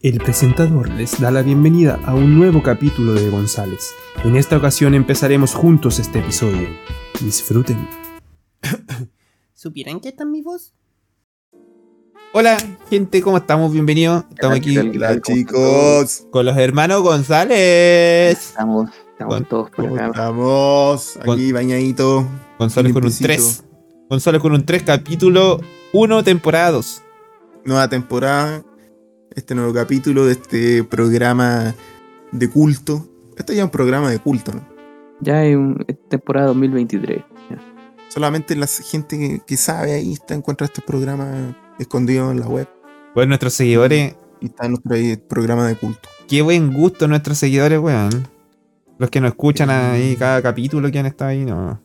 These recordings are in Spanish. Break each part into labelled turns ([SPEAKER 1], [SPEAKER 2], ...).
[SPEAKER 1] El presentador les da la bienvenida a un nuevo capítulo de González. En esta ocasión empezaremos juntos este episodio. Disfruten.
[SPEAKER 2] ¿Supieran que está mi voz?
[SPEAKER 1] Hola, gente, ¿cómo estamos? Bienvenidos. Estamos aquí
[SPEAKER 3] ¿Qué tal, qué tal, chicos?
[SPEAKER 1] con los hermanos González.
[SPEAKER 2] Estamos, estamos
[SPEAKER 1] Bueno,
[SPEAKER 2] todos por
[SPEAKER 3] ¿Cómo
[SPEAKER 2] acá.
[SPEAKER 3] estamos? Aquí bañadito.
[SPEAKER 1] González con un
[SPEAKER 3] Limpiecito.
[SPEAKER 1] 3. González con un 3, capítulo 1, temporada 2.
[SPEAKER 3] Nueva temporada. Este nuevo capítulo de este programa de culto. Este ya es un programa de culto, ¿no?
[SPEAKER 2] Ya es un- es temporada 2023.
[SPEAKER 3] Solamente la gente que, que sabe ahí está encuentra este programa escondido en la web.
[SPEAKER 1] Bueno, nuestros seguidores,
[SPEAKER 3] Y está en nuestro ahí, programa de culto.
[SPEAKER 1] qué buen gusto nuestros seguidores, weón. Los que nos
[SPEAKER 3] Eh.
[SPEAKER 1] escuchan ahí cada capítulo que han estado ahí, no.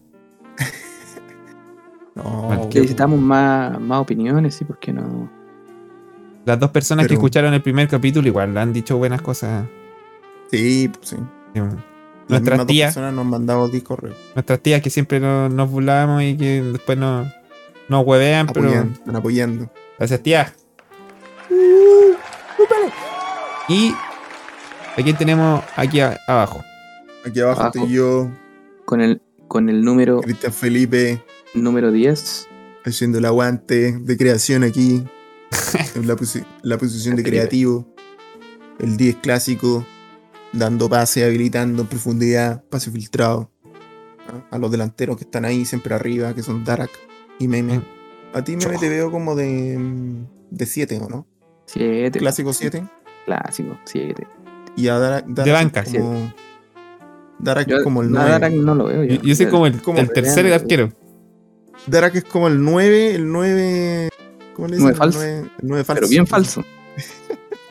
[SPEAKER 3] No,
[SPEAKER 1] Bueno,
[SPEAKER 3] qué
[SPEAKER 2] Necesitamos más, más opiniones, sí, porque no.
[SPEAKER 1] Las dos personas que
[SPEAKER 3] Pero-
[SPEAKER 1] escucharon el primer capítulo igual han dicho buenas cosas. eh,
[SPEAKER 3] bueno. Sí, pues sí.
[SPEAKER 1] Sí, weón.
[SPEAKER 3] Las
[SPEAKER 1] Nuestras
[SPEAKER 3] mismas dos
[SPEAKER 1] tías.
[SPEAKER 3] personas nos mandaban discos
[SPEAKER 1] Nuestras tías que siempre no- nos burlábamos y que después no- nos huevean, pero.
[SPEAKER 3] apoyando, están apoyando.
[SPEAKER 1] Gracias, tía. Y. ¿A quién tenemos aquí a- abajo?
[SPEAKER 3] Aquí abajo,
[SPEAKER 2] Abajo.
[SPEAKER 3] estoy yo,
[SPEAKER 2] Con el, con el número,
[SPEAKER 3] Cristian Felipe.
[SPEAKER 2] número 10.
[SPEAKER 3] haciendo el aguante de creación aquí. en la, posi- la posición de
[SPEAKER 2] Escribe.
[SPEAKER 3] creativo. El 10 clásico. Dando pase, habilitando en profundidad, pase filtrado. ¿Ah? A los delanteros que están ahí siempre arriba, que son Darak y Meme.
[SPEAKER 1] Mm.
[SPEAKER 3] A ti, Meme, te veo como de 7, ¿o no?
[SPEAKER 2] 7.
[SPEAKER 3] Clásico 7.
[SPEAKER 2] Clásico, 7.
[SPEAKER 3] Y a Darak, Darak
[SPEAKER 1] banca,
[SPEAKER 3] como, Darak es como el
[SPEAKER 2] no,
[SPEAKER 3] 9.
[SPEAKER 2] Darak no lo veo.
[SPEAKER 1] Yo, yo soy como el,
[SPEAKER 3] como
[SPEAKER 1] el tercer
[SPEAKER 2] vean,
[SPEAKER 1] arquero.
[SPEAKER 3] Darak es como el 9, el 9... ¿Cómo le dicen?
[SPEAKER 2] Nueve
[SPEAKER 3] El
[SPEAKER 2] falso.
[SPEAKER 3] nueve- el nueve falso.
[SPEAKER 2] Pero bien falso.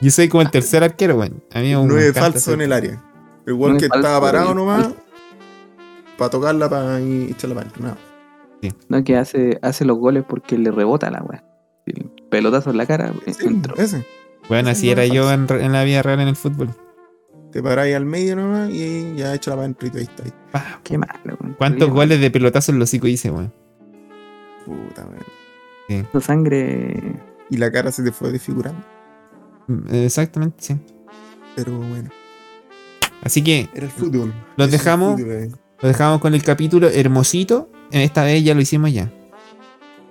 [SPEAKER 1] Yo soy como el tercer arquero, weón. A mí me
[SPEAKER 3] Nueve
[SPEAKER 1] encanta
[SPEAKER 3] falso
[SPEAKER 1] ser-
[SPEAKER 3] en el área. El weón
[SPEAKER 2] Nueve
[SPEAKER 3] que
[SPEAKER 2] falso,
[SPEAKER 3] estaba parado
[SPEAKER 2] nueve
[SPEAKER 3] nomás para tocarla para y echarla para adentro. No.
[SPEAKER 2] No, que hace, hace los goles porque le rebota la weá. El Pelotazo en la cara, eh,
[SPEAKER 3] Sí,
[SPEAKER 2] entró.
[SPEAKER 3] ese.
[SPEAKER 1] Weón, así era yo en, re- en la vida real en el fútbol.
[SPEAKER 3] Te paráis al medio nomás y ahí ya echala para adentro y ahí está. ahí.
[SPEAKER 1] Pa,
[SPEAKER 2] Qué malo, weón.
[SPEAKER 1] ¿Cuántos
[SPEAKER 2] Qué
[SPEAKER 1] goles de pelotazo en los hocico hice, weón?
[SPEAKER 3] Puta, weón.
[SPEAKER 2] malo. Sangre.
[SPEAKER 3] Y la cara se te fue desfigurando.
[SPEAKER 1] Mm, Exactamente, sí.
[SPEAKER 3] Pero bueno,
[SPEAKER 1] Así que
[SPEAKER 3] era el fútbol.
[SPEAKER 1] Los
[SPEAKER 3] Es el
[SPEAKER 1] dejamos.
[SPEAKER 3] fútbol, eh.
[SPEAKER 1] Lo dejamos con el capítulo hermosito. Eh, Esta vez ya lo hicimos ya.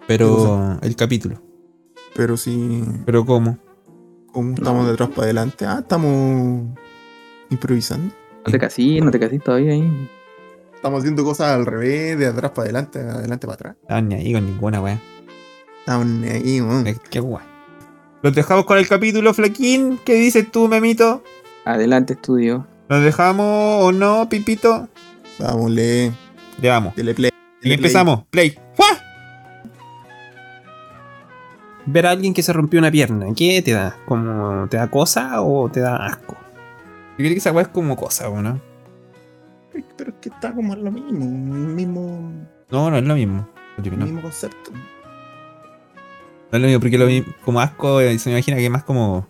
[SPEAKER 1] Pero el capítulo.
[SPEAKER 3] Pero sí,
[SPEAKER 1] Pero ¿cómo?
[SPEAKER 3] como estamos de atrás para adelante. Ah, estamos improvisando.
[SPEAKER 2] No te casís, no te casís todavía ahí.
[SPEAKER 3] Estamos haciendo cosas al revés, de atrás para adelante, de adelante para atrás.
[SPEAKER 1] Estaban Ah, ni ahí con ninguna, weón.
[SPEAKER 3] Estamos ahí, weón.
[SPEAKER 1] Qué guay. Los dejamos con el capítulo, Flaquín. ¿Qué dices tú, memito?
[SPEAKER 2] Adelante, estudio.
[SPEAKER 1] ¿Los dejamos o no, Pipito?
[SPEAKER 3] Vamos, le.
[SPEAKER 1] Le vamos.
[SPEAKER 3] Dele play.
[SPEAKER 1] Y
[SPEAKER 3] dele play.
[SPEAKER 1] empezamos. Play. Ver a alguien que se rompió una pierna, ¿qué te da? ¿Como te da cosa o te da asco? Yo creo que esa weá es como cosa, ¿o ¿no?
[SPEAKER 3] Ay, Pero es que está como en lo mismo, mismo,
[SPEAKER 1] No, no es lo mismo. No.
[SPEAKER 3] mismo concepto.
[SPEAKER 1] No es lo mismo, porque lo vi como asco, eh, se me imagina que es más como.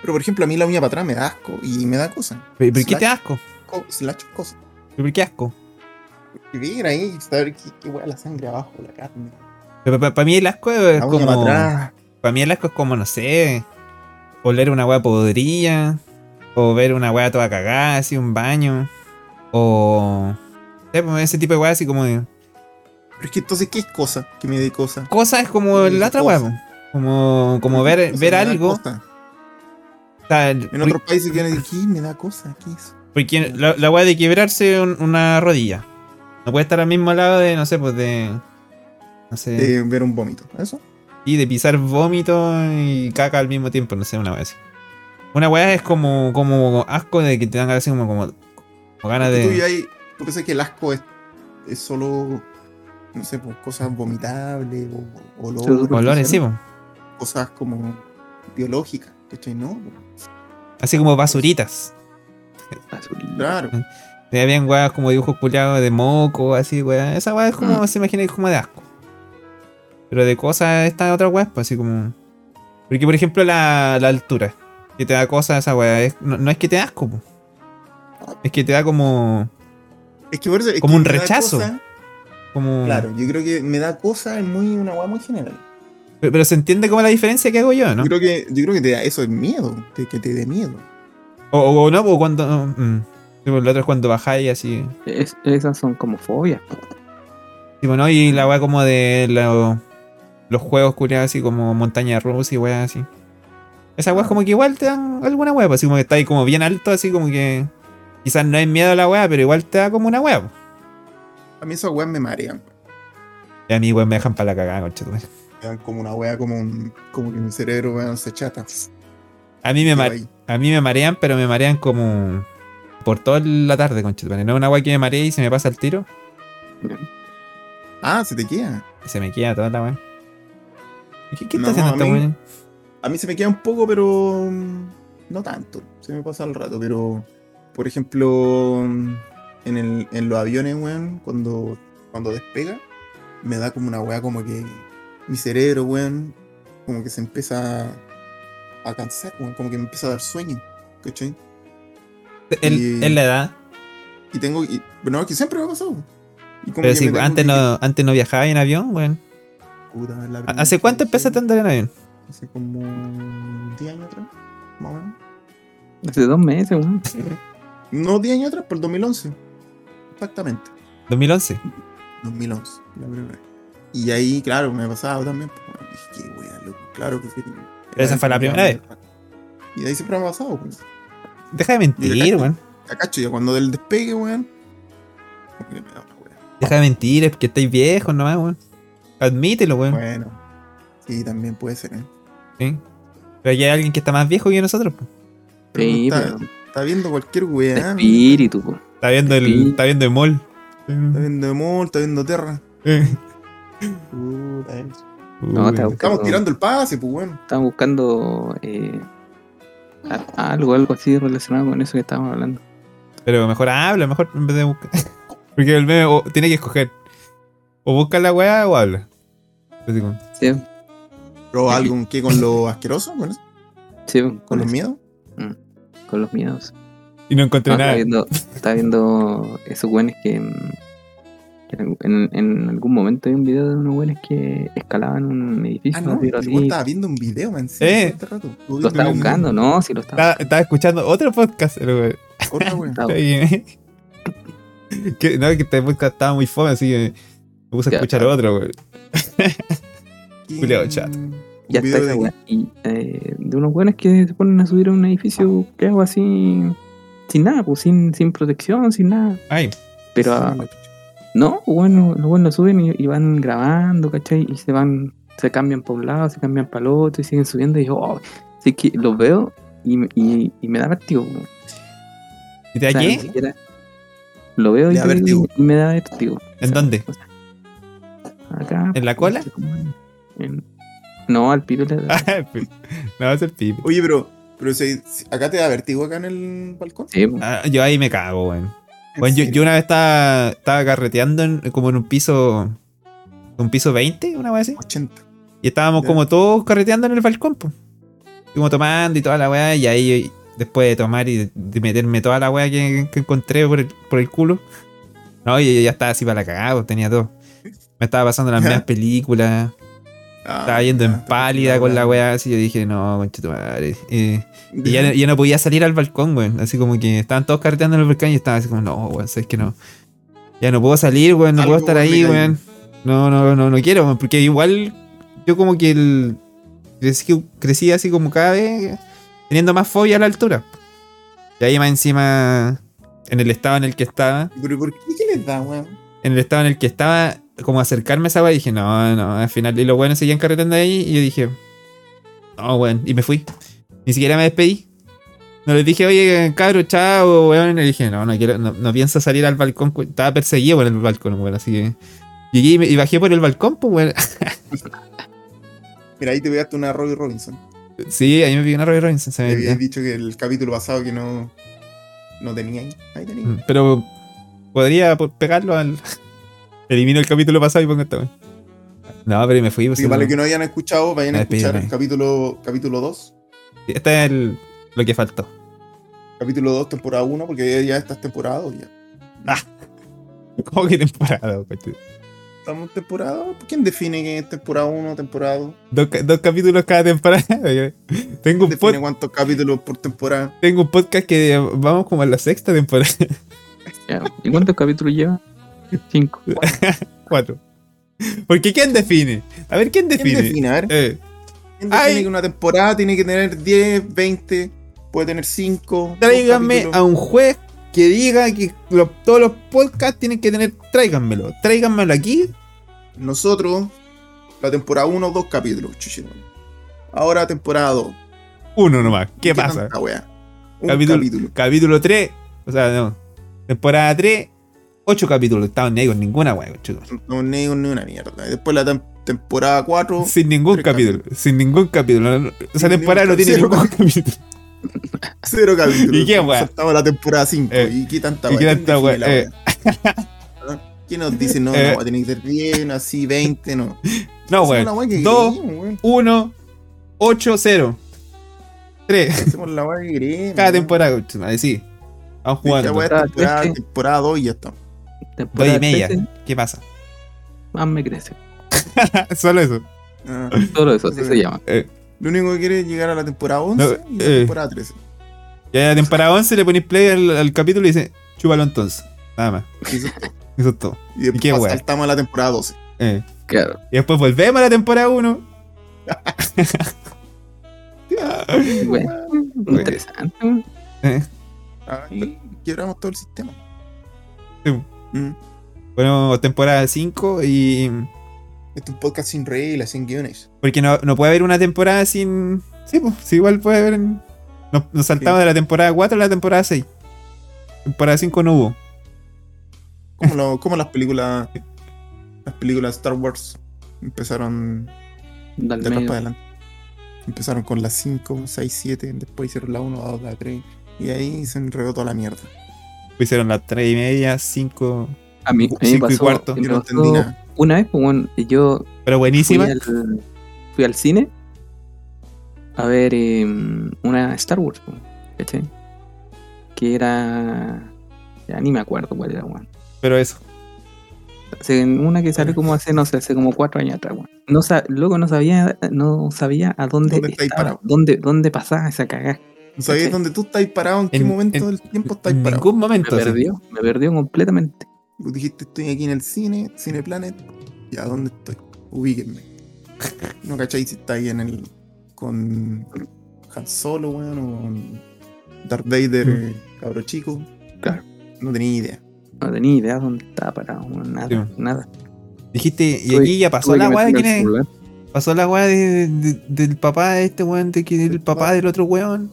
[SPEAKER 3] Pero por ejemplo, a mí la uña para atrás me da asco y me da cosa.
[SPEAKER 1] ¿Pero por qué
[SPEAKER 3] Slash.
[SPEAKER 1] te da asco?
[SPEAKER 3] Co- Slash cosa.
[SPEAKER 1] ¿Pero por qué asco?
[SPEAKER 3] Y ver ahí, saber qué, qué hueá la sangre abajo, la carne.
[SPEAKER 1] Para mí el asco es
[SPEAKER 3] La uña para
[SPEAKER 1] como.
[SPEAKER 3] atrás.
[SPEAKER 1] Para mí el asco es como, no sé. Oler una hueá podrida. O ver una hueá toda cagada, así un baño. O. no sé, pues, Ese tipo de hueá así como. de-
[SPEAKER 3] Pero es que entonces, ¿qué es cosa? ¿Qué me dé cosa?
[SPEAKER 1] Cosa es como
[SPEAKER 3] Sí,
[SPEAKER 1] la otra hueá.
[SPEAKER 3] cosa.
[SPEAKER 1] pues. Como, como
[SPEAKER 3] Cosa
[SPEAKER 1] ver, ver
[SPEAKER 3] me da
[SPEAKER 1] algo.
[SPEAKER 3] cosa.
[SPEAKER 1] o sea, el-
[SPEAKER 3] En otros países que dicen, ¿qué me da cosa? ¿Qué es?
[SPEAKER 1] Porque la, la weá de quebrarse un- una rodilla. No puede estar al mismo lado de, no sé, pues de. No sé.
[SPEAKER 3] De Eh, ver un vómito. ¿Eso?
[SPEAKER 1] Y de pisar vómito y caca al mismo tiempo, no sé, una weá así. Una weá es como, como asco de que te dan así como, como, como ganas
[SPEAKER 3] Tú, y
[SPEAKER 1] de.
[SPEAKER 3] ahí, tú pensás que el asco es, es solo, no sé, pues, cosas vomitables o, o olores,
[SPEAKER 1] Olores,
[SPEAKER 3] ¿no?
[SPEAKER 1] sí, po.
[SPEAKER 3] Cosas como biológicas, ¿cachai? No, pues,
[SPEAKER 1] Así como basuritas.
[SPEAKER 2] Azul.
[SPEAKER 3] claro.
[SPEAKER 1] Eh, Habían weas como dibujos culiados de moco, así, weá. Esa weá es como, se imagina que es como de asco. Pero de cosas, esta otra weá, pues así como. Porque, por ejemplo, la, la altura. Que te da cosas esa weá. es- no, no es que te da asco, po. Es que te da como.
[SPEAKER 3] Es que por eso- es
[SPEAKER 1] Como
[SPEAKER 3] que
[SPEAKER 1] un
[SPEAKER 3] me da
[SPEAKER 1] rechazo. Ah.
[SPEAKER 3] cosa-
[SPEAKER 1] como
[SPEAKER 3] claro, yo creo que me da cosa es muy una weá muy general.
[SPEAKER 1] Pero, pero se entiende como la diferencia que hago yo, ¿no?
[SPEAKER 3] Yo creo que, yo creo que te da, eso es miedo, te- que te dé miedo.
[SPEAKER 1] O, o- o no, o cuando. mm. Sí, pues, la otra es cuando bajáis así.
[SPEAKER 2] Es- esas son como fobias. po.
[SPEAKER 1] Tipo, pues, ¿no? Y la weá como de lo- los juegos culiados así como montaña rusa y weá así. Esas weas como que igual te dan alguna weá, pues, así como que está ahí como bien alto, así como que quizás no hay miedo a la weá, pero igual te da como una weá. pues.
[SPEAKER 3] A mí esas weas me marean.
[SPEAKER 1] Y a mí weón me dejan para la cagada, conchetumare.
[SPEAKER 3] Me dan como una wea, como, un, como que mi cerebro weón, se chata.
[SPEAKER 1] A mí me
[SPEAKER 3] Quedo
[SPEAKER 1] mar-
[SPEAKER 3] ahí.
[SPEAKER 1] a mí me marean, pero me marean como por toda la tarde, conchetumare. No es una weá que me marea y se me pasa el tiro,
[SPEAKER 3] Ah, se te queda.
[SPEAKER 1] y se me queda toda la weá. ¿Y ¿Qué, qué está
[SPEAKER 3] No,
[SPEAKER 1] haciendo esta
[SPEAKER 3] a mí-
[SPEAKER 1] weá?
[SPEAKER 3] A mí se me queda un poco, pero mm, no tanto. Se me pasa al rato, pero por ejemplo, mm, en, el, en los aviones, weón, cuando, cuando despega, me da como una weá como que mi cerebro, weón, como que se empieza a cansar, weón, como que me empieza a dar sueño, ¿cachai?
[SPEAKER 1] El-
[SPEAKER 3] y-
[SPEAKER 1] Es la edad.
[SPEAKER 3] Y tengo, y, bueno, que siempre me ha pasado. Y como
[SPEAKER 1] Pero
[SPEAKER 3] que
[SPEAKER 1] si
[SPEAKER 3] me tengo
[SPEAKER 1] antes
[SPEAKER 3] que-
[SPEAKER 1] no, antes no viajaba en avión, weón.
[SPEAKER 3] Puta, la primera vez
[SPEAKER 1] ¿Hace
[SPEAKER 3] que
[SPEAKER 1] cuánto
[SPEAKER 3] viajé,
[SPEAKER 1] empezaste a andar en avión?
[SPEAKER 3] Hace como 10 años atrás, más o menos.
[SPEAKER 2] Hace dos meses, weón.
[SPEAKER 3] No 10 años atrás, por el 2011. Exactamente.
[SPEAKER 1] 2011.
[SPEAKER 3] 2011, la primera vez. Y ahí, claro, me pasaba también. pues, bueno, dije, qué wea, loco, claro que sí.
[SPEAKER 1] Pero esa fue la primera vez.
[SPEAKER 3] Y de ahí siempre me ha pasado, pues.
[SPEAKER 1] Deja de
[SPEAKER 3] Mira,
[SPEAKER 1] mentir,
[SPEAKER 3] cacho.
[SPEAKER 1] weón.
[SPEAKER 3] Cacacho, ya cuando del despegue, weón. como que me da una wea.
[SPEAKER 1] Deja de mentir, es que estáis viejos nomás, weón. Admítelo, weón.
[SPEAKER 3] Bueno. Sí, también puede ser, ¿eh?
[SPEAKER 1] ¿sí? Pero aquí hay alguien que está más viejo que nosotros. po.
[SPEAKER 3] Pero
[SPEAKER 2] Sí,
[SPEAKER 3] uno está,
[SPEAKER 2] pero-
[SPEAKER 3] está viendo cualquier ¿eh? weá. ¿no? Está
[SPEAKER 2] Espíritu, po.
[SPEAKER 1] Está viendo el,
[SPEAKER 2] Sí.
[SPEAKER 1] está viendo el mall.
[SPEAKER 3] viendo Emol, está viendo Terra.
[SPEAKER 1] Eh.
[SPEAKER 3] Puta, eh.
[SPEAKER 2] No, está buscando.
[SPEAKER 3] Estamos tirando el pase, pues, weón.
[SPEAKER 2] Estaba buscando eh, a- algo, algo así relacionado con eso que estábamos hablando.
[SPEAKER 1] Pero mejor habla, mejor en vez de buscar. Porque el meme o- tiene que escoger. O busca la weá o habla. Así como,
[SPEAKER 2] Sí,
[SPEAKER 3] Pero algo ¿con qué con lo asqueroso, con, eso?
[SPEAKER 2] sí,
[SPEAKER 3] con
[SPEAKER 2] con,
[SPEAKER 3] los
[SPEAKER 2] eso,
[SPEAKER 3] miedos.
[SPEAKER 2] con los miedos.
[SPEAKER 1] Y no encontré
[SPEAKER 2] No,
[SPEAKER 1] nada.
[SPEAKER 2] estaba, viendo, estaba viendo esos güenes que. mm, que En, en algún momento hay un video de unos güenes que escalaban un edificio.
[SPEAKER 3] Ah, no,
[SPEAKER 2] pero
[SPEAKER 3] el
[SPEAKER 2] así-
[SPEAKER 3] weón estaba viendo un video, man. sí,
[SPEAKER 1] Eh.
[SPEAKER 3] todo este rato.
[SPEAKER 2] lo estaba buscando, ¿no? Sí, lo estaba
[SPEAKER 1] Estaba, estaba escuchando otro podcast, el weón.
[SPEAKER 3] Otra wea.
[SPEAKER 2] buscando.
[SPEAKER 1] Oye, que, no, que este podcast estaba muy fome, así que me puse a
[SPEAKER 2] Ya,
[SPEAKER 1] escuchar
[SPEAKER 2] claro.
[SPEAKER 1] otro, güey. Culeado chat.
[SPEAKER 3] Un
[SPEAKER 2] Ya está
[SPEAKER 3] video
[SPEAKER 2] esa
[SPEAKER 3] de-
[SPEAKER 2] weá. Y eh, de unos weones que se ponen a subir a un edificio que hago así. Sin nada, pues sin, sin protección, sin nada.
[SPEAKER 1] Ay,
[SPEAKER 2] Pero ah, no, pues, bueno, los weones lo suben y, y van grabando, ¿cachai? Y se van, se cambian para un lado, se cambian para el otro y siguen subiendo. Y yo, oh, así que los veo y, me- y, y me da vértigo. weón.
[SPEAKER 1] ¿y de
[SPEAKER 2] O sea,
[SPEAKER 1] aquí?
[SPEAKER 2] ni siquiera- Lo veo y,
[SPEAKER 3] Le da
[SPEAKER 2] te digo,
[SPEAKER 3] vértigo.
[SPEAKER 2] y me da vértigo. O
[SPEAKER 1] ¿En
[SPEAKER 2] sea,
[SPEAKER 1] dónde?
[SPEAKER 2] o sea, Acá. pues,
[SPEAKER 1] ¿En la cola? Ah.
[SPEAKER 2] En- no, al pibe le da.
[SPEAKER 1] no, es el pibe.
[SPEAKER 3] Oye, pero, pero si- si- acá te da vertigo acá en el balcón.
[SPEAKER 2] Sí, pues. po.
[SPEAKER 1] Ah, yo ahí me cago, güey.
[SPEAKER 3] ¿En
[SPEAKER 1] Bueno, yo,
[SPEAKER 3] serio?
[SPEAKER 1] yo una vez estaba, estaba carreteando en- como en un piso. Un piso 20, una vez así.
[SPEAKER 3] 80.
[SPEAKER 1] Y estábamos
[SPEAKER 3] Ya.
[SPEAKER 1] como todos carreteando en el balcón, pues. Como tomando y toda la weá. Y ahí, después de tomar y de, de meterme toda la weá que, que encontré por el, por el culo. No, y yo ya estaba así para la cagada, pues, tenía todo. Me estaba pasando las
[SPEAKER 3] Ya.
[SPEAKER 1] mismas películas.
[SPEAKER 3] Ah,
[SPEAKER 1] Estaba yendo
[SPEAKER 3] ya,
[SPEAKER 1] en
[SPEAKER 3] está
[SPEAKER 1] pálida
[SPEAKER 3] bien,
[SPEAKER 1] con la
[SPEAKER 3] weón.
[SPEAKER 1] weá. Así yo dije, no, conchetumare. Eh, y ya, no- ya no podía salir al balcón, weón. Así como que estaban todos carreteando en el balcón y estaba así como, no, weón, sabes que no. Ya no puedo salir, weón, no
[SPEAKER 3] Algo,
[SPEAKER 1] puedo estar
[SPEAKER 3] weón,
[SPEAKER 1] ahí,
[SPEAKER 3] mira,
[SPEAKER 1] weón. No, no, no, no quiero, weón. Porque igual yo como que el, crecí, crecí así como cada vez teniendo más fobia a la altura. Y ahí más encima, en el estado en el que estaba,
[SPEAKER 3] Pero ¿por qué? ¿Qué les da, weón?
[SPEAKER 1] en el estado en el que estaba, como acercarme a esa weá, dije, no, no, al final. Y los weones seguían carreteando ahí y yo dije, no, weón. Y me fui. Ni siquiera me despedí. No les dije, oye, cabro, chao, weón. Y dije, no, no quiero, no, no pienso salir al balcón. cu- Estaba perseguido por el balcón, weón. Así que llegué y, me- y bajé por el balcón, pues, weón.
[SPEAKER 3] Mira, ahí te pegaste una Robbie Robinson.
[SPEAKER 1] sí, ahí me pidió una Robbie Robinson, se
[SPEAKER 3] Te
[SPEAKER 1] me olvidó.
[SPEAKER 3] habías dicho que el capítulo pasado que no, no tenía ahí. Ahí tenía.
[SPEAKER 1] Mm, Pero podría po- pegarlo al. Elimino el capítulo pasado y pongo esta, weón. No, pero me fui. pues,
[SPEAKER 3] Así que
[SPEAKER 1] sí,
[SPEAKER 3] para los
[SPEAKER 1] weón.
[SPEAKER 3] que no hayan escuchado, vayan a
[SPEAKER 1] Ah, despídeme.
[SPEAKER 3] escuchar el capítulo, capítulo 2.
[SPEAKER 1] Este es el- lo que faltó.
[SPEAKER 3] Capítulo 2, temporada 1, porque ya estás temporada 2 ya.
[SPEAKER 1] ¿Cómo que temporada, coche?
[SPEAKER 3] estamos en temporada. ¿Quién define que es temporada 1, temporada 2?
[SPEAKER 1] Dos, ca- dos capítulos cada temporada. Tengo un, pod-
[SPEAKER 3] Define cuántos capítulos por temporada.
[SPEAKER 1] tengo un podcast que eh, vamos como a la sexta temporada.
[SPEAKER 2] Ya, ¿Y cuántos capítulos lleva? Cinco.
[SPEAKER 1] Cuatro. Porque ¿quién define? A ver, ¿quién
[SPEAKER 3] ¿Quién
[SPEAKER 1] define?
[SPEAKER 3] define? A ver,
[SPEAKER 1] Eh,
[SPEAKER 3] ¿quién define
[SPEAKER 1] ay.
[SPEAKER 3] que una temporada tiene que tener 10, 20, puede tener 5?
[SPEAKER 1] tráiganme a un juez que diga que lo- todos los podcasts tienen que tener. Tráiganmelo. Tráiganmelo aquí.
[SPEAKER 3] Nosotros, la temporada 1, 2 capítulos, chuchino. Ahora temporada 2.
[SPEAKER 1] Uno nomás. ¿Qué, pasa?
[SPEAKER 3] tanta wea? Un
[SPEAKER 1] Capítulo-
[SPEAKER 3] capítulo.
[SPEAKER 1] Capítulo 3. O sea, no. Temporada 3. Ocho capítulos. Estaban ni ahí con ninguna, weón, chicos.
[SPEAKER 3] No, ni, ni una mierda. Y Después la tem- temporada 4.
[SPEAKER 1] Sin ningún
[SPEAKER 3] Tres
[SPEAKER 1] capítulo, sin ningún capítulo.
[SPEAKER 3] Sin
[SPEAKER 1] Esa temporada no
[SPEAKER 3] ningún
[SPEAKER 1] tiene
[SPEAKER 3] capítulo.
[SPEAKER 1] ningún capítulo.
[SPEAKER 3] Cero capítulos.
[SPEAKER 1] ¿Y qué, weá?
[SPEAKER 3] Saltamos la temporada 5.
[SPEAKER 1] Eh,
[SPEAKER 3] ¿Y qué tanta
[SPEAKER 1] ¿y qué
[SPEAKER 3] weá?
[SPEAKER 1] tanta
[SPEAKER 3] ¿Quién define
[SPEAKER 1] weá?
[SPEAKER 3] la weá? ¿Qué nos dice? No,
[SPEAKER 1] Eh.
[SPEAKER 3] no, tiene que ser 10, así, 20, no.
[SPEAKER 1] No,
[SPEAKER 3] Hacemos la weá
[SPEAKER 1] weón.
[SPEAKER 3] que
[SPEAKER 1] 2,
[SPEAKER 3] queremos, weón.
[SPEAKER 1] 1, 8, 0. 3.
[SPEAKER 3] Hacemos la weá que queremos.
[SPEAKER 1] Cada
[SPEAKER 3] weón.
[SPEAKER 1] temporada, weón. Ahí sí. Vamos
[SPEAKER 3] Esta
[SPEAKER 1] jugando.
[SPEAKER 3] weá es
[SPEAKER 2] Temporada
[SPEAKER 3] temporada,
[SPEAKER 2] tres, ¿qué?
[SPEAKER 3] temporada 2 y ya está.
[SPEAKER 1] Dos
[SPEAKER 2] Temporada
[SPEAKER 1] y media.
[SPEAKER 2] crece,
[SPEAKER 1] ¿Qué pasa?
[SPEAKER 2] Más me crece.
[SPEAKER 1] Solo eso.
[SPEAKER 3] Ah,
[SPEAKER 2] Solo eso, así se llama.
[SPEAKER 3] lo único que quiere es llegar a la temporada 11 y la
[SPEAKER 1] eh.
[SPEAKER 3] temporada 13.
[SPEAKER 1] Ya en la temporada 11 le ponéis play al, al capítulo y dice, chúpalo entonces. Nada más.
[SPEAKER 3] Y, eso es todo.
[SPEAKER 1] Eso es todo.
[SPEAKER 3] Y después
[SPEAKER 1] qué weá?
[SPEAKER 3] saltamos a la temporada 12.
[SPEAKER 1] Eh.
[SPEAKER 2] Claro.
[SPEAKER 1] Y después volvemos a la temporada 1.
[SPEAKER 2] Bueno,
[SPEAKER 1] Bueno.
[SPEAKER 2] interesante. ¿no?
[SPEAKER 3] Ahí Ah, quebramos todo el sistema.
[SPEAKER 1] Sí.
[SPEAKER 3] Mm.
[SPEAKER 1] Bueno, temporada 5 y...
[SPEAKER 3] Este es un podcast sin reglas, sin guiones.
[SPEAKER 1] Porque no, no puede haber una temporada sin. Sí, pues, sí, igual puede haber. en- Nos, nos saltamos de la temporada 4 a la temporada 6. Temporada 5 no hubo.
[SPEAKER 3] Como, lo- como las películas. Las películas Star Wars empezaron
[SPEAKER 2] Dale
[SPEAKER 3] de atrás
[SPEAKER 2] medio.
[SPEAKER 3] para adelante. Empezaron con las 5, 6, 7, después hicieron la 1, la 2, la 3. Y ahí se enredó toda la mierda.
[SPEAKER 1] Hicieron las 3 y media, 5.
[SPEAKER 2] A mí, a mí me
[SPEAKER 1] Cinco y
[SPEAKER 2] pasó,
[SPEAKER 1] cuarto.
[SPEAKER 2] me
[SPEAKER 3] Yo no
[SPEAKER 2] pasó
[SPEAKER 3] entendí nada.
[SPEAKER 2] una vez, pues, bueno, yo
[SPEAKER 1] Pero
[SPEAKER 2] fui
[SPEAKER 1] buenísima.
[SPEAKER 2] al, fui al cine a ver eh, una Star Wars, pues, ¿cachai? Que era. Ya ni me acuerdo cuál era, weón.
[SPEAKER 1] Pero eso.
[SPEAKER 2] Hace- Una que salió como hace, no sé, hace como cuatro años atrás, weón. No sa- Luego no sabía, no sabía a dónde,
[SPEAKER 3] ¿Dónde estáis
[SPEAKER 2] estaba,
[SPEAKER 3] parado?
[SPEAKER 2] dónde, dónde pasaba esa cagada.
[SPEAKER 3] ¿No sabías
[SPEAKER 2] Sí.
[SPEAKER 3] dónde tú estás parado? ¿En qué
[SPEAKER 1] En-
[SPEAKER 3] momento
[SPEAKER 1] en-
[SPEAKER 3] del tiempo estás
[SPEAKER 1] En
[SPEAKER 3] parado?
[SPEAKER 1] ningún
[SPEAKER 2] Me
[SPEAKER 1] momento. así.
[SPEAKER 2] perdió, me perdió completamente.
[SPEAKER 3] Dijiste, estoy aquí en el cine, Cine Planet. ¿Y a dónde estoy? Ubíquenme. ¿No cacháis si estáis en el. con. Han Solo, weón, o con. Darth Vader,
[SPEAKER 1] Mm.
[SPEAKER 3] eh, cabro chico?
[SPEAKER 2] Claro.
[SPEAKER 3] No tenía idea.
[SPEAKER 2] No tenía ni idea dónde estaba parado, weón, nada,
[SPEAKER 1] Sí, weón.
[SPEAKER 2] nada.
[SPEAKER 1] Dijiste, y
[SPEAKER 2] Tuve-
[SPEAKER 1] aquí ya pasó
[SPEAKER 2] Tuve
[SPEAKER 1] la
[SPEAKER 2] que
[SPEAKER 1] weá de
[SPEAKER 2] meterme
[SPEAKER 1] quién
[SPEAKER 2] al
[SPEAKER 1] es.
[SPEAKER 2] celular.
[SPEAKER 1] Pasó la weá de- de- del papá de este weón, de que del
[SPEAKER 3] Del
[SPEAKER 1] papá
[SPEAKER 3] papá.
[SPEAKER 1] del otro weón.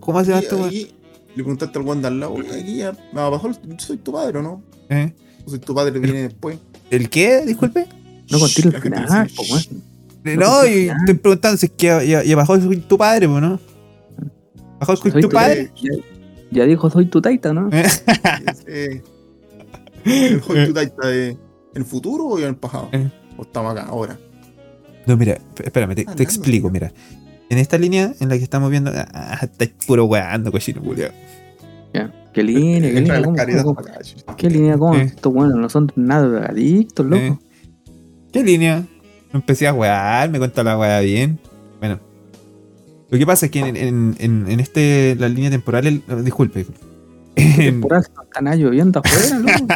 [SPEAKER 1] ¿Cómo se llama
[SPEAKER 3] Y
[SPEAKER 1] este weón?
[SPEAKER 3] ahí le preguntaste al weón de al lado, oye, aquí ya. Abajo, soy tu padre, ¿o no?
[SPEAKER 1] ¿Eh?
[SPEAKER 3] O si tu padre viene después.
[SPEAKER 1] ¿El qué? Disculpe.
[SPEAKER 2] No conté
[SPEAKER 3] La
[SPEAKER 2] el
[SPEAKER 3] gente
[SPEAKER 2] final,
[SPEAKER 3] dice,
[SPEAKER 2] po,
[SPEAKER 3] "Shh".
[SPEAKER 2] weón.
[SPEAKER 1] Eh,
[SPEAKER 2] No
[SPEAKER 1] No,
[SPEAKER 2] te
[SPEAKER 1] y
[SPEAKER 2] creas.
[SPEAKER 1] estoy preguntando si es que ya, ya- ya bajó el Squid tu padre, pues, ¿no? ¿Bajó el Squid
[SPEAKER 2] Soy
[SPEAKER 1] tu
[SPEAKER 2] tu
[SPEAKER 1] padre?
[SPEAKER 2] Ya, ya dijo, soy tu taita, ¿no?
[SPEAKER 3] Ese- el Hot Tutaita de. eh, ¿En el futuro o en el pasado?
[SPEAKER 1] Eh.
[SPEAKER 3] ¿O estamos acá ahora?
[SPEAKER 1] No, mira, p- espérame, te, te
[SPEAKER 3] Hablando.
[SPEAKER 1] explico, mira. En esta línea en la que estamos viendo, ah, estáis puro weando, cochino, culiao.
[SPEAKER 2] Ya. Qué línea, qué línea.
[SPEAKER 3] Entra las
[SPEAKER 2] ¿Cómo,
[SPEAKER 3] caridades
[SPEAKER 2] cómo-
[SPEAKER 3] para acá, chucha.
[SPEAKER 2] qué línea, cómo?
[SPEAKER 1] Eh.
[SPEAKER 2] Estos bueno, no son nada drogadictos, loco.
[SPEAKER 1] Eh, ¿Qué línea? No empecé a wear, me cuenta la weá bien. Bueno. Lo que pasa es que en, en, en- en este, la línea temporal, el- no, disculpe, disculpe. En-
[SPEAKER 2] Por eso están ahí lloviendo afuera, loco.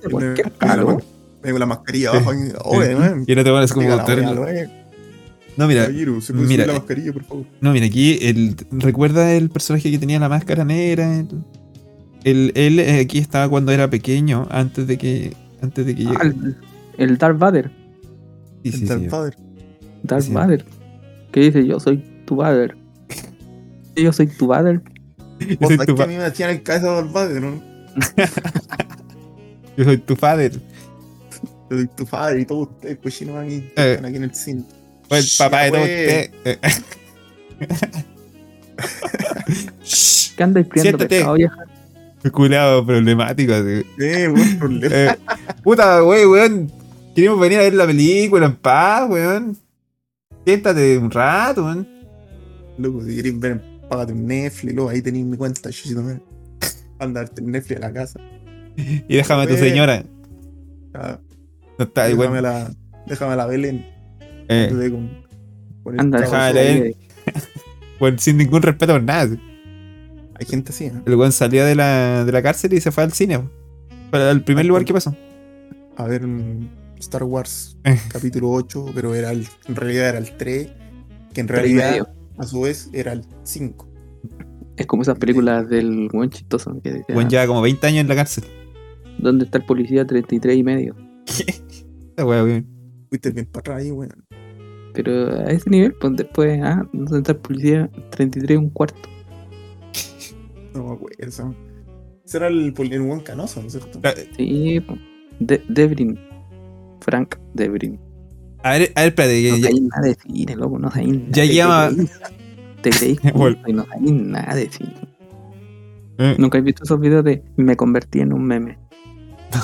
[SPEAKER 2] De cualquier calor.
[SPEAKER 3] Tengo la mascarilla abajo. ahí, Oye, man.
[SPEAKER 1] Eh, y en otro weón es
[SPEAKER 3] Diga
[SPEAKER 1] como...
[SPEAKER 3] la
[SPEAKER 1] terrible.
[SPEAKER 3] weá, oye,
[SPEAKER 1] No, mira,
[SPEAKER 3] caballero, ¿se puede subir
[SPEAKER 1] mira,
[SPEAKER 3] la
[SPEAKER 1] eh.
[SPEAKER 3] mascarilla, por favor?
[SPEAKER 1] No, mira, aquí el, recuerda el personaje que tenía la máscara negra. El- El, él eh, aquí estaba cuando era pequeño, antes de que. Antes de que
[SPEAKER 2] Ah,
[SPEAKER 1] llegara.
[SPEAKER 2] el, el Darth Vader.
[SPEAKER 1] Sí, sí,
[SPEAKER 3] Entra
[SPEAKER 1] sí.
[SPEAKER 3] el padre.
[SPEAKER 2] Darth
[SPEAKER 1] Sí.
[SPEAKER 2] Vader. Que dice, yo soy tu Vader. Yo soy tu Vader.
[SPEAKER 1] Yo
[SPEAKER 3] Vos
[SPEAKER 1] soy
[SPEAKER 3] sabés
[SPEAKER 1] tu
[SPEAKER 3] que a
[SPEAKER 1] fa-
[SPEAKER 3] mí me hacían el caso del padre, ¿no?
[SPEAKER 1] yo soy tu father.
[SPEAKER 3] Yo soy tu padre y todos ustedes, cochinos pues, aquí,
[SPEAKER 1] Eh.
[SPEAKER 3] están aquí en el cine.
[SPEAKER 1] Fue el
[SPEAKER 3] Shh,
[SPEAKER 1] Pues, papá de todo
[SPEAKER 3] güey.
[SPEAKER 1] usted. Eh. Shh,
[SPEAKER 2] ¿Qué andas criando
[SPEAKER 1] Siéntate.
[SPEAKER 2] pescado, vieja?
[SPEAKER 1] Culeado eh. problemático. así.
[SPEAKER 3] Eh, buen problema.
[SPEAKER 1] Eh, puta, wey, weón. Queremos venir a ver la película en paz, weón. Siéntate un rato, weón.
[SPEAKER 3] Loco, si queréis ver, págate un Netflix, luego ahí tenéis mi cuenta, chuchito, man. Anda a darte el Netflix a la casa.
[SPEAKER 1] Y déjame a tu
[SPEAKER 3] Güey.
[SPEAKER 1] señora.
[SPEAKER 3] Ah,
[SPEAKER 1] No está ahí,
[SPEAKER 3] déjame,
[SPEAKER 1] weón.
[SPEAKER 3] a la, déjame a la Belén.
[SPEAKER 1] Eh,
[SPEAKER 3] Entonces, con- con el
[SPEAKER 2] Anda, eh,
[SPEAKER 3] trago.
[SPEAKER 1] Déjame
[SPEAKER 2] sí,
[SPEAKER 1] leer. weón, sin ningún respeto por nada.
[SPEAKER 3] Hay gente así, ¿eh?
[SPEAKER 1] El weón salió de la, de la cárcel y se fue al cine. weón. Fue al primer lugar que pasó.
[SPEAKER 3] A ver, mm, Star Wars
[SPEAKER 1] Eh.
[SPEAKER 3] capítulo 8, pero era el- en realidad era el 3, que en
[SPEAKER 2] tres y
[SPEAKER 3] realidad
[SPEAKER 2] medio.
[SPEAKER 3] a su vez era el 5.
[SPEAKER 2] Es como esas películas del buen chistoso que decía,
[SPEAKER 1] Weón lleva como 20 años en la cárcel.
[SPEAKER 2] ¿Dónde está el policía 33 y medio?
[SPEAKER 1] Esa weá, weón.
[SPEAKER 3] Fuiste bien para atrás ahí, weón.
[SPEAKER 2] Pero a ese nivel, pues después, ah, ¿dónde está el policía 33 y un cuarto?
[SPEAKER 3] No me acuerdo. esa- Ese era el, pol- el weón canoso, ¿no es cierto?
[SPEAKER 1] Claro.
[SPEAKER 2] Sí, po. De Debrin. Frank Debrin.
[SPEAKER 1] A ver, a ver, espérate.
[SPEAKER 2] No
[SPEAKER 1] que-
[SPEAKER 2] hay nada de cine, loco, no hay nada.
[SPEAKER 1] Ya
[SPEAKER 2] Te
[SPEAKER 1] lleva-
[SPEAKER 2] creí- Te creí
[SPEAKER 1] Bueno.
[SPEAKER 2] culto y no hay nada de cine.
[SPEAKER 1] eh,
[SPEAKER 2] Nunca he visto esos videos de me convertí en un meme.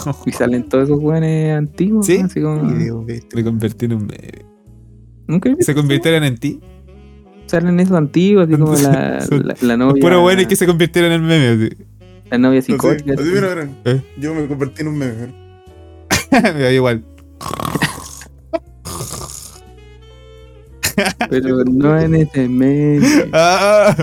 [SPEAKER 1] no,
[SPEAKER 2] Y salen todos esos güeyes antiguos.
[SPEAKER 1] Sí.
[SPEAKER 2] ¿no? Así como-
[SPEAKER 3] Video de este
[SPEAKER 1] me convertí en un bebé.
[SPEAKER 2] Nunca he visto.
[SPEAKER 1] ¿Se convirtieron en ti?
[SPEAKER 2] Salen esos antiguos, así como la,
[SPEAKER 1] Son-
[SPEAKER 2] la, la
[SPEAKER 1] Los
[SPEAKER 2] novia.
[SPEAKER 1] puros buenos que se convirtieron en meme. así.
[SPEAKER 2] La novia
[SPEAKER 3] No sé,
[SPEAKER 2] psicótica.
[SPEAKER 3] así,
[SPEAKER 2] así.
[SPEAKER 3] mira, mira.
[SPEAKER 1] Eh.
[SPEAKER 3] Yo me convertí en un meme. ¿eh?
[SPEAKER 1] me da igual.
[SPEAKER 2] pero no en ese meme.
[SPEAKER 1] Ah.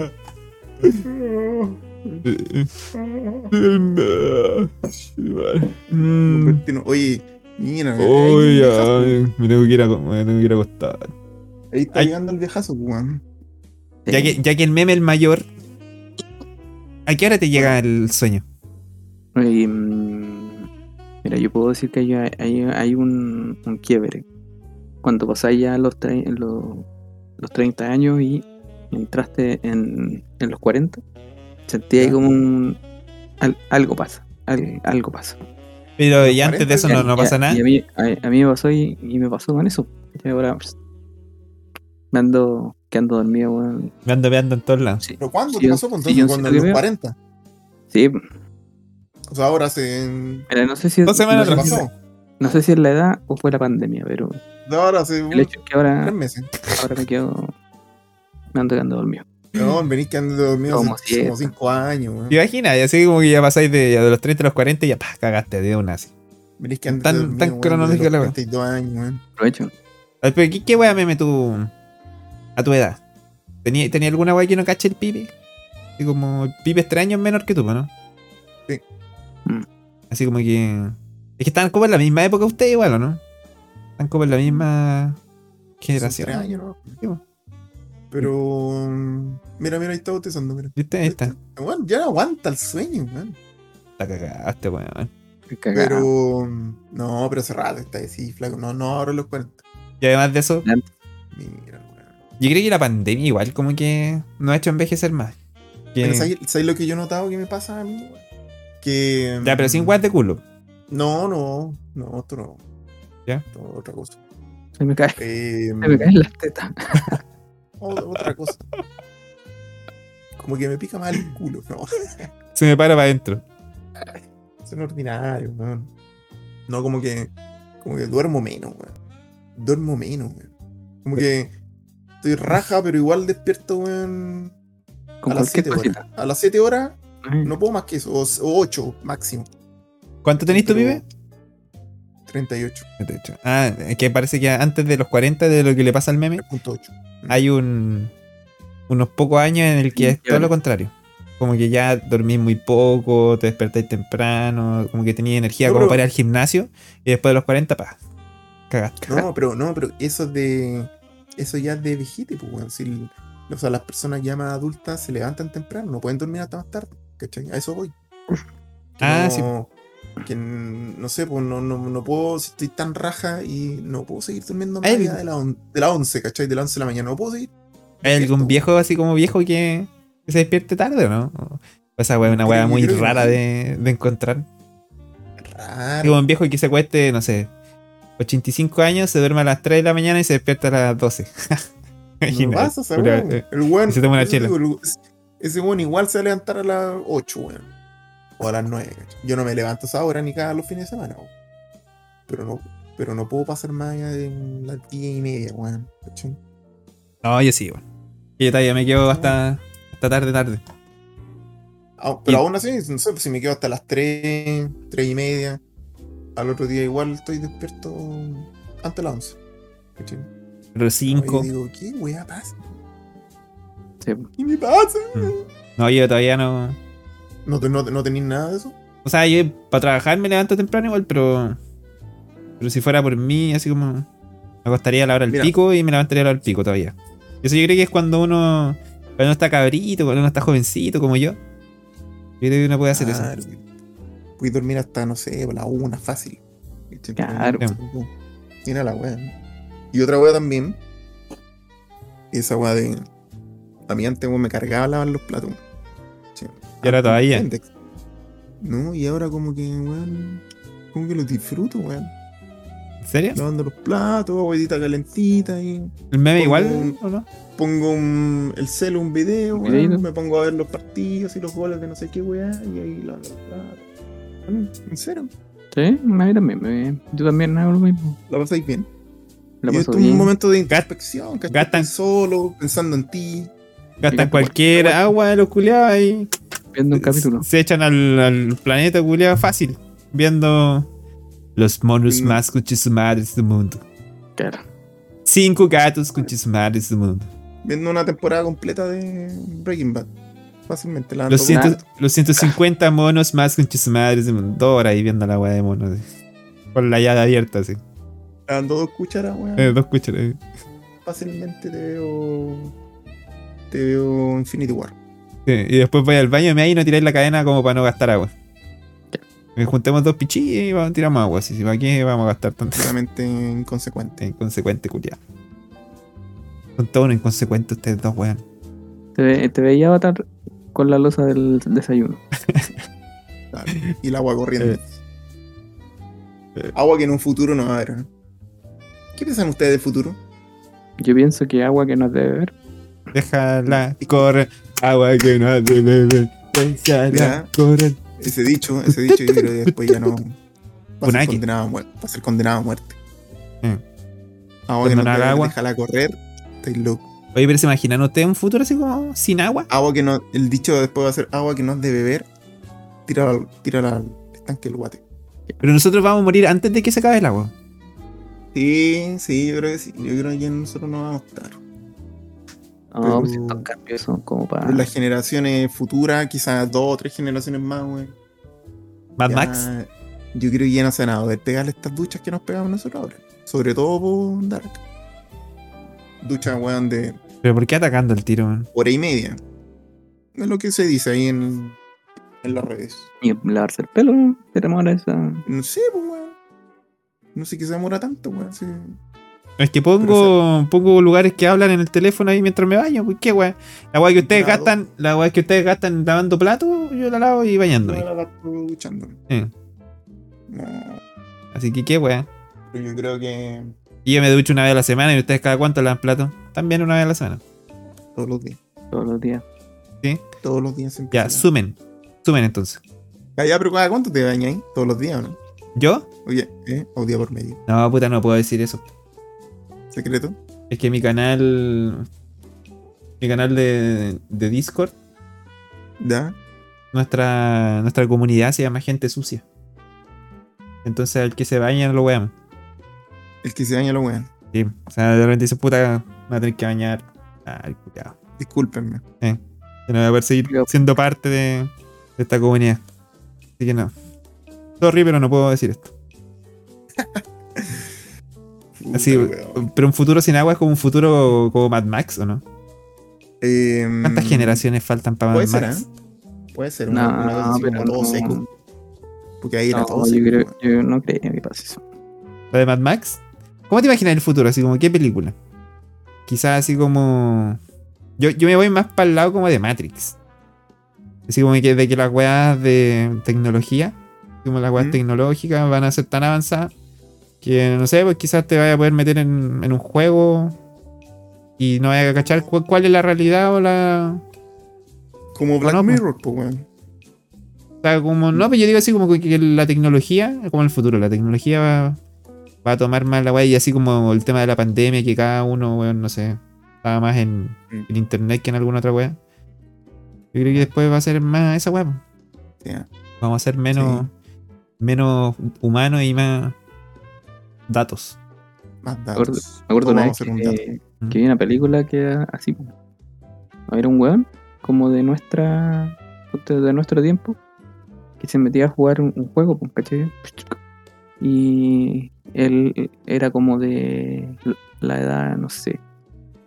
[SPEAKER 3] Me
[SPEAKER 1] Mm.
[SPEAKER 3] convertí en un- Oye, mira.
[SPEAKER 1] Uy,
[SPEAKER 3] ahí, viejazo.
[SPEAKER 1] ay, me tengo que ir a, me tengo que ir a acostar.
[SPEAKER 3] Ahí está
[SPEAKER 1] Ay.
[SPEAKER 3] llegando el viejazo, weón.
[SPEAKER 1] Ya que, ya que el meme el mayor. ¿A qué hora te llega el sueño?
[SPEAKER 2] Y, mm, mira, yo puedo decir que hay, hay, hay un, un quiebre. Cuando pasáis ya los, tre- los, los 30 años y entraste en, en los 40, sentí ahí
[SPEAKER 3] Ya.
[SPEAKER 2] como un... al- algo pasa, al- algo pasa.
[SPEAKER 1] Pero
[SPEAKER 3] Los
[SPEAKER 1] ya antes de
[SPEAKER 3] 40
[SPEAKER 1] eso no, no
[SPEAKER 2] Y a-
[SPEAKER 1] pasa nada.
[SPEAKER 2] Y a mí, a, a mí me pasó y, y me pasó con eso. Y ahora pss, me ando quedando dormido, weón.
[SPEAKER 1] Me ando veando en todos lados.
[SPEAKER 2] Sí,
[SPEAKER 3] ¿Pero cuándo
[SPEAKER 2] Sí,
[SPEAKER 3] te pasó? Pues,
[SPEAKER 2] sí,
[SPEAKER 3] Entonces,
[SPEAKER 2] yo sí
[SPEAKER 3] cuando en
[SPEAKER 2] lo
[SPEAKER 3] los
[SPEAKER 2] veo.
[SPEAKER 3] 40.
[SPEAKER 2] sí,
[SPEAKER 3] O sea, ahora se.
[SPEAKER 2] mira, no sé si...
[SPEAKER 1] Dos semanas
[SPEAKER 2] no,
[SPEAKER 3] ¿Qué
[SPEAKER 2] sé si-
[SPEAKER 3] pasó?
[SPEAKER 2] no sé si es la edad o fue la pandemia, pero
[SPEAKER 3] De ahora se.
[SPEAKER 2] el hecho es que ahora...
[SPEAKER 3] Tres meses.
[SPEAKER 2] Ahora me quedo. Me ando quedando dormido.
[SPEAKER 3] No, venís quedando dormido
[SPEAKER 2] Como
[SPEAKER 3] hace como
[SPEAKER 2] siete.
[SPEAKER 3] cinco años, weón.
[SPEAKER 1] ¿Te imaginas? Y así como que ya pasáis de, de los 30 a los 40 y ya pa, cagaste de una así.
[SPEAKER 3] Venís quedando
[SPEAKER 1] Tan-
[SPEAKER 3] dormido,
[SPEAKER 1] tan
[SPEAKER 3] weón,
[SPEAKER 1] cronológica
[SPEAKER 3] desde
[SPEAKER 1] la
[SPEAKER 3] los
[SPEAKER 1] weá.
[SPEAKER 3] 32 años, weón.
[SPEAKER 2] Aprovecho.
[SPEAKER 1] Ay, Pero ¿qué, qué wea meme tú a tu edad? ¿Tenía, tenía alguna wea que no cache el pibe? Así como el pibe es tres años menor que tú, ¿no?
[SPEAKER 3] Sí.
[SPEAKER 2] Mm.
[SPEAKER 1] Así como que. Es que están como en la misma época ustedes igual, ¿o no? Están como en la misma
[SPEAKER 3] Son
[SPEAKER 1] generación.
[SPEAKER 3] Mm. tres años, ¿no?
[SPEAKER 1] Sí, weón.
[SPEAKER 3] Pero. um, Mira, mira, ahí está botezando, mira.
[SPEAKER 1] ¿Viste? Ahí está.
[SPEAKER 3] Weón, ya no aguanta el sueño, weón.
[SPEAKER 1] Está cagaste, weón.
[SPEAKER 2] Pero...
[SPEAKER 3] Pero. um, No, pero hace rato está así, flaco. No, no, ahora los 40.
[SPEAKER 1] Y además de eso,
[SPEAKER 3] Mira, weón.
[SPEAKER 1] yo creo que la pandemia igual como que nos ha hecho envejecer más. Que-
[SPEAKER 3] Pero ¿sabes, sabes lo que yo he notado que me pasa a mí, weón? Que.
[SPEAKER 1] ya, pero sin
[SPEAKER 3] guay
[SPEAKER 1] weas de culo.
[SPEAKER 3] No, no, no, esto no.
[SPEAKER 1] ¿Ya?
[SPEAKER 3] Esto es otra cosa.
[SPEAKER 2] Se me cae.
[SPEAKER 3] Eh,
[SPEAKER 2] Se me caen las tetas.
[SPEAKER 3] o- otra cosa. Como que me pica mal el culo, ¿no?
[SPEAKER 1] Se me para para adentro.
[SPEAKER 3] Son ordinarios, weón. No, como que. Como que duermo menos, weón. Duermo menos, weón. Como que. Estoy raja, pero igual despierto, weón.
[SPEAKER 2] Con
[SPEAKER 3] a las
[SPEAKER 2] cualquier
[SPEAKER 3] 7
[SPEAKER 1] pues,
[SPEAKER 3] horas.
[SPEAKER 2] cosita.
[SPEAKER 3] A las 7 horas
[SPEAKER 2] Ay,
[SPEAKER 3] no puedo más que eso. O 8 máximo.
[SPEAKER 1] ¿Cuánto tenés tú,
[SPEAKER 3] Pero-
[SPEAKER 1] pibe?
[SPEAKER 3] 38.
[SPEAKER 1] De hecho. Ah, es que parece que antes de los 40, de lo que le pasa al meme,
[SPEAKER 3] 3.8.
[SPEAKER 1] hay un unos pocos años en el que es
[SPEAKER 2] Ya.
[SPEAKER 1] todo lo contrario. Como que ya dormís muy poco, te despertáis temprano, como que tenías energía
[SPEAKER 3] No,
[SPEAKER 1] como
[SPEAKER 3] pero-
[SPEAKER 1] para ir al gimnasio y después de los 40, pa, cagaste.
[SPEAKER 3] No, pero no, pero eso es de. Eso ya es de viejite, pues, weón. Si, el- o sea, las personas ya más adultas se levantan temprano, no pueden dormir hasta más tarde. ¿Cachai? A eso voy. Que
[SPEAKER 1] Ah,
[SPEAKER 3] no-
[SPEAKER 1] sí.
[SPEAKER 3] Que n- no sé, pues no, no, no puedo, si estoy tan raja y no puedo seguir durmiendo más
[SPEAKER 1] Ay, el-
[SPEAKER 3] allá de la, on- de la 11, ¿cachai? De la 11 de la mañana, no puedo seguir.
[SPEAKER 1] ¿Hay algún
[SPEAKER 3] despierto,
[SPEAKER 1] viejo así como viejo que, que se despierte tarde o no? O esa wea es una
[SPEAKER 3] Creo
[SPEAKER 1] wea
[SPEAKER 3] que-
[SPEAKER 1] muy
[SPEAKER 3] creo que
[SPEAKER 1] rara
[SPEAKER 3] sí.
[SPEAKER 1] de, de encontrar.
[SPEAKER 3] weón. Raro.
[SPEAKER 1] Digo, un viejo que se cueste, no sé, 85 años, se duerme a las 3 de la mañana y se despierta a las 12.
[SPEAKER 3] No
[SPEAKER 1] Imagínate.
[SPEAKER 3] pasa, esa
[SPEAKER 1] Pura- eh,
[SPEAKER 3] weón. El weón.
[SPEAKER 1] se toma una
[SPEAKER 3] por eso
[SPEAKER 1] chela.
[SPEAKER 3] digo, el- Ese weón igual se va a levantar a las 8, weón. O a las 9, ¿cachai? Yo no me levanto a esa hora ni cada los fines de semana, weón. Pero no, pero no puedo pasar más allá de las 10 y media, weón. ¿cachai?
[SPEAKER 1] No, yo sí, bueno. Y todavía me quedo hasta, hasta tarde, tarde.
[SPEAKER 3] Au- Ah, Pero
[SPEAKER 1] Y-
[SPEAKER 3] aún así, no sé, pues, si me quedo hasta las 3, 3 y media. al otro día igual estoy despierto antes de las 11. ¿cachai?
[SPEAKER 1] Pero
[SPEAKER 3] Y
[SPEAKER 1] 5.
[SPEAKER 3] digo, ¿qué weá pasa?
[SPEAKER 2] Sí.
[SPEAKER 3] ¿Qué me pasa?
[SPEAKER 1] No, yo todavía no.
[SPEAKER 3] ¿No, te- no, no tenéis nada de eso?
[SPEAKER 1] O sea, yo para trabajar me levanto temprano igual, pero. Pero si fuera por mí, así como. Me acostaría a la hora del
[SPEAKER 3] Mira.
[SPEAKER 1] pico y me levantaría a la hora del pico todavía. Eso yo creo que es cuando uno. Cuando uno está cabrito, cuando uno está jovencito como yo. Yo creo que uno puede hacer eso.
[SPEAKER 3] Claro, güey. Puedes dormir hasta, no sé, la una fácil. ¿cachai?
[SPEAKER 2] Claro.
[SPEAKER 3] Mira la weá. Y otra weá también. Esa weá de. A mí antes weón, me cargaba lavar los platos. ¿cachai?
[SPEAKER 1] Y ahora
[SPEAKER 3] Antes,
[SPEAKER 1] todavía.
[SPEAKER 3] antes. No, y ahora como que, weón. Como que los disfruto, weón.
[SPEAKER 1] ¿En serio?
[SPEAKER 3] Lavando los platos, agüita calentita y.
[SPEAKER 1] ¿El
[SPEAKER 3] Como-
[SPEAKER 1] meme igual o no?
[SPEAKER 3] Pongo un- el celu, un video,
[SPEAKER 2] Un
[SPEAKER 3] weón,
[SPEAKER 2] videíto.
[SPEAKER 3] me pongo a ver los partidos y los goles de no sé qué weá, y ahí lavando los platos. Mm, En serio,
[SPEAKER 2] Sí, a mí también. me- yo también hago lo mismo.
[SPEAKER 3] la pasáis bien.
[SPEAKER 2] La
[SPEAKER 3] y
[SPEAKER 2] paso
[SPEAKER 3] esto es un
[SPEAKER 2] bien.
[SPEAKER 3] momento de introspección, ¿cachai?
[SPEAKER 1] gastan-
[SPEAKER 3] Estás solo, pensando en ti.
[SPEAKER 1] Gastan cualquier agua de los culiados ahí.
[SPEAKER 2] Viendo un capítulo.
[SPEAKER 1] Se echan al, al planeta culiado fácil. Viendo los monos
[SPEAKER 2] Mm.
[SPEAKER 3] No.
[SPEAKER 1] más cuchisumadres del mundo.
[SPEAKER 2] Claro.
[SPEAKER 1] Cinco gatos cuchisumadres del mundo.
[SPEAKER 3] Viendo una temporada completa de Breaking Bad. Fácilmente la
[SPEAKER 1] Los,
[SPEAKER 3] ando con-
[SPEAKER 1] ciento- los 150 monos más cuchisumadres del mundo. Dos horas ahí viendo la weá de monos. así. Con la llave abierta, así.
[SPEAKER 3] la ando dos cucharas, weón.
[SPEAKER 1] Eh, dos cucharas. eh.
[SPEAKER 3] Fácilmente te veo. Te veo Infinity War.
[SPEAKER 1] Sí, Y después voy al baño, me ahí y no tiráis la cadena como para no gastar agua. Me juntemos dos pichillas y vamos, tiramos agua. Así, ¿Para qué vamos a gastar tanto?
[SPEAKER 3] Claramente inconsecuente.
[SPEAKER 1] Inconsecuente, culiado. Son todos unos inconsecuentes ustedes dos, weón.
[SPEAKER 2] Te, ve- te veía avatar con la losa del desayuno.
[SPEAKER 3] claro. Y el agua corriendo.
[SPEAKER 1] Eh. Eh.
[SPEAKER 3] Agua que en un futuro no va a haber. ¿no? ¿Qué piensan ustedes del futuro?
[SPEAKER 2] Yo pienso que agua que nos debe beber.
[SPEAKER 1] Déjala correr, agua que no hace beber. Déjala
[SPEAKER 3] Ya.
[SPEAKER 1] correr.
[SPEAKER 3] Ese dicho, ese dicho, yo creo que después ya no. Va a ser
[SPEAKER 1] Funaki.
[SPEAKER 3] condenado a muerte. Va a ser condenado a muerte.
[SPEAKER 1] Mm.
[SPEAKER 3] Agua que no
[SPEAKER 1] Condenado
[SPEAKER 3] te
[SPEAKER 1] al
[SPEAKER 3] agua.
[SPEAKER 1] agua.
[SPEAKER 3] déjala correr, estáis loco.
[SPEAKER 1] Oye, pero ¿se imaginan ustedes un futuro así como sin agua?
[SPEAKER 3] Agua que no. El dicho después va a ser agua que no has de beber, tírala, al- tírala al estanque el guate.
[SPEAKER 1] Pero nosotros vamos a morir antes de que se acabe el agua.
[SPEAKER 3] Sí, sí, yo creo que sí. Yo creo que ya nosotros no vamos a estar.
[SPEAKER 1] Ah.
[SPEAKER 2] No,
[SPEAKER 3] Pero-
[SPEAKER 2] pues estos cambios son como para.
[SPEAKER 3] Pero las generaciones futuras, quizás dos o tres generaciones más, güey.
[SPEAKER 1] Mad
[SPEAKER 3] ya-
[SPEAKER 1] Max.
[SPEAKER 3] Yo creo que ya no se van a poder pegarle estas duchas que nos pegamos nosotros ahora. Sobre todo por Dark. Ducha, weón, de
[SPEAKER 1] Pero ¿por qué atacando el tiro, weón?
[SPEAKER 3] hora y media. Es lo que se dice ahí en, en las redes.
[SPEAKER 2] Y lavarse el pelo, ¿no? tenemos ahora esa.
[SPEAKER 3] No sé, pues, weón. No sé qué se demora tanto, weón. sí.
[SPEAKER 1] Es que pongo, pongo lugares que hablan en el teléfono ahí mientras me baño. pues, ¿Qué, weón? La weá que ustedes
[SPEAKER 3] Claro.
[SPEAKER 1] gastan, la weá que ustedes gastan lavando platos, yo la lavo y
[SPEAKER 3] No
[SPEAKER 1] bañándome.
[SPEAKER 3] la adapto duchándome.
[SPEAKER 1] Eh.
[SPEAKER 3] No,
[SPEAKER 1] Así que, ¿qué, weón?
[SPEAKER 3] pero yo creo que
[SPEAKER 1] Y yo me ducho una vez a la semana y ustedes cada cuánto lavan platos. También una vez a la semana.
[SPEAKER 3] todos los días.
[SPEAKER 2] todos los días.
[SPEAKER 3] Todos los días siempre.
[SPEAKER 1] Ya, sumen. Sumen entonces.
[SPEAKER 3] Allá, pero cada cuánto te bañas ahí? Todos los días, ¿o ¿no?
[SPEAKER 1] ¿Yo?
[SPEAKER 3] Oye, ¿eh? O día por medio.
[SPEAKER 1] No, puta, no puedo decir eso.
[SPEAKER 3] ¿Secreto?
[SPEAKER 1] Es que mi canal. Mi canal de, de Discord,
[SPEAKER 3] ¿Ya?
[SPEAKER 1] nuestra, nuestra comunidad se llama Gente Sucia. Entonces al que se baña no lo weamos.
[SPEAKER 3] El que se baña lo weón.
[SPEAKER 1] Sí. O sea, de repente dice, puta, me voy a tener que bañar. Ay, cuidado.
[SPEAKER 3] Discúlpenme.
[SPEAKER 1] Que no voy a poder seguir
[SPEAKER 2] Cuidado.
[SPEAKER 1] siendo parte de, de esta comunidad. Así que no. Sorry, pero no puedo decir esto.
[SPEAKER 3] Puta,
[SPEAKER 1] Así, eh,
[SPEAKER 3] weón.
[SPEAKER 1] pero un futuro sin agua es como un futuro como Mad Max, ¿o no?
[SPEAKER 3] Em,
[SPEAKER 1] ¿Cuántas generaciones faltan para Mad
[SPEAKER 3] Puede ser,
[SPEAKER 1] Max?
[SPEAKER 3] ¿eh? Puede ser.
[SPEAKER 2] No,
[SPEAKER 3] Una, una cosa así como
[SPEAKER 2] pero
[SPEAKER 3] todo
[SPEAKER 2] no.
[SPEAKER 3] seco. Porque ahí era
[SPEAKER 2] No,
[SPEAKER 3] todo
[SPEAKER 2] yo,
[SPEAKER 3] seco.
[SPEAKER 2] creo,
[SPEAKER 3] weón.
[SPEAKER 2] yo no creía que pase eso.
[SPEAKER 1] ¿La de Mad Max? ¿Cómo te imaginas el futuro? Así como, ¿qué película? Quizás así como... Yo, yo me voy más para el lado como de Matrix. Así como que, de que las weas de tecnología, como las weas
[SPEAKER 3] ¿Mm?
[SPEAKER 1] tecnológicas van a ser tan avanzadas que, no sé, pues quizás te vaya a poder meter en, en un juego y no vaya a cachar cu- cuál es la realidad o la...
[SPEAKER 3] Como Black
[SPEAKER 1] no, pues.
[SPEAKER 3] Mirror, pues, weón.
[SPEAKER 1] O sea, como, no, pero yo digo así como que la tecnología, como en el futuro, la tecnología va, va a tomar más la weá y así como el tema de la pandemia, que cada uno, weón, no sé, estaba más en,
[SPEAKER 3] Mm.
[SPEAKER 1] en internet que en alguna otra weá. Yo creo que después va a ser más esa weá.
[SPEAKER 3] O sea,
[SPEAKER 1] Vamos a ser menos, menos humano y más datos.
[SPEAKER 3] Más
[SPEAKER 2] Me acuerdo,
[SPEAKER 3] datos.
[SPEAKER 2] me acuerdo
[SPEAKER 3] Vamos
[SPEAKER 2] una
[SPEAKER 3] a
[SPEAKER 2] vez
[SPEAKER 3] hacer
[SPEAKER 2] que,
[SPEAKER 3] un dato.
[SPEAKER 1] Mm.
[SPEAKER 2] que vi una película que era así. po. Era un weón como de nuestra justo de nuestro tiempo que se metía a jugar un, un juego, po, ¿cachai? Y él eh, era como de la edad, no sé,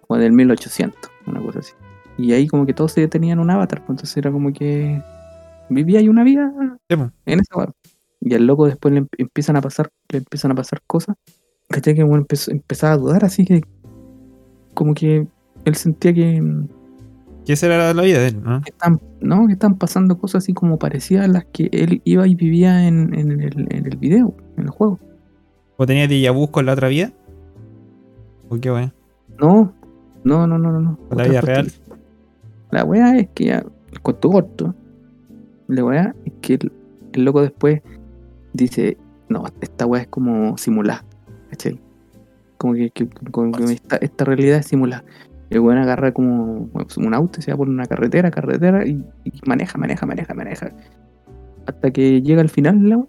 [SPEAKER 2] como del 1800, una cosa así. Y ahí como que todos se tenían un avatar, pues, entonces era como que vivía ahí una vida
[SPEAKER 1] Sí, po.
[SPEAKER 2] en esa web. Y al loco después le em- empiezan a pasar, le empiezan a pasar cosas. ¿Cachai? Que bueno, empezó- empezaba a dudar, así que como que él sentía que, mm,
[SPEAKER 1] Que esa era la vida de él, ¿no?
[SPEAKER 2] que están, ¿no? que están pasando cosas así como parecidas a las que él iba y vivía en, en el, en el video, en el juego.
[SPEAKER 1] ¿O tenía déjà vu con la otra vida? ¿O qué weón?
[SPEAKER 2] No, no, no, no, no. no.
[SPEAKER 1] ¿Con la
[SPEAKER 2] Otra
[SPEAKER 1] vida
[SPEAKER 2] cuestión.
[SPEAKER 1] real?
[SPEAKER 2] La weá es que ya, el cuento corto, la weá es que el, el loco después dice, no, esta weá es como simulada, ¿cachai? Como que, que- como que esta, esta realidad es simulada. El weón agarra como pues, un auto, y se va por una carretera, carretera, y, y maneja, maneja, maneja, maneja. Hasta que llega al final la weá,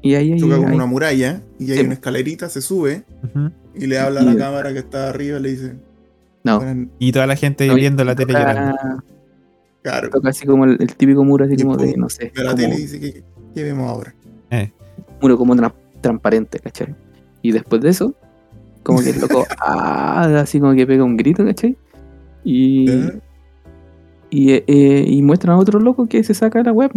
[SPEAKER 2] y ahí hay,
[SPEAKER 3] Choca con
[SPEAKER 2] hay-
[SPEAKER 3] una muralla y hay
[SPEAKER 2] Sí.
[SPEAKER 3] una escalerita, se sube
[SPEAKER 1] Ujú.
[SPEAKER 3] y le habla a la
[SPEAKER 2] Sí.
[SPEAKER 3] cámara que está arriba y le dice.
[SPEAKER 2] No.
[SPEAKER 3] "Buenas-
[SPEAKER 1] Y toda la gente
[SPEAKER 2] no, y
[SPEAKER 1] viendo la tele
[SPEAKER 2] toca-
[SPEAKER 1] llorando.
[SPEAKER 3] Claro.
[SPEAKER 2] toca así como el, el típico muro, así
[SPEAKER 3] Y
[SPEAKER 2] como de,
[SPEAKER 3] pum,
[SPEAKER 2] no sé,
[SPEAKER 3] Ve pues, la
[SPEAKER 2] como-
[SPEAKER 3] tele y dice, ¿qué, qué vemos ahora?
[SPEAKER 2] muro como tra- transparente, ¿cachai? Y después de eso, como que el loco, ah, así como que pega un grito, ¿cachai? Y,
[SPEAKER 3] ¿Eh?
[SPEAKER 2] y, eh, eh, y muestran a otro loco que se saca la web.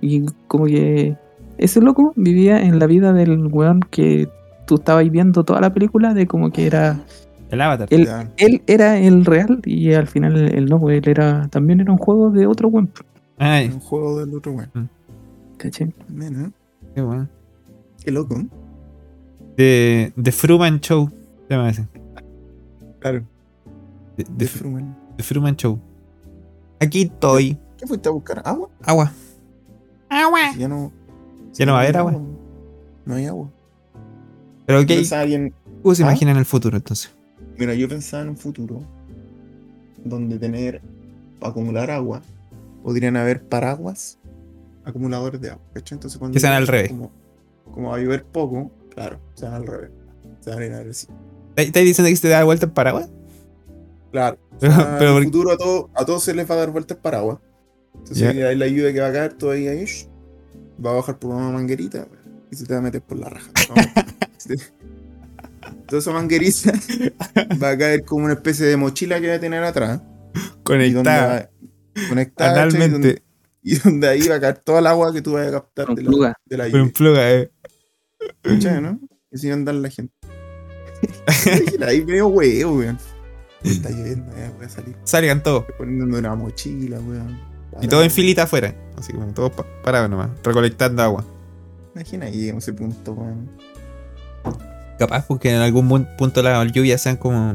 [SPEAKER 2] Y como que ese loco vivía en la vida del weón que tú estabas viendo toda la película de como que era...
[SPEAKER 1] El avatar.
[SPEAKER 2] Él,
[SPEAKER 3] Ya.
[SPEAKER 2] él era el real y al final él no, pues, él era, también era un juego de otro weón,
[SPEAKER 1] Ay,
[SPEAKER 3] Un juego del otro, weón.
[SPEAKER 2] ¿cachai?
[SPEAKER 3] Nena,
[SPEAKER 1] qué weón.
[SPEAKER 3] ¿eh? Qué loco. ¿eh?
[SPEAKER 1] The, The Fruman Show. Se llama ese.
[SPEAKER 3] Claro.
[SPEAKER 1] The, The
[SPEAKER 3] de
[SPEAKER 1] Fr-
[SPEAKER 3] Fruman.
[SPEAKER 1] The Fruman Show. Aquí estoy.
[SPEAKER 3] ¿Qué fuiste a buscar? ¿Agua?
[SPEAKER 1] Agua.
[SPEAKER 3] Si ya no. si
[SPEAKER 1] Ya no va a haber agua.
[SPEAKER 3] No hay agua.
[SPEAKER 1] Pero
[SPEAKER 3] Yo
[SPEAKER 1] ¿qué
[SPEAKER 3] pensaba bien-
[SPEAKER 1] ¿cómo se
[SPEAKER 3] ¿Ah?
[SPEAKER 1] imagina en el futuro entonces?
[SPEAKER 3] Mira, yo pensaba en un futuro donde tener acumular agua podrían haber paraguas acumuladores de agua. ¿cachai? Entonces cuando
[SPEAKER 1] Que sean
[SPEAKER 3] llueve,
[SPEAKER 1] al revés.
[SPEAKER 3] Como, como va a llover poco, claro, sean al revés. Se van a ir a ver si-
[SPEAKER 1] ¿Estás estás diciendo que se te da vuelta en paraguas?
[SPEAKER 3] Claro.
[SPEAKER 1] Pero-
[SPEAKER 3] Ah,
[SPEAKER 1] pero
[SPEAKER 3] en
[SPEAKER 1] por-
[SPEAKER 3] el futuro a todos a todos se les va a dar vueltas paraguas. Entonces ahí la lluvia que va a caer todavía ahí shh, va a bajar por una manguerita y se te va a meter por la raja. ¿no? Se te- Toda esa manguerita va a caer como una especie de mochila que va a tener atrás. y donde
[SPEAKER 1] conectada
[SPEAKER 3] va- Ah, Conectada. ¿cachai? Y donde,
[SPEAKER 1] analmente
[SPEAKER 3] y donde ahí va a caer toda el agua que tú vas a captar
[SPEAKER 2] Con
[SPEAKER 3] de
[SPEAKER 2] pluga.
[SPEAKER 3] la, de la
[SPEAKER 1] por un
[SPEAKER 3] lluvia.
[SPEAKER 1] pluga, eh.
[SPEAKER 3] ¿Cachai, no? Y así va a andar la gente. ahí medio huevo, weón. Está lloviendo, ya voy a salir
[SPEAKER 1] Salgan todos.
[SPEAKER 3] poniéndome una mochila, weón.
[SPEAKER 1] Y todo en filita afuera. Así como todos pa- parados nomás, recolectando agua.
[SPEAKER 3] Imagina ahí en ese punto, weón.
[SPEAKER 1] Capaz porque en algún mun- punto las lluvias sean como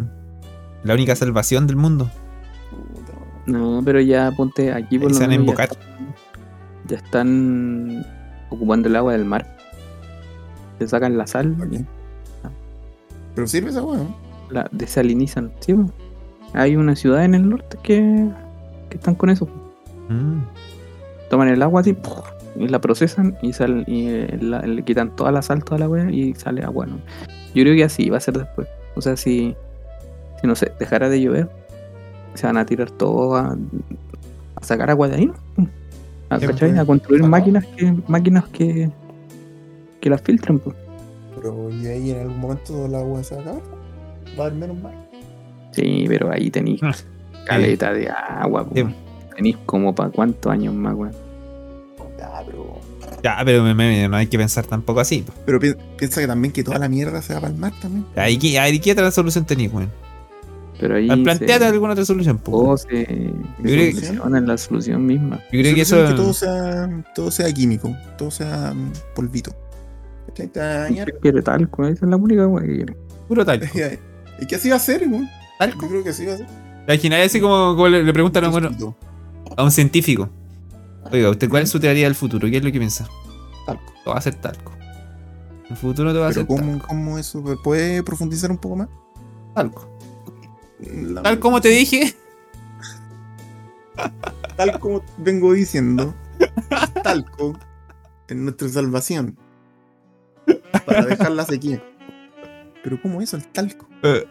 [SPEAKER 1] la única salvación del mundo.
[SPEAKER 3] Puta, weón.
[SPEAKER 2] No, pero ya ponte aquí por
[SPEAKER 1] Ahí
[SPEAKER 2] lo
[SPEAKER 1] se van a
[SPEAKER 2] menos ya
[SPEAKER 1] invocar.
[SPEAKER 2] están- Ya, están ocupando el agua del mar. Se sacan la sal,
[SPEAKER 3] Ok. Ah. Pero sirve esa weón.
[SPEAKER 2] la desalinizan. ¿sí? po. Hay una ciudad en el norte que, que están con eso.
[SPEAKER 1] Mm.
[SPEAKER 2] Toman el agua así, ¡puf! y la procesan y, sal, y eh, la- le quitan toda la sal, toda la agua y sale agua. ¿no? Yo creo que así va a ser después. O sea, si, si no sé, dejara de llover, se van a tirar todo a, a sacar agua de ahí, ¿no? A,
[SPEAKER 1] Sí,
[SPEAKER 2] ¿cachai?
[SPEAKER 3] pues,
[SPEAKER 2] A construir
[SPEAKER 3] sacado.
[SPEAKER 2] máquinas que máquinas que, que las filtren. Pues.
[SPEAKER 3] Pero y ahí en algún momento el agua se va a acabar. Va a haber menos mal.
[SPEAKER 2] Sí, pero ahí tenéis
[SPEAKER 1] Ah,
[SPEAKER 2] caleta de agua. pues.
[SPEAKER 1] Sí.
[SPEAKER 2] Tenéis como para cuántos años más, weón.
[SPEAKER 3] Ya, Ah, pero.
[SPEAKER 1] Ya, pero me- me- no hay que pensar tampoco así. po.
[SPEAKER 3] Pero pi- piensa que también que toda la mierda se va para el mar también.
[SPEAKER 1] Ahí que- ahí que otra solución tenéis, weón.
[SPEAKER 2] Pero ahí
[SPEAKER 1] Planteate
[SPEAKER 2] se,
[SPEAKER 1] alguna otra solución, po.
[SPEAKER 2] todo se
[SPEAKER 1] creo que-
[SPEAKER 2] soluciona en la solución misma.
[SPEAKER 1] Yo creo que
[SPEAKER 3] Solución
[SPEAKER 1] eso.
[SPEAKER 3] es Que todo sea, todo sea químico, todo sea mm, polvito. ¿Cachai? Te va a dañar.
[SPEAKER 2] Quiere talco, esa es la única agua que quiere.
[SPEAKER 1] Puro talco.
[SPEAKER 3] ¿Y qué así va a ser, weón? Yo
[SPEAKER 1] Talco.
[SPEAKER 3] creo que así va a ser.
[SPEAKER 1] ¿Te imagináis así como, como le, le preguntan a un, bueno,
[SPEAKER 3] Polvito.
[SPEAKER 1] a un científico? Oiga, ¿usted cuál es su teoría del futuro? ¿Qué es lo que piensa?
[SPEAKER 3] Talco.
[SPEAKER 1] Todo va a ser talco. El futuro todo va a ser
[SPEAKER 3] Pero ¿cómo,
[SPEAKER 1] talco.
[SPEAKER 3] ¿cómo eso? ¿Puede profundizar un poco más?
[SPEAKER 1] talco.
[SPEAKER 3] La-
[SPEAKER 1] Tal como te dije,
[SPEAKER 3] tal como vengo diciendo, el talco es nuestra salvación. para dejar la sequía. Pero ¿cómo eso? El talco.
[SPEAKER 1] Eh.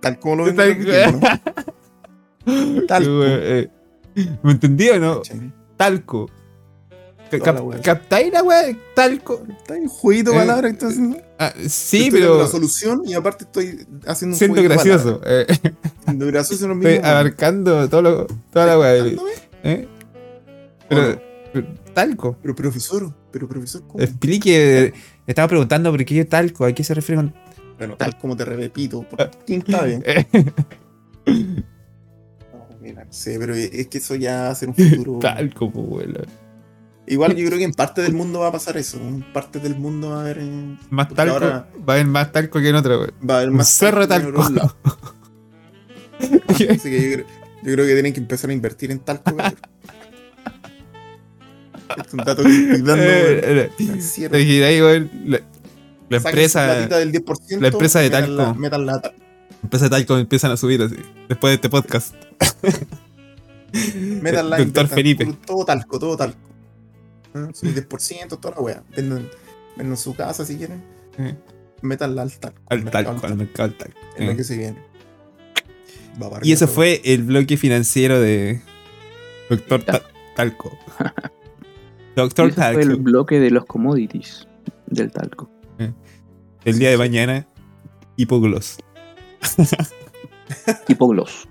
[SPEAKER 3] Tal como lo vengo
[SPEAKER 1] Talco.
[SPEAKER 3] repitiendo, ¿no?
[SPEAKER 1] Sí,
[SPEAKER 3] Talco.
[SPEAKER 1] weón, eh. ¿Me entendí o no?
[SPEAKER 3] ¿cachai?
[SPEAKER 1] Talco.
[SPEAKER 3] Toda
[SPEAKER 1] Ca-
[SPEAKER 3] la
[SPEAKER 1] cap-
[SPEAKER 3] weá.
[SPEAKER 1] ¿Captáis la weá? Talco.
[SPEAKER 3] Está en jueguito de
[SPEAKER 1] Eh,
[SPEAKER 3] palabras, entonces. ¿no?
[SPEAKER 1] Ah, sí,
[SPEAKER 3] Estoy dando
[SPEAKER 1] pero
[SPEAKER 3] la solución y aparte estoy haciendo un
[SPEAKER 1] siento
[SPEAKER 3] jueguito de
[SPEAKER 1] gracioso. eh,
[SPEAKER 3] palabras. Siendo gracioso lo mismo.
[SPEAKER 1] estoy abarcando todo lo- toda la weá.
[SPEAKER 3] ¿Dándome?
[SPEAKER 1] eh.
[SPEAKER 3] Bueno,
[SPEAKER 1] Pero, pero talco.
[SPEAKER 3] pero profesor, pero profesor, ¿cómo?
[SPEAKER 1] Explique. Le estaba preguntando por qué yo talco. ¿A qué se refiere con.?
[SPEAKER 3] Bueno, tal como te repito, por quinta vez.
[SPEAKER 1] Eh,
[SPEAKER 3] No, mira, no sé, pero es que eso ya va a ser un futuro.
[SPEAKER 1] talco, pues, weón.
[SPEAKER 3] Igual yo creo que en parte del mundo va a pasar eso. En parte del mundo va a haber, eh,
[SPEAKER 1] Más
[SPEAKER 3] Porque
[SPEAKER 1] talco.
[SPEAKER 3] ahora-
[SPEAKER 1] Va a haber más talco que en otra, weón.
[SPEAKER 3] va a haber
[SPEAKER 1] Un
[SPEAKER 3] más.
[SPEAKER 1] cerro de
[SPEAKER 3] talco en
[SPEAKER 1] talco.
[SPEAKER 3] algún lado. Así que yo creo, yo creo que tienen que empezar a invertir en talco. cabrón. Este es un dato que estoy dando.
[SPEAKER 1] Eh,
[SPEAKER 3] weón.
[SPEAKER 1] eh,
[SPEAKER 3] Financiero.
[SPEAKER 1] te dije, ahí, weón, La, la
[SPEAKER 3] Saquen su
[SPEAKER 1] empresa.
[SPEAKER 3] platita del 10%,
[SPEAKER 1] la empresa de
[SPEAKER 3] metan la-
[SPEAKER 1] talco. Eh,
[SPEAKER 3] metan la-
[SPEAKER 1] Empieza tal como empiezan a subir así. Después de este podcast.
[SPEAKER 3] Metal Line.
[SPEAKER 1] Doctor
[SPEAKER 3] Metal-
[SPEAKER 1] Felipe.
[SPEAKER 3] puro- Todo talco, todo talco. ¿Ah? Su 10%, toda la wea. Vendan, vendan su casa si quieren.
[SPEAKER 1] Eh.
[SPEAKER 3] Metanla al talco.
[SPEAKER 1] Al
[SPEAKER 3] mercado
[SPEAKER 1] talco, al
[SPEAKER 3] al
[SPEAKER 1] mercado al talco.
[SPEAKER 3] Es lo
[SPEAKER 1] Eh.
[SPEAKER 3] que se viene. Va para
[SPEAKER 1] Y
[SPEAKER 3] arriba,
[SPEAKER 1] ese
[SPEAKER 3] pero-
[SPEAKER 1] fue el bloque financiero de Doctor Ta- Talco.
[SPEAKER 2] Y
[SPEAKER 1] Doctor
[SPEAKER 2] ese fue el
[SPEAKER 1] Talco.
[SPEAKER 2] bloque de los commodities del talco.
[SPEAKER 1] El día de mañana, hipogloss.
[SPEAKER 2] Tipo gloss.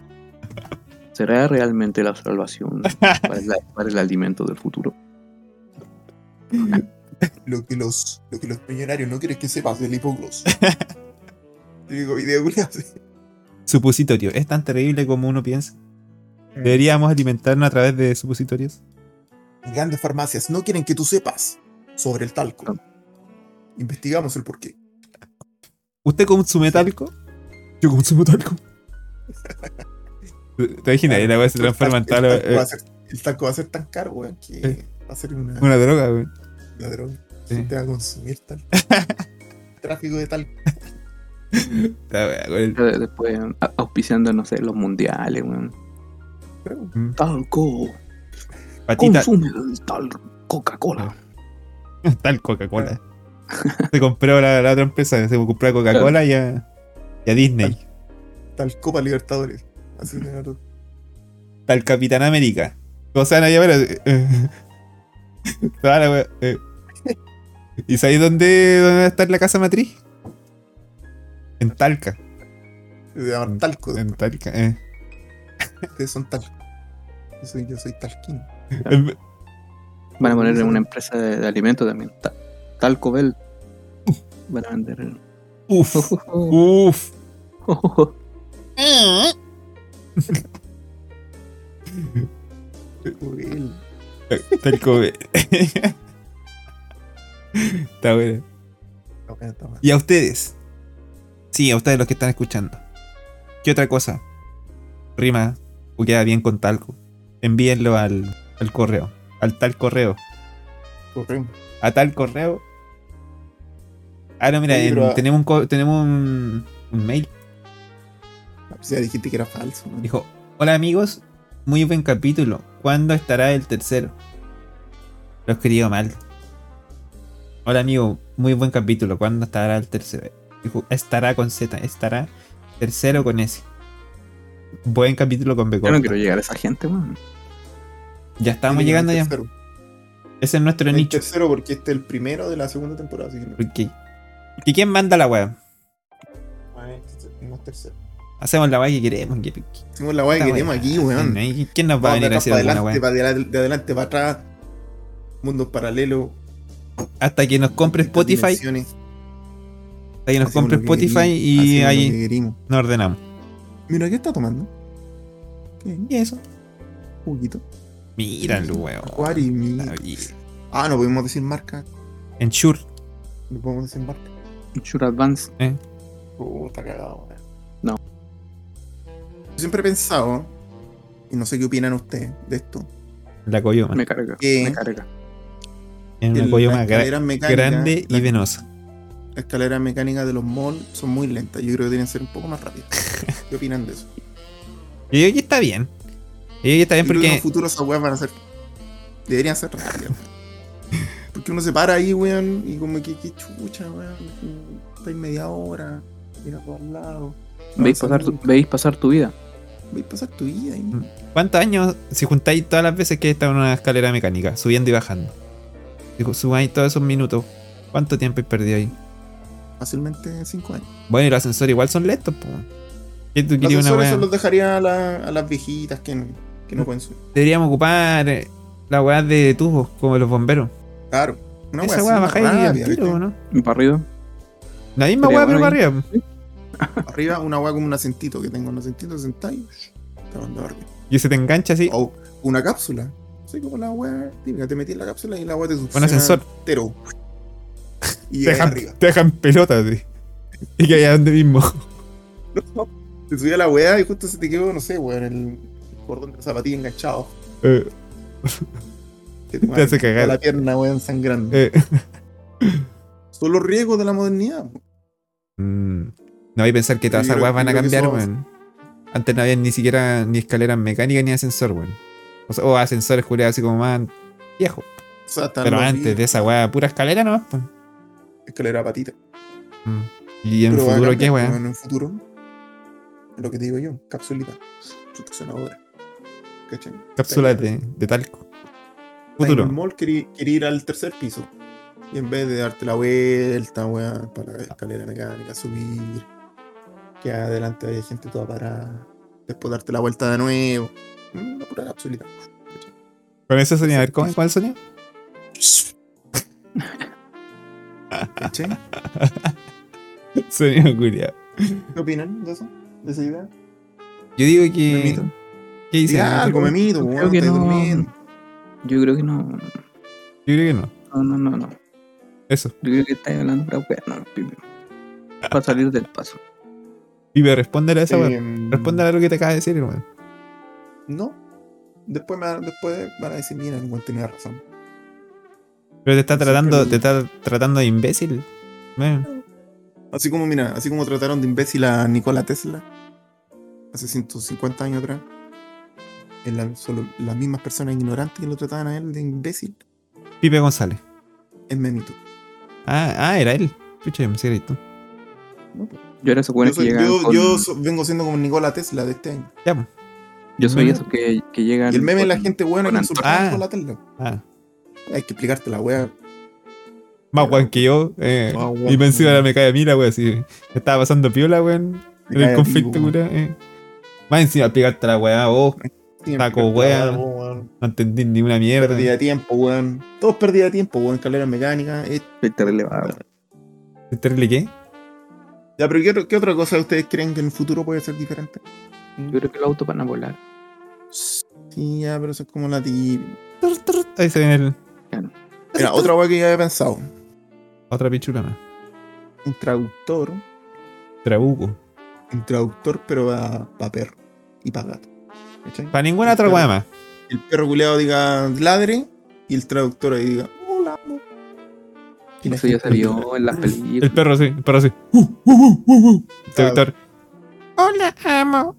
[SPEAKER 2] ¿Será realmente la salvación para el, para el alimento del futuro?
[SPEAKER 3] Lo que los, lo que los millonarios no quieren que sepas del hipogloss. Digo, video culiao, sí.
[SPEAKER 1] Supositorio. ¿Es tan terrible como uno piensa? ¿Deberíamos alimentarnos a través de supositorios?
[SPEAKER 3] Grandes farmacias no quieren que tú sepas sobre el talco. Investigamos el porqué.
[SPEAKER 1] ¿Usted consume talco? Yo consumo talco. ¿Te te imaginas? Y la weá se transforma en
[SPEAKER 3] el,
[SPEAKER 1] tal,
[SPEAKER 3] talco va a
[SPEAKER 1] eh,
[SPEAKER 3] ser, el talco va a ser tan caro, weón, que
[SPEAKER 1] Eh.
[SPEAKER 3] va a ser una,
[SPEAKER 1] una droga, weón.
[SPEAKER 3] una droga.
[SPEAKER 1] Sí.
[SPEAKER 3] Gente va a consumir tal. Tráfico de talco.
[SPEAKER 1] La weá, con el-
[SPEAKER 2] Eh, Después a- auspiciando, no sé, los mundiales, weón.
[SPEAKER 3] Creo.
[SPEAKER 2] Talco.
[SPEAKER 1] Mm. Patita,
[SPEAKER 2] Consume el tal Coca-Cola.
[SPEAKER 1] Tal Coca-Cola. Se compró la, la otra empresa, se compró a Coca-Cola y a, y a Disney.
[SPEAKER 3] Tal Copa Libertadores. Así de otro.
[SPEAKER 1] Tal Capitán América. O sea, nadie eh, Toda la wea, eh. ¿Y sabéis dónde, dónde va a estar la casa matriz? En Talca.
[SPEAKER 3] Se llama talco.
[SPEAKER 1] Mm. En Talca, eh.
[SPEAKER 3] Ustedes son talco. Yo soy, yo soy talquín.
[SPEAKER 1] El-
[SPEAKER 2] Van a ponerle una empresa de, de alimentos también. Ta- talco Bell. Van a vender.
[SPEAKER 1] Uf, uf. Eh,
[SPEAKER 3] Joder.
[SPEAKER 1] Talco. eh. Está bueno.
[SPEAKER 3] Está bueno, está bueno.
[SPEAKER 1] Y a ustedes. Sí, a ustedes los que están escuchando. ¿Qué otra cosa? Rima o queda bien con talco. Envíenlo al, al correo. Al tal correo.
[SPEAKER 3] Corremos.
[SPEAKER 1] A tal correo. Ah, no, mira,
[SPEAKER 3] Oye,
[SPEAKER 1] en-
[SPEAKER 3] pero-
[SPEAKER 1] tenemos, un, co- tenemos un, un mail.
[SPEAKER 3] O sea, Ah, pues dijiste que era falso. ¿no?
[SPEAKER 1] Dijo, hola amigos, muy buen capítulo. ¿Cuándo estará el tercero? Lo escribió mal. Hola amigo, muy buen capítulo. ¿Cuándo estará el tercero? Dijo, estará con Z, estará tercero con S. Buen capítulo con B
[SPEAKER 2] Yo no
[SPEAKER 1] corta.
[SPEAKER 2] quiero llegar a esa gente, weón.
[SPEAKER 1] Ya estamos
[SPEAKER 3] Tiene que
[SPEAKER 1] llegando
[SPEAKER 3] haber
[SPEAKER 1] ya.
[SPEAKER 3] tercero.
[SPEAKER 1] Ese es nuestro
[SPEAKER 3] Hay
[SPEAKER 1] nicho.
[SPEAKER 3] tercero porque este es el primero de la segunda temporada. Así que no.
[SPEAKER 1] Porque, porque ¿quién manda la wea?
[SPEAKER 3] Ah, este es- no es tercero.
[SPEAKER 1] Hacemos la wea que queremos. que- que-
[SPEAKER 3] Hicimos la guay que
[SPEAKER 1] Está
[SPEAKER 3] tenemos
[SPEAKER 1] buena.
[SPEAKER 3] aquí, weón.
[SPEAKER 1] ¿Y ¿Quién nos va
[SPEAKER 3] Vamos
[SPEAKER 1] a
[SPEAKER 3] de
[SPEAKER 1] venir a
[SPEAKER 3] atrás
[SPEAKER 1] hacer
[SPEAKER 3] para
[SPEAKER 1] alguna
[SPEAKER 3] adelante,
[SPEAKER 1] wea?
[SPEAKER 3] para adela- de adelante para atrás. Mundos paralelos.
[SPEAKER 1] Hasta que nos compre
[SPEAKER 3] distintas
[SPEAKER 1] Spotify. Hasta
[SPEAKER 3] dimensiones.
[SPEAKER 1] que nos
[SPEAKER 3] Hacemos
[SPEAKER 1] compre
[SPEAKER 3] lo que
[SPEAKER 1] Spotify
[SPEAKER 3] queremos,
[SPEAKER 1] y
[SPEAKER 3] hacemos lo
[SPEAKER 1] ahí
[SPEAKER 3] que queremos.
[SPEAKER 1] nos ordenamos.
[SPEAKER 3] Mira, ¿qué está tomando? ¿Qué?
[SPEAKER 1] Y eso.
[SPEAKER 3] Juguito.
[SPEAKER 1] Mira el huevo.
[SPEAKER 3] Acuario, mira. Ah, no podemos decir marca.
[SPEAKER 1] En Shure.
[SPEAKER 3] No podemos decir marca.
[SPEAKER 2] Sure Advance.
[SPEAKER 3] Oh, está cagado, weón.
[SPEAKER 2] No.
[SPEAKER 3] Yo siempre he pensado, y no sé qué opinan ustedes de esto,
[SPEAKER 1] La coyoma.
[SPEAKER 2] Me carga.
[SPEAKER 3] ¿Qué?
[SPEAKER 2] Me carga.
[SPEAKER 1] En
[SPEAKER 3] que
[SPEAKER 1] una
[SPEAKER 3] la
[SPEAKER 1] coyoma gra-
[SPEAKER 3] escalera mecánica-
[SPEAKER 1] grande
[SPEAKER 3] la-
[SPEAKER 1] y venosa.
[SPEAKER 3] Las escaleras mecánicas de los malls son muy lentas. Yo creo que tienen que ser un poco más rápidas. ¿Qué opinan de eso?
[SPEAKER 1] Yo digo que está bien. Yo digo que está bien
[SPEAKER 3] Yo creo que en el
[SPEAKER 1] porque.
[SPEAKER 3] futuro esas weas van a ser. Deberían ser rápidas. Porque uno se para ahí, weón, y como que, qué chucha, weón. Estáis media hora, ir a todos lados. no
[SPEAKER 2] Veis pasar,
[SPEAKER 3] avanzas
[SPEAKER 2] tu, Mm.
[SPEAKER 3] nunca,
[SPEAKER 2] veis pasar tu vida.
[SPEAKER 3] Vais a pasar tu vida ahí.
[SPEAKER 1] ¿Cuántos años si juntáis todas las veces que está en una escalera mecánica, subiendo y bajando? Si ju- sumáis todos esos minutos, ¿cuánto tiempo he perdido ahí?
[SPEAKER 3] Fácilmente 5 años.
[SPEAKER 1] Bueno, y los ascensores igual son lentos, pues. ¿Qué tú
[SPEAKER 3] Los
[SPEAKER 1] querías una
[SPEAKER 3] ascensores
[SPEAKER 1] wea?
[SPEAKER 3] se los dejaría a, la- a las viejitas que, no- que
[SPEAKER 2] Mm.
[SPEAKER 3] no pueden subir.
[SPEAKER 1] Deberíamos ocupar eh, la weá de tubos, como los bomberos.
[SPEAKER 3] Claro. Una
[SPEAKER 1] Esa
[SPEAKER 3] así,
[SPEAKER 1] weá
[SPEAKER 3] más
[SPEAKER 1] bajáis y al
[SPEAKER 3] rápida,
[SPEAKER 1] tiro,
[SPEAKER 3] ¿cachai?
[SPEAKER 1] ¿no?
[SPEAKER 2] Y para arriba.
[SPEAKER 1] La misma
[SPEAKER 2] Sería
[SPEAKER 1] weá, pero
[SPEAKER 2] bueno
[SPEAKER 1] para arriba.
[SPEAKER 3] Arriba una weá como un acentito, que tengo un acentito sentado y shh, te mando a dormir.
[SPEAKER 1] Y se te engancha así.
[SPEAKER 3] O una cápsula. Así como la weá típica, te metí en la cápsula y la weá te succiona
[SPEAKER 1] ascensor.
[SPEAKER 3] entero. Y
[SPEAKER 1] te,
[SPEAKER 3] llegas
[SPEAKER 1] dejan,
[SPEAKER 3] arriba.
[SPEAKER 1] te dejan pelotas, así. Y que allá donde mismo.
[SPEAKER 3] Te subí a la weá y justo se te quedó, no sé, weón, el cordón de la zapatilla enganchado.
[SPEAKER 1] Eh,
[SPEAKER 3] Que
[SPEAKER 1] Te hace
[SPEAKER 3] toda
[SPEAKER 1] cagar.
[SPEAKER 3] La pierna, weón, sangrando.
[SPEAKER 1] eh.
[SPEAKER 3] Son los riesgos de la modernidad. po.
[SPEAKER 1] Mm. No, y pensar que todas
[SPEAKER 3] Yo
[SPEAKER 1] esas
[SPEAKER 3] creo-
[SPEAKER 1] weas van
[SPEAKER 3] yo
[SPEAKER 1] a
[SPEAKER 3] creo que
[SPEAKER 1] cambiar,
[SPEAKER 3] eso-
[SPEAKER 1] weón. Antes no había ni siquiera ni escaleras mecánicas ni ascensor, weón. O, sea, o ascensores culiados así como más viejos.
[SPEAKER 3] O sea, están
[SPEAKER 1] Pero
[SPEAKER 3] los
[SPEAKER 1] antes
[SPEAKER 3] videos,
[SPEAKER 1] de esa wea, pura escalera nomás, pues.
[SPEAKER 3] Escalera a patita.
[SPEAKER 1] Mm. ¿Y en el
[SPEAKER 3] Pero va a
[SPEAKER 1] futuro
[SPEAKER 3] cambiar,
[SPEAKER 1] qué,
[SPEAKER 3] po,
[SPEAKER 1] weón?
[SPEAKER 3] En el futuro, lo que te digo yo, cápsulita. Succionadora. ¿Cachai?
[SPEAKER 1] Cápsulas de, de talco.
[SPEAKER 3] En el
[SPEAKER 1] Futuro.
[SPEAKER 3] mall quería, quería ir al tercer piso. Y en vez de darte la vuelta, weón, para la escalera mecánica, subir, que adelante haya gente toda parada, después darte la vuelta de nuevo. Mm, Una pura capsulita.
[SPEAKER 1] Con ese sonido, a ver, ¿cómo, ¿cuál sonido?
[SPEAKER 3] ¿Cachai?
[SPEAKER 1] Sonido culiado.
[SPEAKER 3] ¿Qué opinan de eso? ¿De esa idea?
[SPEAKER 1] Yo digo
[SPEAKER 3] Memito.
[SPEAKER 1] que. ¿Qué dice?
[SPEAKER 3] Diga algo,
[SPEAKER 1] Yo
[SPEAKER 3] memito,
[SPEAKER 2] creo
[SPEAKER 3] weón,
[SPEAKER 2] que
[SPEAKER 3] estáis
[SPEAKER 2] no.
[SPEAKER 3] durmiendo.
[SPEAKER 2] Yo creo que no.
[SPEAKER 1] creo que no.
[SPEAKER 2] No, no, no. no.
[SPEAKER 1] Eso.
[SPEAKER 2] Yo creo que estáis hablando para weá, no, pibe. Para salir del paso.
[SPEAKER 1] Pibe, respóndele a esa weá.
[SPEAKER 3] Em,
[SPEAKER 1] Respóndele a lo que te acaba de decir, weón.
[SPEAKER 3] No. Después, me, van- después van a decir, mira, el weón tenía razón.
[SPEAKER 1] Pero te está
[SPEAKER 3] Siempre
[SPEAKER 1] tratando,
[SPEAKER 3] lo-
[SPEAKER 1] te está tratando de imbécil. weón.
[SPEAKER 3] Así como, mira, así como trataron de imbécil a Nikola Tesla hace 150 años atrás. en la- solo las mismas personas ignorantes que lo trataban a él de imbécil
[SPEAKER 1] Pipe González.
[SPEAKER 3] es memito.
[SPEAKER 1] Ah, ah, era él. Chucha, yo me eres tú.
[SPEAKER 3] ¿no? Yo
[SPEAKER 2] Yo era esos weones que
[SPEAKER 3] soy- Yo,
[SPEAKER 2] llegan. con-
[SPEAKER 3] yo so- vengo siendo como Nikola Tesla de este año.
[SPEAKER 1] Ya, po.
[SPEAKER 2] yo soy
[SPEAKER 1] meme.
[SPEAKER 2] esos que, que llegan.
[SPEAKER 3] Y el meme de la
[SPEAKER 2] con-
[SPEAKER 3] gente buena que
[SPEAKER 2] con
[SPEAKER 3] insultaba a
[SPEAKER 1] antorcha.
[SPEAKER 3] Nikola Tesla.
[SPEAKER 1] Ah.
[SPEAKER 3] Hay que explicarte la wea.
[SPEAKER 1] Más guan que yo. eh,
[SPEAKER 3] Más guan
[SPEAKER 1] y
[SPEAKER 3] que
[SPEAKER 1] me encima
[SPEAKER 3] yo.
[SPEAKER 1] ahora me cae a mí la weón. Así. Estaba pasando piola, weón. En el conflicto, culiao, eh. Más encima pegarte la weá, vos. Taco wea. No entendí ni una mierda.
[SPEAKER 3] Perdida de tiempo, weón. Todos perdida de tiempo, weón. Escalera mecánica. eh.
[SPEAKER 2] Soy terrible, va, weón.
[SPEAKER 1] ¿Es terrible qué?
[SPEAKER 3] Ya, pero ¿qué, otro- qué otra cosa ustedes creen que en el futuro puede ser diferente?
[SPEAKER 2] Yo creo que los autos van a volar.
[SPEAKER 3] Sí, ya, pero eso es como la típica.
[SPEAKER 1] Tur, tur. Ahí se viene el-
[SPEAKER 3] Mira, otra wea que ya había pensado.
[SPEAKER 1] otra pichula más.
[SPEAKER 3] Un traductor.
[SPEAKER 1] Trabuco.
[SPEAKER 3] Un traductor, pero para perro y para gato. ¿Cachai?
[SPEAKER 1] Para ninguna otra
[SPEAKER 3] Claro.
[SPEAKER 1] weá más.
[SPEAKER 3] El perro culeado diga ladre y el traductor ahí diga hola. amor". Y la
[SPEAKER 2] Eso ya
[SPEAKER 3] gente-
[SPEAKER 2] salió en las películas.
[SPEAKER 1] El perro sí, el perro sí. Uh, uh, uh, uh, uh. Traductor. Hola, amo.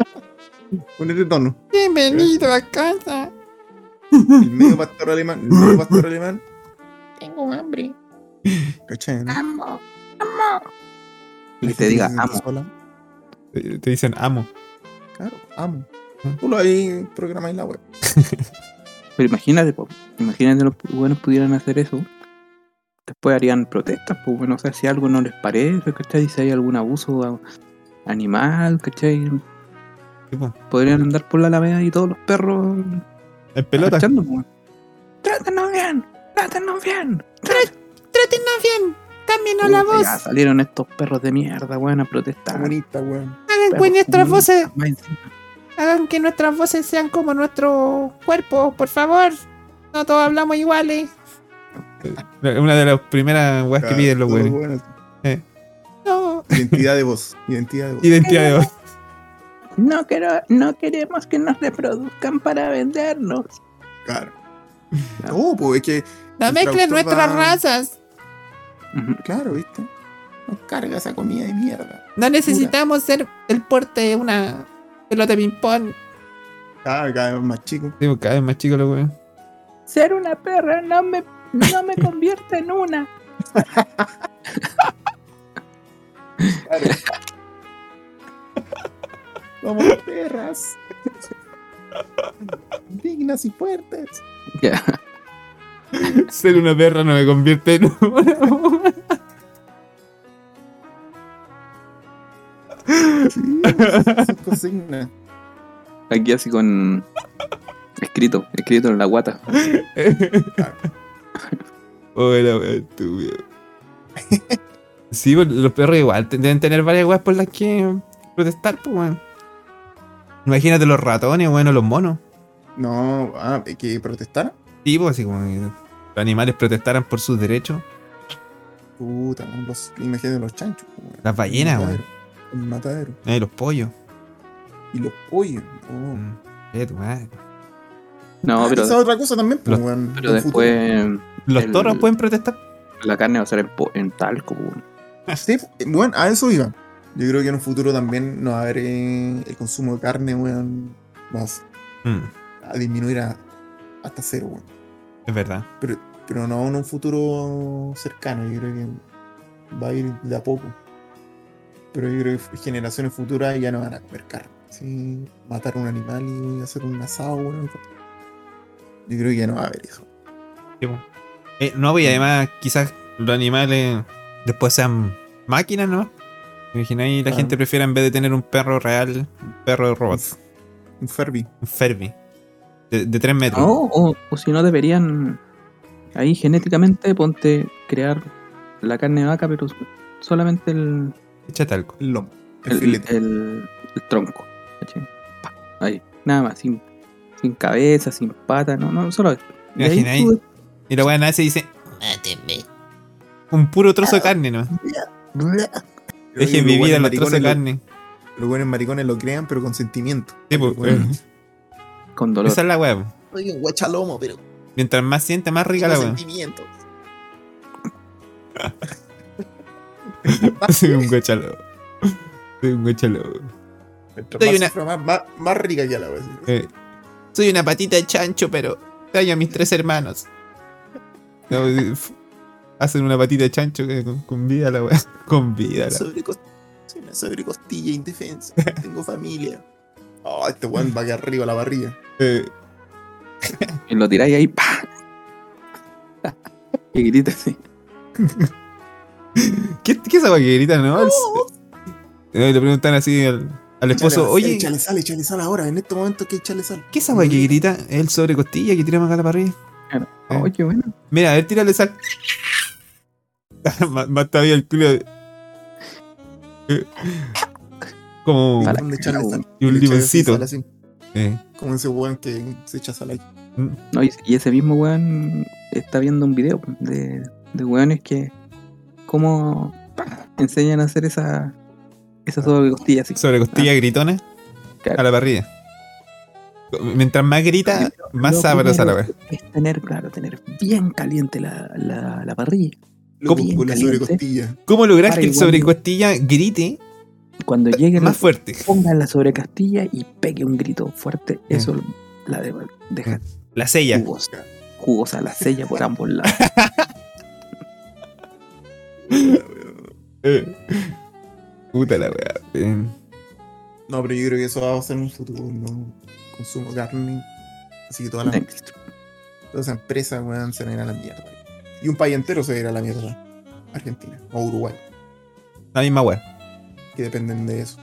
[SPEAKER 3] este- Con ese tono.
[SPEAKER 1] Bienvenido a casa.
[SPEAKER 3] El medio pastor alemán. El medio pastor alemán.
[SPEAKER 4] Tengo hambre.
[SPEAKER 3] ¿Cachai? no?
[SPEAKER 4] Amo.
[SPEAKER 2] Que
[SPEAKER 3] La
[SPEAKER 2] te
[SPEAKER 3] gente
[SPEAKER 2] diga,
[SPEAKER 3] se siente
[SPEAKER 2] "Amo".
[SPEAKER 3] sola.
[SPEAKER 1] Te te dicen amo.
[SPEAKER 3] Claro, amo.
[SPEAKER 1] Mm.
[SPEAKER 3] Tú lo ahí programáis la web.
[SPEAKER 2] Pero imagínate, po, imagínate los buenos pudieran hacer eso. Después harían protestas, pues bueno, o sea, si algo no les parece, ¿cachai? Si hay algún abuso a- animal, ¿cachai?
[SPEAKER 1] Sí, po.
[SPEAKER 2] Podrían andar por la alameda y todos los perros
[SPEAKER 1] En pelota.
[SPEAKER 2] marchando, po, weón. ¡Trátanos bien! ¡Trátanos bien!
[SPEAKER 4] Trátenos bien. Cámbienos
[SPEAKER 2] Puta, ya salieron estos perros de mierda, weón, a protestar.
[SPEAKER 3] Está bonita, weón.
[SPEAKER 4] Hagan
[SPEAKER 2] Perros comunistas,
[SPEAKER 4] voces.
[SPEAKER 2] más encima.
[SPEAKER 4] Hagan que nuestras voces sean como nuestro cuerpo, por favor. No todos hablamos iguales.
[SPEAKER 1] Una de las primeras weas que piden los
[SPEAKER 3] Todos
[SPEAKER 1] weones.
[SPEAKER 3] buenos.
[SPEAKER 4] No.
[SPEAKER 3] Identidad de voz. Identidad de voz.
[SPEAKER 1] Identidad de voz.
[SPEAKER 2] No, quiero, no queremos que nos reproduzcan para vendernos.
[SPEAKER 3] Claro. No, pues es que,
[SPEAKER 4] No
[SPEAKER 3] El
[SPEAKER 4] mezclen
[SPEAKER 3] traductor
[SPEAKER 4] nuestras
[SPEAKER 3] va-
[SPEAKER 4] razas.
[SPEAKER 2] Ujú.
[SPEAKER 3] claro, ¿viste? Nos carga esa comida de mierda.
[SPEAKER 4] No necesitamos ser el porte de una pelota de ping-pong.
[SPEAKER 3] Claro, cada vez más chico.
[SPEAKER 1] Sí, po, cada vez más chicos los weones.
[SPEAKER 2] Ser una perra no me No me convierta en una.
[SPEAKER 3] Claro. Somos perras. Dignas y fuertes.
[SPEAKER 2] Ya.
[SPEAKER 1] Ser una perra no me convierte en una.
[SPEAKER 3] Sí, esa es consigna.
[SPEAKER 2] Aquí así con. Escrito, escrito en la guata.
[SPEAKER 1] Hola, wea, estúpido. Sí, pues, los perros igual te- deben tener varias weas por las que protestar, pues, weón. Imagínate los ratones, weón, o los monos.
[SPEAKER 3] No, ah, ¿hay que protestar?
[SPEAKER 1] Sí, pues, así como que los animales protestaran por sus derechos.
[SPEAKER 3] Puta, man, los, imagínate los chanchos. weón.
[SPEAKER 1] Las ballenas,
[SPEAKER 3] El
[SPEAKER 1] weón.
[SPEAKER 3] matadero, El matadero.
[SPEAKER 1] Eh, los pollos.
[SPEAKER 3] Y los pollos. oh.
[SPEAKER 1] Mm. Eh, tu madre.
[SPEAKER 2] No,
[SPEAKER 3] Ah,
[SPEAKER 2] pero,
[SPEAKER 3] Esa es otra cosa también, pues,
[SPEAKER 1] Los-
[SPEAKER 3] weón,
[SPEAKER 2] pero
[SPEAKER 3] del futuro.
[SPEAKER 2] después
[SPEAKER 1] Los
[SPEAKER 2] El-
[SPEAKER 1] toros pueden protestar.
[SPEAKER 2] la carne va a ser en, po- en talco. weón.
[SPEAKER 3] Sí, eh, bueno, a eso iba. Yo creo que en un futuro también nos va a ver eh, el consumo de carne, weón, más
[SPEAKER 1] Mm,
[SPEAKER 3] a disminuir a- hasta cero, weón.
[SPEAKER 1] es verdad.
[SPEAKER 3] Pero, pero no en un futuro cercano, yo creo que va a ir de a poco. Pero yo creo que generaciones futuras ya no van a comer carne. ¿sí? Matar un animal y hacer un asado, weón. Yo creo que ya no va a haber eso.
[SPEAKER 1] Sí, po. Eh, no, pues, y además quizás los animales después sean máquinas, ¿no? Imagináis la
[SPEAKER 3] Claro.
[SPEAKER 1] gente prefiera en vez de tener un perro real, un perro de robot,
[SPEAKER 3] Un Ferbi.
[SPEAKER 1] un Fermi, de, de 3 metros.
[SPEAKER 2] No, o, o si no deberían ahí genéticamente ponte crear la carne de vaca, pero solamente el,
[SPEAKER 1] Echa talco.
[SPEAKER 3] El lomo. El,
[SPEAKER 2] el,
[SPEAKER 3] filete.
[SPEAKER 2] el- el tronco. ¿cachai? Pa, Ahí, nada más, sin, sin cabeza, sin pata, no, no, solo. y ahí
[SPEAKER 1] Imagina ahí.
[SPEAKER 2] tú-
[SPEAKER 1] Y la weá nace y dice, un puro trozo de carne, ¿no?
[SPEAKER 3] Creo que
[SPEAKER 1] Dejen
[SPEAKER 3] los
[SPEAKER 1] mi vida
[SPEAKER 3] buenos
[SPEAKER 1] en los trozos de
[SPEAKER 3] maricones lo-
[SPEAKER 1] carne.
[SPEAKER 3] Los buenos maricones lo crean, pero con sentimiento.
[SPEAKER 1] Sí, pues,
[SPEAKER 3] Bueno,
[SPEAKER 2] con dolor.
[SPEAKER 1] esa es la weá. po.
[SPEAKER 3] soy un guachalomo, pero
[SPEAKER 1] Mientras más siente, más rica la weá.
[SPEAKER 3] sentimiento.
[SPEAKER 1] Soy un guachalo. Soy un guachalo. Soy
[SPEAKER 3] Soy
[SPEAKER 1] una-
[SPEAKER 3] una... más, más, más rica que a la vez.
[SPEAKER 1] Eh, soy una patita de chancho, pero daño a mis tres hermanos. No, eh, f- hacen una patita de chancho que con, con vida la weá. Con vida la
[SPEAKER 3] Sobre cos- Soy una sobrecostilla indefensa. Tengo familia. Oh, este weón va acá arriba la barriga.
[SPEAKER 1] eh,
[SPEAKER 2] Y lo tiráis ahí, pa. y grita así.
[SPEAKER 1] ¿Qué, qué es esa weá que gritan, no? El- eh, le preguntan así al, al esposo, oye,
[SPEAKER 3] Échale sal, échale sal ahora. En este momento que échale sal.
[SPEAKER 1] ¿qué es esa weá que grita? Es el sobre costilla que tiramos acá a la parrilla. Eh.
[SPEAKER 2] Oye, "Oh, bueno.
[SPEAKER 1] Mira, a ver, tírale sal. Más- Más todavía el culo. de- Eh, Como
[SPEAKER 2] Para-
[SPEAKER 3] ¿Dónde echarle sal?
[SPEAKER 1] y un
[SPEAKER 3] Le echarle
[SPEAKER 1] limoncito.
[SPEAKER 3] sal así,
[SPEAKER 1] eh,
[SPEAKER 3] Como ese weón que se echa sal ahí.
[SPEAKER 2] No, y, y ese mismo weón está viendo un video pues, de, de weones que cómo pa, enseñan a hacer esa esa sopa de costillas así.
[SPEAKER 1] sobre costilla gritona
[SPEAKER 2] Claro.
[SPEAKER 1] a la parrilla. Mientras más grita, más
[SPEAKER 2] Lo
[SPEAKER 1] sabrosa la
[SPEAKER 2] primero
[SPEAKER 1] wea.
[SPEAKER 2] Es tener, claro, tener bien caliente la, la, la parrilla.
[SPEAKER 3] Loco,
[SPEAKER 2] Bien
[SPEAKER 3] con la
[SPEAKER 2] caliente.
[SPEAKER 3] sobrecostilla.
[SPEAKER 1] ¿Cómo lograr que el
[SPEAKER 2] Igual.
[SPEAKER 1] sobre costilla grite
[SPEAKER 2] Cuando llegue
[SPEAKER 1] Eh, más
[SPEAKER 2] la,
[SPEAKER 1] fuerte?
[SPEAKER 2] pongan la sobrecastilla y pegue un grito fuerte,
[SPEAKER 1] Mm.
[SPEAKER 2] eso la de- deja
[SPEAKER 1] La sella.
[SPEAKER 2] jugosa, jugosa la sella por ambos lados.
[SPEAKER 1] Eh. Puta la wea. eh.
[SPEAKER 3] No, pero yo creo que eso va a ser un futuro. ¿no? Consumo carne. Así que todas las
[SPEAKER 2] Next.
[SPEAKER 3] Todas esas empresas, weón, se van a ir a la mierda. Y un país entero se va a ir a la mierda. Argentina o Uruguay,
[SPEAKER 1] La misma wea.
[SPEAKER 3] que dependen de eso.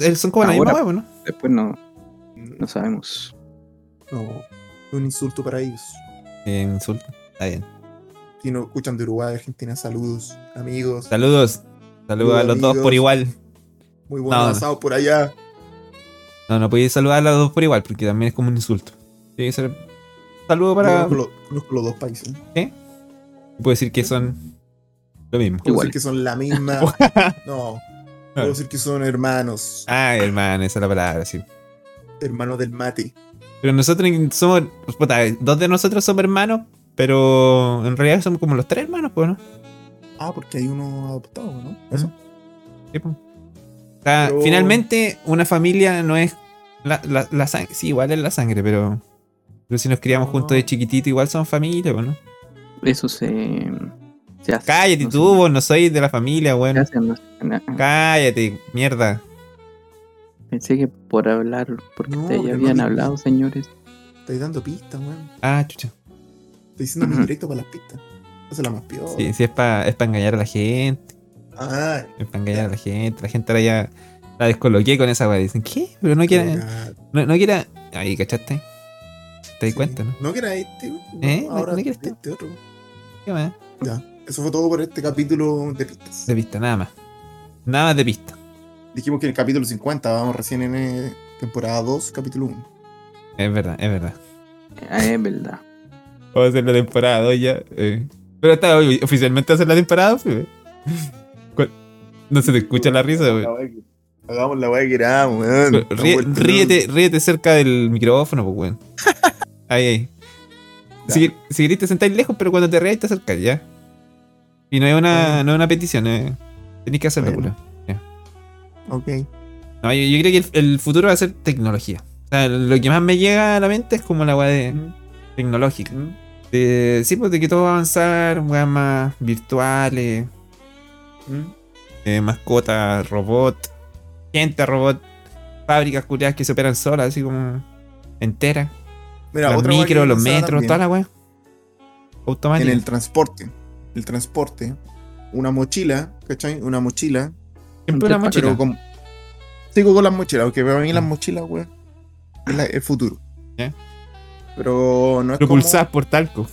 [SPEAKER 1] Eh, Son como la misma
[SPEAKER 2] Ahora-
[SPEAKER 1] wea, ¿no?
[SPEAKER 2] Después no, no
[SPEAKER 3] No,
[SPEAKER 2] sabemos.
[SPEAKER 3] es un insulto para ellos.
[SPEAKER 1] Eh, insulto. Está bien.
[SPEAKER 3] Si no escuchan de Uruguay, Argentina, saludos, amigos.
[SPEAKER 1] Saludos. Saludos a los dos por
[SPEAKER 3] amigos.
[SPEAKER 1] igual.
[SPEAKER 3] Muy buenos
[SPEAKER 1] No.
[SPEAKER 3] asados por allá.
[SPEAKER 1] No, no podéis saludar a los dos por igual, porque también es como un insulto. Tiene que ser. Saludo para.
[SPEAKER 3] Yo Conozco, los, conozco los dos países. Puedo
[SPEAKER 1] Puedo decir que son lo mismo.
[SPEAKER 2] Igual.
[SPEAKER 3] decir que son la misma. no. Puedo decir que son hermanos.
[SPEAKER 1] Ah, hermano, esa es la palabra, sí.
[SPEAKER 3] Hermanos del mate.
[SPEAKER 1] Pero nosotros somos. pues, puta, dos de nosotros somos hermanos, pero en realidad somos como los tres hermanos, pues, ¿no?
[SPEAKER 3] Ah, porque hay uno adoptado,
[SPEAKER 1] ¿Mm?
[SPEAKER 3] ¿no? Eso.
[SPEAKER 1] Sí, pues. O sea,
[SPEAKER 3] Pero-
[SPEAKER 1] finalmente una familia no es la, la, sangre. Sí, igual es la sangre, pero. Pero si nos criamos
[SPEAKER 3] No.
[SPEAKER 1] juntos de chiquitito, igual son familia, pues, ¿no?
[SPEAKER 2] eso se, se hace.
[SPEAKER 1] Cállate
[SPEAKER 2] no
[SPEAKER 1] tú,
[SPEAKER 2] se-
[SPEAKER 1] vos, no soy de la familia,
[SPEAKER 2] se
[SPEAKER 1] weón.
[SPEAKER 2] hace, no se- na-
[SPEAKER 1] Cállate, mierda.
[SPEAKER 2] Pensé que por hablar, porque
[SPEAKER 3] No,
[SPEAKER 2] te
[SPEAKER 3] pero no
[SPEAKER 2] ya habían
[SPEAKER 3] digas.
[SPEAKER 2] hablado, señores.
[SPEAKER 3] Estoy dando pistas, weón.
[SPEAKER 1] Ah, chucha.
[SPEAKER 3] Estoy diciendo mi
[SPEAKER 2] Ujú.
[SPEAKER 3] directo para las pistas. Eso es la más peor.
[SPEAKER 1] Sí, sí, es para es pa engañar a la gente.
[SPEAKER 3] Ah,
[SPEAKER 1] Es para engañar a la gente. La gente ahora ya la descoloqué con esa weá. Dicen, ¿qué? Pero no quiera.
[SPEAKER 3] cagada.
[SPEAKER 1] No, no quiera. Ahí, ¿cachaste? ¿Te das
[SPEAKER 3] Sí.
[SPEAKER 1] cuenta, no?
[SPEAKER 3] No que era este, weón.
[SPEAKER 1] ¿Eh?
[SPEAKER 3] No, Ahora
[SPEAKER 1] ¿No que era este?
[SPEAKER 3] este otro.
[SPEAKER 1] ¿Qué más?
[SPEAKER 3] Ya. Eso fue todo por este capítulo de pistas.
[SPEAKER 1] De pista, nada más. Nada más de pista.
[SPEAKER 3] Dijimos que en el capítulo 50, vamos recién en eh, temporada 2, capítulo 1.
[SPEAKER 1] Es verdad, es verdad.
[SPEAKER 2] Ah, es verdad.
[SPEAKER 1] Vamos a hacer la temporada dos ya. eh. Pero está oye, oficialmente hacer la temporada, pues, wey. ¿Cuál? No se te escucha la risa, wey.
[SPEAKER 3] Hagamos la weá que queramos, weón.
[SPEAKER 1] Pero
[SPEAKER 3] Estamos
[SPEAKER 1] ríe-
[SPEAKER 3] vueltos
[SPEAKER 1] ríete, ríete cerca del micrófono, pues, weón. Ahí, ahí. Si, si querés te sentáis lejos, pero cuando te reáis te acercáis, ya. Y no es una, no es una petición, eh. tenéis que hacerlo,
[SPEAKER 3] Bueno.
[SPEAKER 1] culo.
[SPEAKER 3] locos. Ok.
[SPEAKER 1] No, yo, yo creo que el, el futuro va a ser tecnología. O sea, lo que más me llega a la mente es como la weá de
[SPEAKER 3] Mm.
[SPEAKER 1] tecnológica. De- sí, pues de que todo va a avanzar, weá más virtuales,
[SPEAKER 3] Mm.
[SPEAKER 1] eh, mascota, robot, gente robot, fábricas culiadas que se operan solas, así como enteras.
[SPEAKER 3] Mira,
[SPEAKER 1] los
[SPEAKER 3] otra weá que
[SPEAKER 1] micros, los
[SPEAKER 3] pensaba
[SPEAKER 1] metros,
[SPEAKER 3] también.
[SPEAKER 1] toda la weá.
[SPEAKER 3] En
[SPEAKER 1] Automática.
[SPEAKER 3] el transporte. El transporte. Una mochila, ¿cachai? Una mochila.
[SPEAKER 1] Siempre la mochila.
[SPEAKER 3] Pero con... Sigo con las mochilas, porque para mí las
[SPEAKER 1] Ah.
[SPEAKER 3] mochilas, weón, es la- el futuro.
[SPEAKER 1] Ya.
[SPEAKER 3] Pero no es como...
[SPEAKER 1] Propulsadas por talco.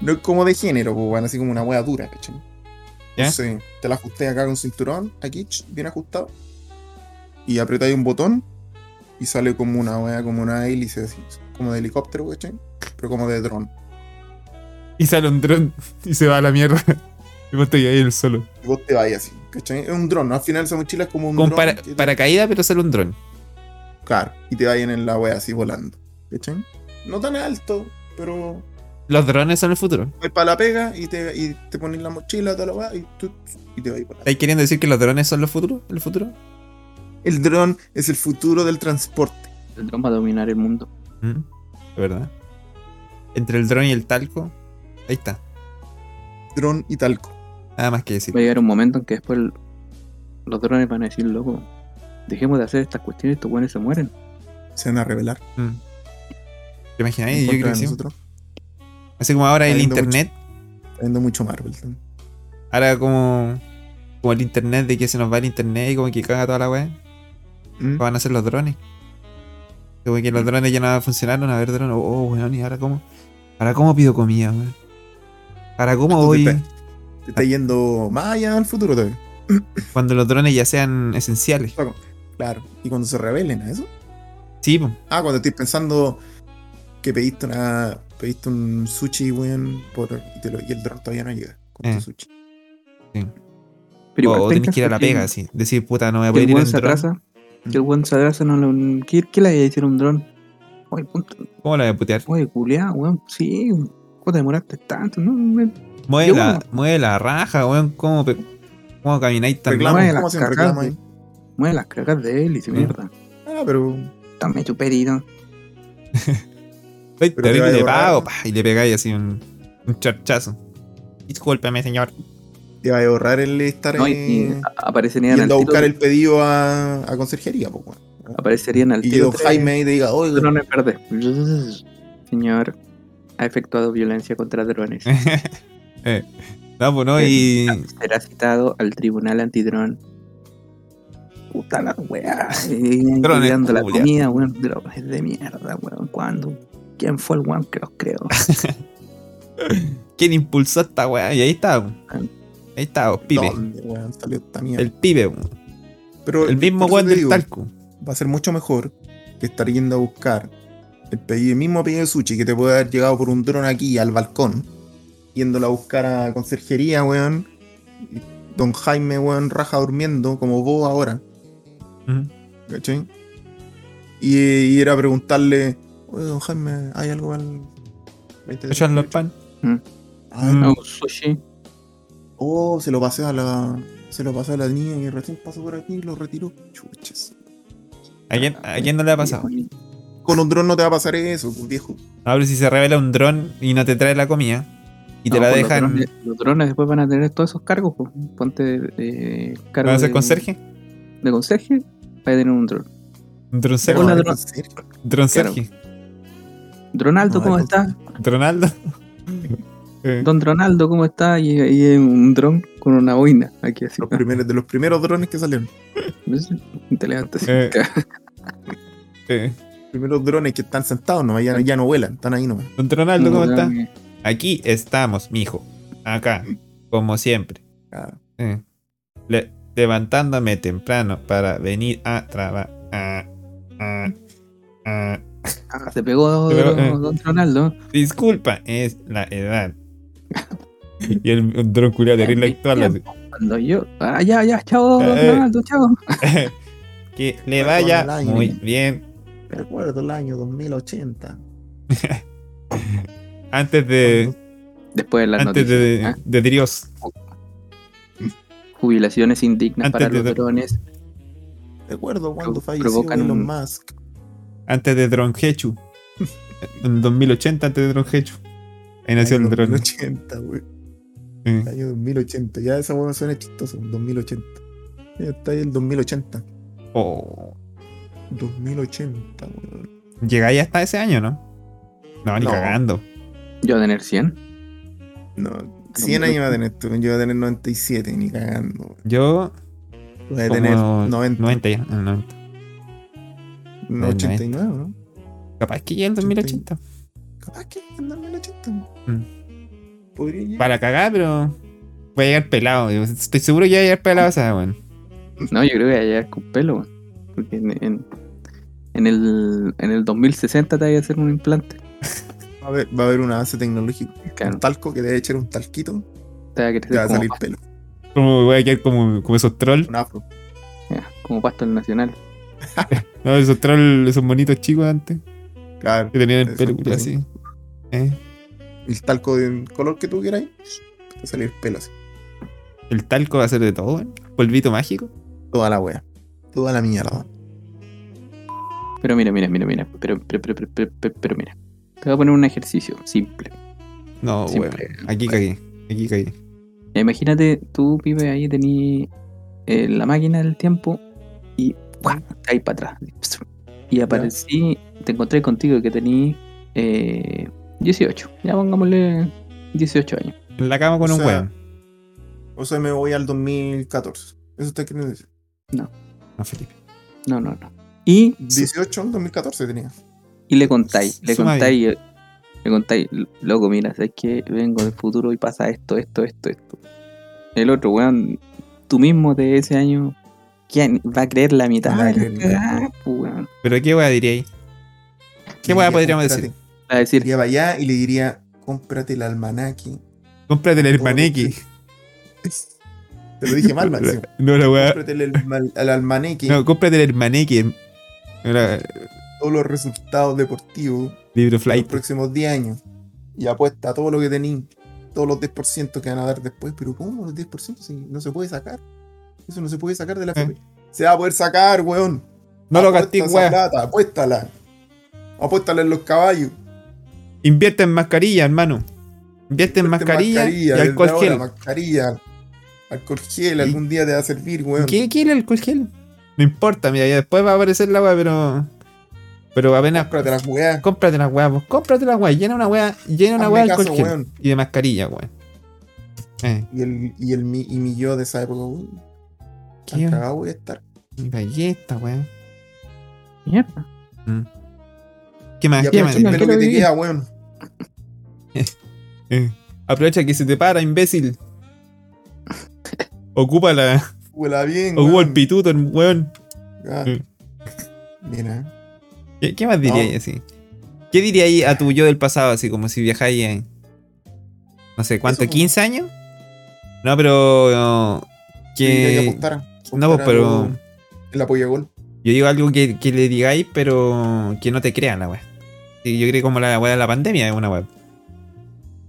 [SPEAKER 3] no es como de género, pues, weón, así como una wea dura, ¿cachai?
[SPEAKER 1] ¿Ya?
[SPEAKER 3] Entonces, te la ajusté acá con cinturón, aquí, ch, bien ajustado. Y apretáis un botón y sale como una wea, como una hélice, así, como de helicóptero, ¿cachai? Pero como de dron.
[SPEAKER 1] Y sale un dron y se va a la mierda. Y vos estoy ahí el solo.
[SPEAKER 3] Y vos te vais así, ¿cachai? Es un dron, ¿no? al final esa mochila es como un
[SPEAKER 1] Con
[SPEAKER 3] dron.
[SPEAKER 1] para,
[SPEAKER 3] que-
[SPEAKER 1] paracaídas, pero sale un dron.
[SPEAKER 3] Claro, y te vayan en la wea así volando, ¿cachai? No tan alto, pero
[SPEAKER 1] Los drones son el futuro.
[SPEAKER 3] vais para la pega y te, y te pones la mochila, toda la wea, y, tú, y te vais para la
[SPEAKER 1] ¿Estáis queriendo decir que los drones son los futuros? ¿El futuro?
[SPEAKER 3] El dron es el futuro del transporte.
[SPEAKER 2] El dron va a dominar el mundo.
[SPEAKER 1] Mm, De verdad. Entre el dron y el talco. Ahí está.
[SPEAKER 3] Dron y talco.
[SPEAKER 1] Nada más que decir.
[SPEAKER 2] Va a llegar un momento en que después el- los drones van a decir, loco, dejemos de hacer estas cuestiones, estos buenos se mueren.
[SPEAKER 3] se van a revelar.
[SPEAKER 1] Mm. ¿Te
[SPEAKER 3] en
[SPEAKER 1] imagináis? Yo
[SPEAKER 3] contra
[SPEAKER 1] creo que
[SPEAKER 3] de
[SPEAKER 1] sí.
[SPEAKER 3] nosotros.
[SPEAKER 1] Así como ahora el
[SPEAKER 3] Habiendo
[SPEAKER 1] internet.
[SPEAKER 3] Está viendo mucho Marvel. también.
[SPEAKER 1] Ahora como. Como el internet de que se nos va el internet y como que caga toda la weá.
[SPEAKER 3] ¿Mm?
[SPEAKER 1] ¿Qué van a hacer los drones? Como que los drones ya no funcionaron. A ver, drones. Oh, weón, ¿y ahora cómo? ¿Ahora cómo pido comida, weón? ¿Ahora cómo
[SPEAKER 3] Entonces,
[SPEAKER 1] voy?
[SPEAKER 3] espera. Te está yendo más allá al futuro todavía.
[SPEAKER 1] Cuando los drones ya sean esenciales.
[SPEAKER 3] Claro. Y cuando se revelen a eso.
[SPEAKER 1] Sí, po.
[SPEAKER 3] Ah, cuando estoy pensando que pediste una. Pediste un sushi, weón, por, y, te lo- y el dron todavía no llega con
[SPEAKER 1] Eh.
[SPEAKER 3] tu sushi.
[SPEAKER 2] Pero
[SPEAKER 1] o
[SPEAKER 2] igual
[SPEAKER 1] o
[SPEAKER 2] penca
[SPEAKER 1] tenés que ir a la
[SPEAKER 2] porque
[SPEAKER 1] pega, así. Decir, puta, no voy a
[SPEAKER 2] Que
[SPEAKER 1] poder
[SPEAKER 2] el
[SPEAKER 1] ir
[SPEAKER 2] buen
[SPEAKER 1] en
[SPEAKER 2] se
[SPEAKER 1] dron.
[SPEAKER 2] atrasa. Que el buen se atrasa, no lo. ¿Qué, qué le haya hicieron un dron? Oye, punto.
[SPEAKER 1] ¿Cómo la voy a putear?
[SPEAKER 2] Oye, culiao, weón. Sí, ¿cómo te demoraste tanto? No, me
[SPEAKER 1] Mueve,
[SPEAKER 2] Yo,
[SPEAKER 1] la,
[SPEAKER 2] weón.
[SPEAKER 1] mueve la raja, weón. ¿Cómo, pe- cómo camináis tan
[SPEAKER 3] Reclamo,
[SPEAKER 1] rápido?
[SPEAKER 2] Bueno,
[SPEAKER 3] ¿cómo hacen
[SPEAKER 2] cagante.
[SPEAKER 3] reclamo ahí?
[SPEAKER 2] mueve las cragas de él y se
[SPEAKER 1] Sí.
[SPEAKER 2] mierda.
[SPEAKER 3] Ah, pero.
[SPEAKER 2] Dame tu perito.
[SPEAKER 1] Ay,
[SPEAKER 3] pero
[SPEAKER 1] te
[SPEAKER 3] te
[SPEAKER 1] doy
[SPEAKER 3] va a
[SPEAKER 1] y le
[SPEAKER 3] devorar.
[SPEAKER 1] pago, pa, y le pegáis así un, un charchazo. Discúlpeme, señor.
[SPEAKER 3] Te va a ahorrar el estar
[SPEAKER 2] No, y, y
[SPEAKER 3] eh,
[SPEAKER 2] a- aparecerían al
[SPEAKER 3] yendo a
[SPEAKER 2] tiro.
[SPEAKER 3] buscar el pedido a, a conserjería, pues, weón.
[SPEAKER 2] Aparecerían al
[SPEAKER 3] Y
[SPEAKER 2] tiro.
[SPEAKER 3] don
[SPEAKER 2] tres
[SPEAKER 3] Jaime y te diga, oye,
[SPEAKER 2] Drones verdes. Señor, ha efectuado violencia contra drones.
[SPEAKER 1] Eh, no, pues no, y.
[SPEAKER 2] Será citado al tribunal antidrón. Puta la weá. eh,
[SPEAKER 1] Drones,
[SPEAKER 2] cuidando la
[SPEAKER 1] culia.
[SPEAKER 2] comida, weón. Drones de mierda, weón. ¿Cuándo? ¿Quién fue el weón que los creó?
[SPEAKER 1] ¿Quién impulsó esta weá? Y ahí está. weón.
[SPEAKER 2] Ah.
[SPEAKER 1] Ahí está, weón, pibe.
[SPEAKER 3] ¿dónde, weón? Salió esta mierda.
[SPEAKER 1] El pibe, weón.
[SPEAKER 3] pero,
[SPEAKER 1] El
[SPEAKER 3] por
[SPEAKER 1] mismo
[SPEAKER 3] eso
[SPEAKER 1] weón
[SPEAKER 3] te
[SPEAKER 1] del
[SPEAKER 3] digo,
[SPEAKER 1] talco.
[SPEAKER 3] va a ser mucho mejor que estar yendo a buscar el, pedido, el mismo pedido de sushi que te puede haber llegado por un dron aquí al balcón, yéndolo a buscar a conserjería, weón. y Don Jaime, weón, raja durmiendo, como vos ahora,
[SPEAKER 1] Ujú.
[SPEAKER 3] ¿cachai? Y, y era preguntarle, oye, don Jaime, ¿hay algo para el 20 de
[SPEAKER 1] Echarlo al
[SPEAKER 3] octubre?"
[SPEAKER 1] pan.
[SPEAKER 3] Ah,
[SPEAKER 1] Mm.
[SPEAKER 2] No, sushi.
[SPEAKER 3] Oh, se lo pasé a la. Se lo pasé a la niña y recién pasó por aquí y lo retiró. Chuches.
[SPEAKER 1] ¿A quién, a quién no le ha pasado?
[SPEAKER 3] con un dron no te va a pasar eso, pues, viejo.
[SPEAKER 1] No, pero si se revela un dron y no te trae la comida y te
[SPEAKER 2] No,
[SPEAKER 1] la
[SPEAKER 2] pues
[SPEAKER 1] dejan,
[SPEAKER 2] Los drones, los drones después van a tener todos esos cargos. pues. Ponte eh, cargo
[SPEAKER 1] ¿vas a ser
[SPEAKER 2] de-
[SPEAKER 1] conserje?
[SPEAKER 2] De conserje, va a tener un dron.
[SPEAKER 1] Un dron
[SPEAKER 3] Pero
[SPEAKER 2] Hola,
[SPEAKER 3] no,
[SPEAKER 2] dron.
[SPEAKER 3] en serio.
[SPEAKER 1] Dron
[SPEAKER 2] Claro.
[SPEAKER 1] Sergi.
[SPEAKER 2] Dronaldo,
[SPEAKER 3] No,
[SPEAKER 2] ¿cómo
[SPEAKER 3] de-
[SPEAKER 2] está?
[SPEAKER 1] Dronaldo. Eh,
[SPEAKER 2] Don Dronaldo, ¿cómo está? Y, y un dron con una boina. Aquí así.
[SPEAKER 3] Los primeros, de los primeros drones que salieron.
[SPEAKER 2] ¿ves? Y Te levantas. así.
[SPEAKER 1] Eh. eh.
[SPEAKER 3] Los primeros drones que están sentados nomás, ya, ya no vuelan, están ahí nomás.
[SPEAKER 1] Don Ronaldo, ¿cómo
[SPEAKER 2] Un
[SPEAKER 1] está?
[SPEAKER 2] dron, eh.
[SPEAKER 1] Aquí estamos, mijo. Acá, como siempre.
[SPEAKER 3] Claro.
[SPEAKER 1] Eh. Le- levantándome temprano para venir a trabajar. Ah, ah.
[SPEAKER 2] Ah, se pegó
[SPEAKER 1] Se pegó,
[SPEAKER 2] Don,
[SPEAKER 1] eh.
[SPEAKER 2] Don Ronaldo.
[SPEAKER 1] Disculpa, es la edad. Y el un dron culiao de terrible actual. así.
[SPEAKER 2] Cuando yo. Ah, ya, ya, chao, Don
[SPEAKER 1] Eh.
[SPEAKER 2] Ronaldo, chao.
[SPEAKER 1] que le vaya
[SPEAKER 3] Perdón,
[SPEAKER 1] muy
[SPEAKER 3] Laine.
[SPEAKER 1] bien.
[SPEAKER 3] Recuerdo el año 2080.
[SPEAKER 1] Antes de.
[SPEAKER 2] Después de las
[SPEAKER 1] Antes de,
[SPEAKER 2] noticias. ¿eh? ah,
[SPEAKER 1] de, de Dios.
[SPEAKER 2] Jubilaciones indignas
[SPEAKER 1] Antes
[SPEAKER 2] para
[SPEAKER 1] de-
[SPEAKER 2] los drones.
[SPEAKER 3] Recuerdo cuando
[SPEAKER 2] Pro-
[SPEAKER 3] falleció
[SPEAKER 2] provocan
[SPEAKER 3] Elon
[SPEAKER 2] un-
[SPEAKER 3] Musk.
[SPEAKER 1] Antes de Dron Hechu. En 2080, antes de Dron Hechu. Ahí nació el
[SPEAKER 3] Año
[SPEAKER 1] dron.
[SPEAKER 3] 2080, güey.
[SPEAKER 1] Eh.
[SPEAKER 3] Año 2080. Ya esa hueá suena chistoso. 2080. Ya está ahí el 2080.
[SPEAKER 1] Oh.
[SPEAKER 3] 2080, güey.
[SPEAKER 1] Llegáis hasta ese año, ¿no? No, ni
[SPEAKER 3] No.
[SPEAKER 1] cagando.
[SPEAKER 2] Yo voy a tener 100.
[SPEAKER 3] No, 100 años va a tener tú. Yo voy a tener 97, ni cagando. güey.
[SPEAKER 1] Yo.
[SPEAKER 3] Voy a
[SPEAKER 1] como
[SPEAKER 3] tener 90.
[SPEAKER 1] 90 ya. ah, 90.
[SPEAKER 3] No, 89, ¿no?
[SPEAKER 1] Capaz que ya el 2080.
[SPEAKER 3] Capaz que en 2080. Podría llegar.
[SPEAKER 1] Mm. Para cagar, pero. Voy a llegar pelado. yo Estoy seguro que voy a llegar pelado esa, weón.
[SPEAKER 2] No, yo creo que voy a llegar con pelo, weón. Porque en, en- en el, en el 2060 te voy a hacer un implante.
[SPEAKER 3] Va a haber, va a haber un avance tecnológico.
[SPEAKER 2] Claro,
[SPEAKER 3] Un talco que debe echar un talquito.
[SPEAKER 2] te va a
[SPEAKER 3] Te
[SPEAKER 2] crecer
[SPEAKER 3] va a
[SPEAKER 2] como,
[SPEAKER 3] salir
[SPEAKER 2] pas-
[SPEAKER 3] pelo.
[SPEAKER 1] Como voy a quedar como, como esos trolls.
[SPEAKER 3] Un afro.
[SPEAKER 2] ya, como pasto del nacional.
[SPEAKER 1] No, esos trolls, esos monitos chicos antes.
[SPEAKER 3] Claro.
[SPEAKER 1] Que tenían el
[SPEAKER 3] Esos
[SPEAKER 1] pelo culiao
[SPEAKER 3] trolls.
[SPEAKER 1] así. Eh,
[SPEAKER 3] El talco de color que tú quieras. Te va a salir pelo así.
[SPEAKER 1] El talco va a ser de todo, weón. Polvito mágico.
[SPEAKER 3] Toda la wea. Toda la mierda.
[SPEAKER 2] Pero mira, mira, mira, mira. Pero, pero, pero, pero, pero, pero- pero mira. Te voy a poner un ejercicio simple.
[SPEAKER 1] No, weón.
[SPEAKER 2] simple.
[SPEAKER 1] Aquí cagué. Aquí cagué.
[SPEAKER 2] Ya, Imagínate, tú, pibe, ahí tení eh, la máquina del tiempo y ¡guau! caí para atrás. Y aparecí, te encontré contigo que tení eh, 18. Ya pongámosle 18 años.
[SPEAKER 1] En la cama con
[SPEAKER 3] O
[SPEAKER 1] un
[SPEAKER 3] sea,
[SPEAKER 1] weón.
[SPEAKER 3] O sea, me voy al 2014. Eso está queriendo decir.
[SPEAKER 1] No, Felipe.
[SPEAKER 2] No, no, no. Y
[SPEAKER 3] 18 al 2014 tenía.
[SPEAKER 2] Y le contáis, le
[SPEAKER 1] Suma
[SPEAKER 2] contáis, eh, le contáis, loco, mira, sabes que vengo del futuro y pasa esto, esto, esto, esto. El otro, weón, tú mismo de ese año, ¿quién va a creer la mitad?
[SPEAKER 3] No va a
[SPEAKER 2] de la
[SPEAKER 3] creer ni
[SPEAKER 2] cagada,
[SPEAKER 3] nada.
[SPEAKER 2] pues, weón?
[SPEAKER 1] Pero qué weón diría ahí. ¿Qué
[SPEAKER 3] Le diría,
[SPEAKER 1] weón podríamos
[SPEAKER 3] "Cómprate".
[SPEAKER 1] decir?
[SPEAKER 2] Va a decir,
[SPEAKER 3] Iría para allá y le diría, cómprate el almanaque.
[SPEAKER 1] Cómprate el
[SPEAKER 3] Todo lo
[SPEAKER 1] hermanequi.
[SPEAKER 3] Te lo dije mal, Máximo.
[SPEAKER 1] No, la weá.
[SPEAKER 3] Cómprate el, alma- el almanaque.
[SPEAKER 1] No, cómprate el hermanequi. Era
[SPEAKER 3] Todos los resultados deportivos de
[SPEAKER 1] libro
[SPEAKER 3] los
[SPEAKER 1] flight.
[SPEAKER 3] próximos 10 años. Y apuesta a todo lo que tení. Todos los 10% que van a dar después. Pero ¿cómo los 10%? Si no se puede sacar. Eso no se puede sacar
[SPEAKER 1] Eh.
[SPEAKER 3] de la FP. Se va a poder sacar, weón.
[SPEAKER 1] No lo
[SPEAKER 3] Apuesta
[SPEAKER 1] gastes,
[SPEAKER 3] esa
[SPEAKER 1] weá.
[SPEAKER 3] plata, apuéstala. Apuéstala en los caballos.
[SPEAKER 1] Invierte en mascarilla, hermano. Invierte en
[SPEAKER 3] Ponte
[SPEAKER 1] mascarilla, y
[SPEAKER 3] desde
[SPEAKER 1] alcohol
[SPEAKER 3] ahora,
[SPEAKER 1] gel.
[SPEAKER 3] mascarilla, alcohol gel,
[SPEAKER 1] ¿Y?
[SPEAKER 3] algún día te va a servir, weón.
[SPEAKER 1] ¿Qué, ¿Qué es el alcohol gel? No importa, mira, ya después va a aparecer la weá, pero. Pero apenas.
[SPEAKER 3] Cómprate las weas.
[SPEAKER 1] Cómprate la weá, vos. Cómprate la weá. Llena una weá. Llena una
[SPEAKER 3] Hazme
[SPEAKER 1] weá de
[SPEAKER 3] caso,
[SPEAKER 1] alcohol gel.
[SPEAKER 3] weón.
[SPEAKER 1] Y de mascarilla, weón. Eh,
[SPEAKER 3] Y el, y el mi, y mi yo de esa época, weón.
[SPEAKER 1] ¿Qué?
[SPEAKER 3] Tan cagado voy a estar.
[SPEAKER 1] mi galleta, weón.
[SPEAKER 2] mierda.
[SPEAKER 1] ¿Qué más?
[SPEAKER 3] Y
[SPEAKER 1] Ah, ¿Qué
[SPEAKER 2] pero
[SPEAKER 3] aprovecha
[SPEAKER 1] más?
[SPEAKER 3] el
[SPEAKER 2] llama,
[SPEAKER 3] pelo
[SPEAKER 2] quiero
[SPEAKER 3] que te
[SPEAKER 2] vivir.
[SPEAKER 3] queda, weón.
[SPEAKER 1] Eh, aprovecha que se te para, imbécil. Ocupa la.
[SPEAKER 3] Huela bien,
[SPEAKER 1] Ocupa el
[SPEAKER 3] weón.
[SPEAKER 1] pituto, weón.
[SPEAKER 3] Ah. Mira.
[SPEAKER 1] ¿Qué, qué más diría
[SPEAKER 3] No.
[SPEAKER 1] ahí así? ¿Qué diría ahí a tu yo del pasado, así como si viajáis en. No sé, ¿cuánto?
[SPEAKER 3] Eso, pues.
[SPEAKER 1] ¿15 años? No, pero. no,
[SPEAKER 3] tendría que
[SPEAKER 1] que.
[SPEAKER 3] apostar,
[SPEAKER 1] No, pues,
[SPEAKER 3] apostar a
[SPEAKER 1] pero-
[SPEAKER 3] lo- El apoyo gol.
[SPEAKER 1] Yo digo algo que, que le digáis, pero que no te crean la weá. Sí, yo creo como la weá de la pandemia es una weá.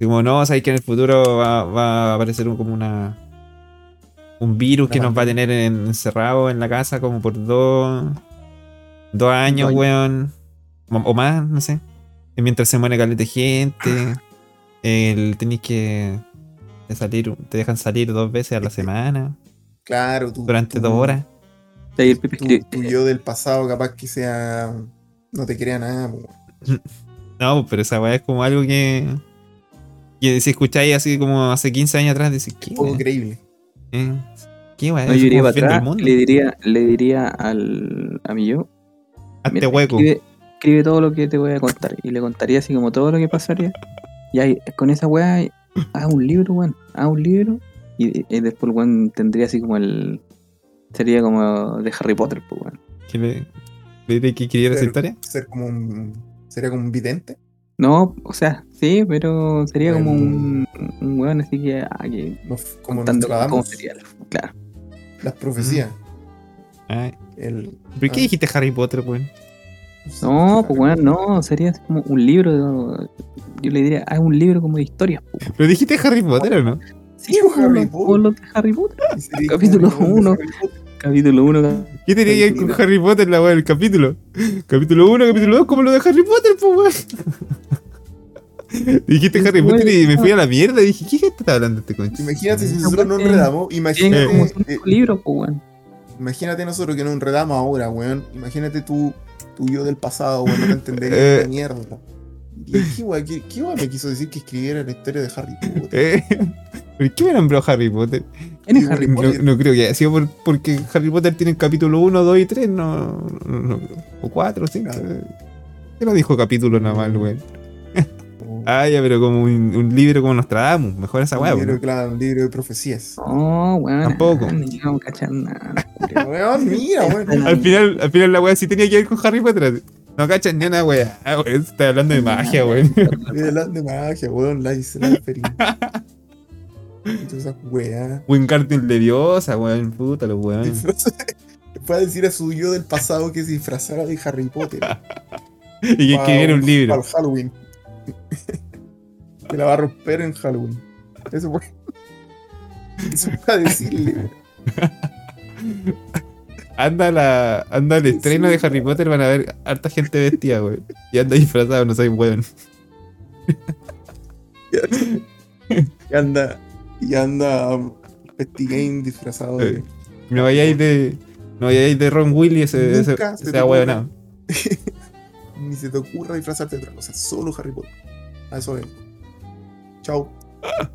[SPEAKER 1] Como no, sabéis que en el futuro va, va a aparecer un- como una. Un virus
[SPEAKER 3] Una
[SPEAKER 1] que nos va a tener en- encerrado en la casa como por dos. Dos años,
[SPEAKER 2] años.
[SPEAKER 1] weón. O o más, no sé. Y mientras se muere caleta de gente. El tenéis que de salir, te dejan salir dos veces a la semana.
[SPEAKER 3] Claro, tú.
[SPEAKER 1] Durante
[SPEAKER 3] tú-
[SPEAKER 1] dos horas.
[SPEAKER 2] Ahí el Pepe
[SPEAKER 3] tú-
[SPEAKER 2] escribe,
[SPEAKER 3] tú y yo del pasado, capaz que sea. No te crea nada, po, weón.
[SPEAKER 1] No, pues, pero esa weá es como algo que. Que si escucháis así como hace 15 años atrás, decís, ¿qué
[SPEAKER 3] poco
[SPEAKER 1] weá?
[SPEAKER 3] creíble.
[SPEAKER 1] Eh, ¿Qué weá?
[SPEAKER 2] No,
[SPEAKER 1] Es
[SPEAKER 2] yo iría para
[SPEAKER 1] como el fin del
[SPEAKER 2] atrás,
[SPEAKER 1] mundo.
[SPEAKER 2] le diría, le diría al, a mi yo,
[SPEAKER 1] Hazte
[SPEAKER 2] mira,
[SPEAKER 1] este hueco.
[SPEAKER 2] escribe, escribe todo lo que te voy a contar y le contaría así como todo lo que pasaría. Y ahí, con esa weá, haz un libro, weón, haz un libro y, y después, weón, tendría así como el... Sería como de Harry Potter, pues, weón.
[SPEAKER 1] ¿Qué le, le diré que quería esa
[SPEAKER 3] Pero-
[SPEAKER 1] historia?
[SPEAKER 3] Ser como un. Sería como un vidente.
[SPEAKER 2] No, o sea, sí, pero sería como
[SPEAKER 3] Bueno.
[SPEAKER 2] un, un weón así que... ah, que
[SPEAKER 3] no f- como
[SPEAKER 2] contando cómo
[SPEAKER 3] Nostradamus,
[SPEAKER 2] sería la- Claro.
[SPEAKER 3] las profecías.
[SPEAKER 1] Ay,
[SPEAKER 3] El,
[SPEAKER 1] ¿Por qué
[SPEAKER 3] Ah.
[SPEAKER 1] dijiste Harry Potter, weón?
[SPEAKER 2] No, pues, weón, no, sería así como un libro, de- yo le diría, haz un libro como de historias, pues.
[SPEAKER 1] ¿Pero dijiste Harry Potter o no?
[SPEAKER 2] Sí,
[SPEAKER 3] pues, Harry
[SPEAKER 2] weón, los-
[SPEAKER 3] Potter.
[SPEAKER 2] o los de Harry Potter.
[SPEAKER 3] Y sería
[SPEAKER 2] Capítulo
[SPEAKER 3] como un
[SPEAKER 2] uno.
[SPEAKER 3] Harry Potter.
[SPEAKER 2] Capítulo 1.
[SPEAKER 1] ¿Qué tenía que ver con Harry Potter la weá del capítulo? Capítulo 1, capítulo 2, como lo de Harry Potter, pues weón. dijiste Harry Potter y me fui a la mierda y dije, ¿qué gente está hablando este conche?
[SPEAKER 3] Imagínate si
[SPEAKER 2] Esa
[SPEAKER 3] nosotros no
[SPEAKER 2] weá que-
[SPEAKER 3] enredamos.
[SPEAKER 2] Tienen como
[SPEAKER 3] Imagínate, eh,
[SPEAKER 2] cinco libros, pues, weón.
[SPEAKER 3] imagínate nosotros que no enredamos ahora, weón. Imagínate tú, tú y yo del pasado, weón. No te entenderías
[SPEAKER 1] Eh.
[SPEAKER 3] esta mierda. ¿Qué, qué, weá- qué, qué weá me quiso decir que escribiera la historia de Harry Potter?
[SPEAKER 1] Eh, ¿Por qué me nombró Harry Potter?
[SPEAKER 2] ¿Quién es
[SPEAKER 3] Yo
[SPEAKER 2] Harry
[SPEAKER 3] creo-
[SPEAKER 1] No,
[SPEAKER 2] Potter?
[SPEAKER 3] Potter.
[SPEAKER 1] no creo que haya sido por- porque Harry Potter tiene el capítulo 1, 2 y 3, no, no- no- o 4, 5. ¿Qué no dijo capítulo nada más, weón?
[SPEAKER 3] O-
[SPEAKER 1] Ah, ya, pero como un, un libro como Nostradamus, mejor esa weá,
[SPEAKER 3] un libro,
[SPEAKER 1] weón.
[SPEAKER 3] claro, un libro de profecías.
[SPEAKER 2] No, weón.
[SPEAKER 1] Tampoco.
[SPEAKER 2] Ni vamos a cachar nada.
[SPEAKER 3] Pero, weón, mira, weón.
[SPEAKER 1] Al final, al final la weá sí tenía que ver con Harry Potter. así. No cachan ni una weá, Ah, weón. Está hablando de magia, weón.
[SPEAKER 3] Mira, la de magia, weón. La Islanferin. Entonces, weá.
[SPEAKER 1] Ah. Wingardium Leviosa, weón. Puta, los weones.
[SPEAKER 3] Disfraza- Le fue a decir a su yo del pasado que se disfrazara de Harry Potter.
[SPEAKER 1] Y que
[SPEAKER 3] Pa-
[SPEAKER 1] escribiera un libro.
[SPEAKER 3] Para Halloween. que la va a romper en Halloween. Eso fue. Eso fue a decirle.
[SPEAKER 1] Anda, la, anda el estreno
[SPEAKER 3] Sí.
[SPEAKER 1] de Harry Potter, van a ver harta gente vestida, weón. Y anda disfrazado, no soy weón.
[SPEAKER 3] Y anda. Y anda. um, Petty Game disfrazado de.
[SPEAKER 1] No vayáis de. No vayáis de Ron Willy ese, ese,
[SPEAKER 3] Nunca se
[SPEAKER 1] ese
[SPEAKER 3] te
[SPEAKER 1] ahueonado.
[SPEAKER 3] Ni se te ocurra disfrazarte de otra cosa. Solo Harry Potter. A eso es. Chao.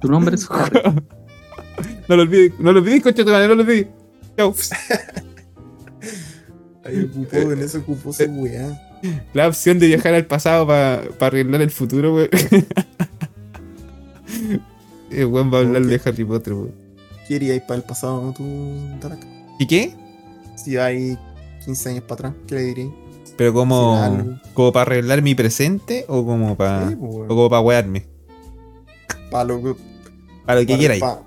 [SPEAKER 2] Tu nombre es Harry.
[SPEAKER 1] No lo olvides, no lo olvides, coche, no lo olvides. Chau.
[SPEAKER 3] Ahí ocupó,
[SPEAKER 1] Eh,
[SPEAKER 3] en eso ocupó su weá.
[SPEAKER 1] La opción de viajar al pasado para arreglar el futuro, weón. El weón va a hablar de Harry Potter, weón.
[SPEAKER 3] Quería ir para el pasado, ¿no? Tú, Tarak.
[SPEAKER 1] ¿Y qué?
[SPEAKER 3] Si hay 15 años para atrás, ¿qué le diréis?
[SPEAKER 1] ¿Pero
[SPEAKER 3] Sí,
[SPEAKER 1] como,
[SPEAKER 3] algo.
[SPEAKER 1] como para arreglar mi presente o como para.
[SPEAKER 3] Sí,
[SPEAKER 1] o
[SPEAKER 3] pues, weón.
[SPEAKER 1] como para wearme?
[SPEAKER 3] Pa' lo-
[SPEAKER 1] Para lo
[SPEAKER 3] para-
[SPEAKER 1] que quieras.
[SPEAKER 3] pa-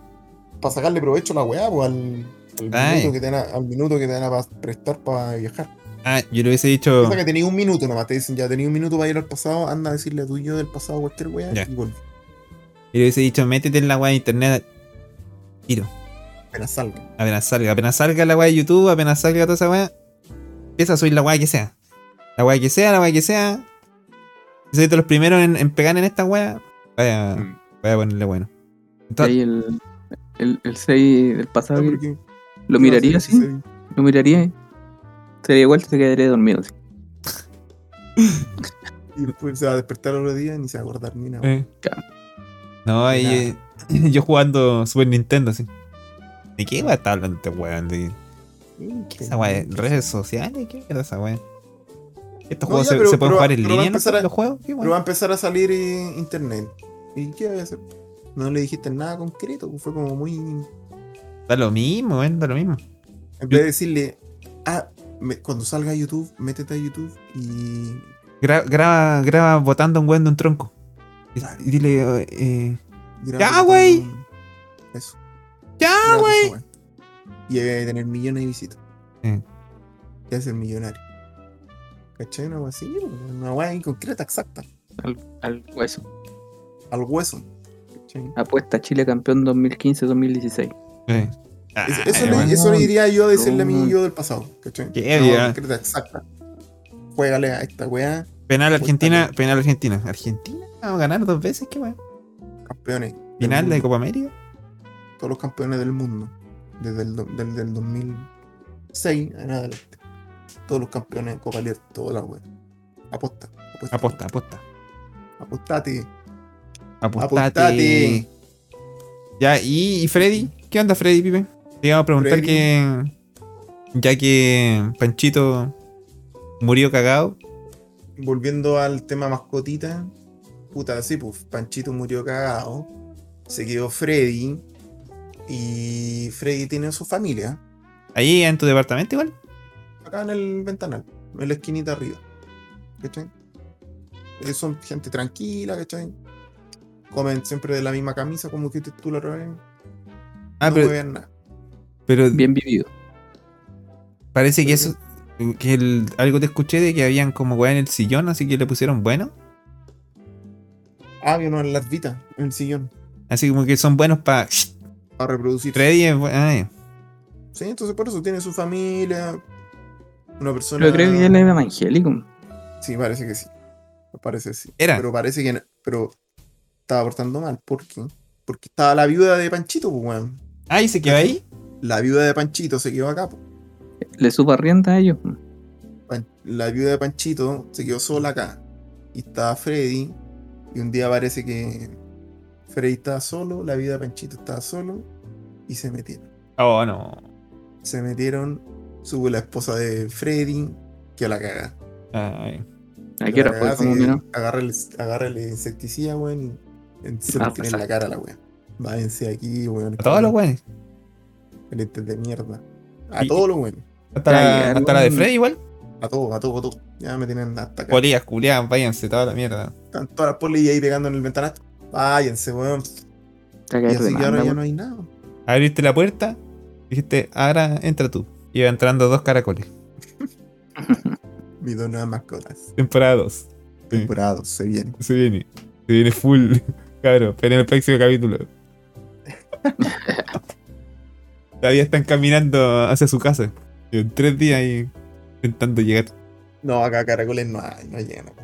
[SPEAKER 3] pa sacarle provecho a la weá, pues, al, al
[SPEAKER 1] Ay.
[SPEAKER 3] minuto que te van a, al minuto que te van a pa- prestar para viajar.
[SPEAKER 1] Ah, yo le hubiese dicho.
[SPEAKER 3] O sea que tenéis un minuto nomás, te dicen ya tenéis un minuto para ir al pasado, anda a decirle a tu yo del pasado cualquier weá
[SPEAKER 1] Ya.
[SPEAKER 3] y vuelve.
[SPEAKER 1] Yo le hubiese dicho, métete en la weá de internet. Tiro.
[SPEAKER 3] Apenas salga.
[SPEAKER 1] Apenas salga, apenas salga la weá de YouTube, apenas salga toda esa weá, empieza a subir la weá que sea. La weá que sea, la weá que sea. Soy de los primeros en, en pegar en esta weá. Vaya,
[SPEAKER 2] Mm.
[SPEAKER 1] voy a ponerle bueno.
[SPEAKER 2] Y Ahí el, el, el 6 del pasado.
[SPEAKER 3] No,
[SPEAKER 2] que-
[SPEAKER 3] porque-
[SPEAKER 2] Lo miraría
[SPEAKER 3] no,
[SPEAKER 2] así. Lo miraría. Sería igual, se quedaría dormido. así.
[SPEAKER 3] Y después se va a despertar otro día y ni se va a acordar ni nada.
[SPEAKER 1] Eh. No, y, eh, yo jugando Super Nintendo así. ¿De qué weá está hablando este weón? ¿De qué esa weá? ¿Redes sociales? ¿Qué mierda esa weá? ¿Estos
[SPEAKER 3] No,
[SPEAKER 1] juegos
[SPEAKER 3] ya,
[SPEAKER 1] se,
[SPEAKER 3] pero-
[SPEAKER 1] se pueden
[SPEAKER 3] pero va-
[SPEAKER 1] jugar en
[SPEAKER 3] pero va a
[SPEAKER 1] línea? ¿no?
[SPEAKER 3] empezar a-
[SPEAKER 1] ¿Los juegos? ¿Qué
[SPEAKER 3] Pero va
[SPEAKER 1] weá?
[SPEAKER 3] a empezar a salir eh, internet. ¿Y qué voy a hacer? No le dijiste nada concreto, fue como muy. En
[SPEAKER 1] Da lo mismo, weón, da lo mismo.
[SPEAKER 3] vez de decirle, ah, me- cuando salga a YouTube, métete a YouTube y
[SPEAKER 1] Gra- graba, graba botando un weón de un tronco.
[SPEAKER 3] Ah.
[SPEAKER 1] Y, y dile, eh, eh,
[SPEAKER 3] Graba
[SPEAKER 1] ¡Ya,
[SPEAKER 3] tocando-
[SPEAKER 1] güey!
[SPEAKER 3] Eso.
[SPEAKER 1] ¡Ya, pues,
[SPEAKER 3] graba
[SPEAKER 1] güey!
[SPEAKER 3] esa weá. Y ahí va a tener millones de visitas.
[SPEAKER 1] Sí.
[SPEAKER 3] Ya es el millonario. ¿Cachai? Una weá así, una weá concreta, exacta.
[SPEAKER 2] Al, al hueso.
[SPEAKER 3] Al hueso. ¿Cachai?
[SPEAKER 2] Apuesta Chile campeón 2015-2016.
[SPEAKER 1] Eh. Ah,
[SPEAKER 3] Es- eso,
[SPEAKER 1] weón.
[SPEAKER 3] le,
[SPEAKER 2] bueno.
[SPEAKER 3] eso le diría yo a decirle a mi
[SPEAKER 2] No.
[SPEAKER 3] yo del pasado. ¿Cachai?
[SPEAKER 1] Qué
[SPEAKER 3] Una weá
[SPEAKER 1] idea.
[SPEAKER 3] concreta, exacta. Juégale a esta weá.
[SPEAKER 1] Penal
[SPEAKER 3] Puta
[SPEAKER 1] Argentina,
[SPEAKER 3] que-
[SPEAKER 1] penal Argentina. ¿Argentina? ¿Vamos a ganar dos veces? ¿Qué weón?
[SPEAKER 3] Campeones.
[SPEAKER 1] ¿Final de
[SPEAKER 3] Del mundo.
[SPEAKER 1] Copa América?
[SPEAKER 3] Todos los campeones del mundo. Desde el, do- del, del 2006 en adelante. Todos los campeones de Copa Libertadores, toda la wea. Aposta. Apuesta.
[SPEAKER 1] Aposta, aposta.
[SPEAKER 3] Apostate.
[SPEAKER 1] Apostate.
[SPEAKER 3] Apostate.
[SPEAKER 1] Ya, ¿y, y Freddy? ¿Qué onda, Freddy, pibe? Te iba a preguntar
[SPEAKER 3] Freddy.
[SPEAKER 1] que. Ya que Panchito murió cagado.
[SPEAKER 3] Volviendo al tema mascotita. Puta, sí, pues Panchito murió cagado. Se quedó Freddy. Y Freddy tiene su familia.
[SPEAKER 1] Ahí en tu departamento, igual.
[SPEAKER 3] acá en el ventanal, en la esquinita arriba. ¿Cachai? Ellos son gente tranquila, ¿cachai? Comen siempre de la misma camisa, como que tú la otra vez.
[SPEAKER 1] Ah,
[SPEAKER 3] no
[SPEAKER 1] pero,
[SPEAKER 3] huevean nada.
[SPEAKER 1] pero
[SPEAKER 2] Bien vivido.
[SPEAKER 1] parece que eso. Que el- algo te escuché de que habían como weá en el sillón, así que le pusieron bueno.
[SPEAKER 3] Ah, vino en las vitas, en el sillón,
[SPEAKER 1] Así como que son buenos para.
[SPEAKER 3] para reproducir.
[SPEAKER 1] Freddy es bueno. Ah, ya.
[SPEAKER 3] Sí, entonces por eso tiene su familia. Una persona.
[SPEAKER 2] Pero creo que él es evangélico.
[SPEAKER 3] Sí, parece que sí. Parece que sí.
[SPEAKER 1] Era.
[SPEAKER 3] Pero parece que. no- Pero estaba portando mal. ¿Por qué? Porque estaba la viuda de Panchito, pues, weón.
[SPEAKER 1] Ah, y se quedó ahí.
[SPEAKER 3] La viuda de Panchito se quedó acá, pues.
[SPEAKER 2] Le suba rienda a ellos. pues.
[SPEAKER 3] Pan- la viuda de Panchito se quedó sola acá. Y estaba Freddy. Y un día parece que Freddy estaba solo, la viuda de Panchito estaba solo. Y se metieron.
[SPEAKER 1] Oh, no.
[SPEAKER 3] Se metieron. Sube la esposa de Freddy. Que la caga.
[SPEAKER 1] Ay.
[SPEAKER 2] ¿A qué hora
[SPEAKER 3] La
[SPEAKER 2] fue?
[SPEAKER 3] cagá,
[SPEAKER 2] Como
[SPEAKER 3] se-
[SPEAKER 2] que no.
[SPEAKER 3] Agarra el, agarra el insecticida, weón. Y en- se
[SPEAKER 2] Ah,
[SPEAKER 3] lo tiene en la
[SPEAKER 2] exacto.
[SPEAKER 3] cara la weón. Váyanse de aquí, weón.
[SPEAKER 1] A todos los weones.
[SPEAKER 3] Valientes de mierda. A
[SPEAKER 1] Y-
[SPEAKER 3] todos los weones.
[SPEAKER 1] Hasta, la,
[SPEAKER 2] Ay,
[SPEAKER 1] hasta la de
[SPEAKER 2] algún-
[SPEAKER 1] Freddy, igual.
[SPEAKER 3] A todos, a todos, a todos. Ya me tienen hasta acá.
[SPEAKER 1] Polías, culiadas, váyanse, toda la mierda.
[SPEAKER 3] Están todas las polis ahí pegando en el ventanal. Váyanse, weón.
[SPEAKER 2] Te va a
[SPEAKER 3] Y
[SPEAKER 2] caer
[SPEAKER 3] así que ahora
[SPEAKER 2] demanda,
[SPEAKER 3] ya
[SPEAKER 2] weón.
[SPEAKER 3] no hay nada.
[SPEAKER 1] Abriste la puerta, dijiste, ahora entra tú. Iba entrando dos caracoles.
[SPEAKER 3] Mis dos nuevas mascotas.
[SPEAKER 1] Temporada 2.
[SPEAKER 3] Mm. Temporada dos, se viene.
[SPEAKER 1] Se viene. Se viene full. Claro, esperen el próximo capítulo. Todavía están caminando hacia su casa. En tres días y intentando llegar.
[SPEAKER 3] No, acá caracoles no hay, no llegan. acá.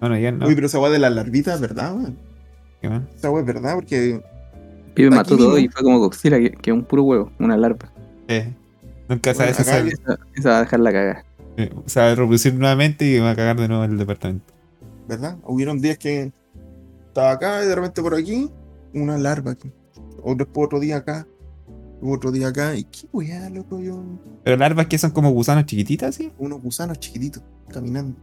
[SPEAKER 1] No, no, ya no.
[SPEAKER 3] Uy, pero esa weá de las larvitas, ¿verdad, weón?
[SPEAKER 1] Qué mal.
[SPEAKER 3] Esa weá es verdad, porque
[SPEAKER 2] Pibe
[SPEAKER 3] Aquí
[SPEAKER 2] mató todo
[SPEAKER 3] mismo.
[SPEAKER 2] y fue como Godzilla, que que un puro huevo, una larva.
[SPEAKER 1] Eh, nunca
[SPEAKER 3] Bueno,
[SPEAKER 1] sabes si
[SPEAKER 3] acá-
[SPEAKER 1] sale-
[SPEAKER 2] Esa, esa va a dejar la cagada.
[SPEAKER 1] eh, se va a reproducir nuevamente y va a cagar de nuevo en el departamento.
[SPEAKER 3] ¿verdad? Hubieron días que estaba acá y de repente por aquí, una larva aquí. O después otro día acá, otro día acá. ¿Y qué weá, loco? Yo,
[SPEAKER 1] Pero larvas que son como gusanos chiquititas, ¿sí?
[SPEAKER 3] unos gusanos chiquititos caminando.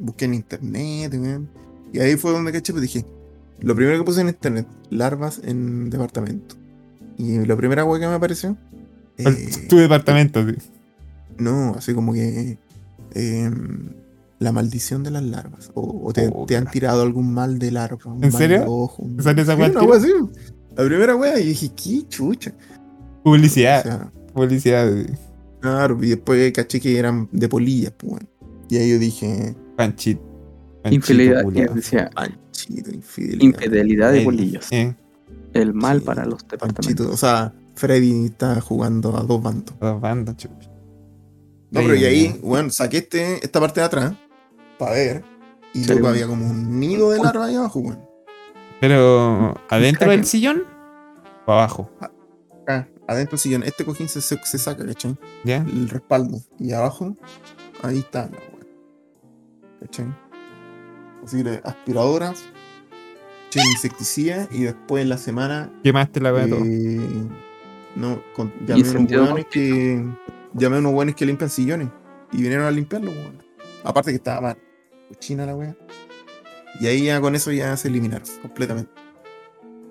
[SPEAKER 3] Busqué en internet, weón. Y ahí fue donde caché, pues dije, lo primero que puse en internet, larvas en departamento. Y la primera weá que me apareció. eh,
[SPEAKER 1] Tu departamento, sí.
[SPEAKER 3] No, así como que em, la maldición de las larvas. O, o te,
[SPEAKER 1] Oh,
[SPEAKER 3] te han tirado algún mal de larva. un
[SPEAKER 1] ¿En
[SPEAKER 3] mal
[SPEAKER 1] serio?
[SPEAKER 3] de ojo, un-
[SPEAKER 1] ¿Sale esa
[SPEAKER 3] Sí,
[SPEAKER 1] weá
[SPEAKER 3] una
[SPEAKER 1] al
[SPEAKER 3] wea así. La primera wea, y dije, qué chucha.
[SPEAKER 1] Publicidad,
[SPEAKER 3] O sea,
[SPEAKER 1] publicidad.
[SPEAKER 3] claro, y después caché que eran de polillas, pues. weón. Y ahí yo dije,
[SPEAKER 1] Panchito.
[SPEAKER 2] Infidelidad,
[SPEAKER 1] culiao.
[SPEAKER 2] decía,
[SPEAKER 3] panchito, infidelidad.
[SPEAKER 2] infidelidad de
[SPEAKER 1] Eh,
[SPEAKER 2] bolillos.
[SPEAKER 1] eh,
[SPEAKER 2] El mal
[SPEAKER 3] sí,
[SPEAKER 2] para los departamentos.
[SPEAKER 3] Panchito, o sea, Freddy está jugando a dos bandos.
[SPEAKER 1] dos bandos, chup.
[SPEAKER 3] No,
[SPEAKER 1] Ahí,
[SPEAKER 3] pero y ahí,
[SPEAKER 1] mira.
[SPEAKER 3] bueno, saqué este, esta parte de atrás para ver. Y
[SPEAKER 2] Sí,
[SPEAKER 3] luego
[SPEAKER 2] weón.
[SPEAKER 3] había como un nido de larva ahí abajo, weón.
[SPEAKER 1] Pero, ¿adentro
[SPEAKER 2] Caca.
[SPEAKER 1] del sillón? O abajo,
[SPEAKER 3] Acá, adentro del sillón. Este cojín se, se- se saca, ¿cachai?
[SPEAKER 1] ¿ya?
[SPEAKER 3] El respaldo. Y abajo, ahí está la weá. ¿Cachai? Así que aspiradoras, che, insecticida y después en la semana.
[SPEAKER 1] Quemaste la weá de todo.
[SPEAKER 3] eh, no, con-
[SPEAKER 2] Y
[SPEAKER 3] llamé a unos
[SPEAKER 2] sentido
[SPEAKER 3] hueones que. Llamé a unos hueones que limpian sillones. Y vinieron a limpiarlo, weón. Aparte que estaba mal. Cochina la weá. Y ahí ya con eso ya se eliminaron completamente.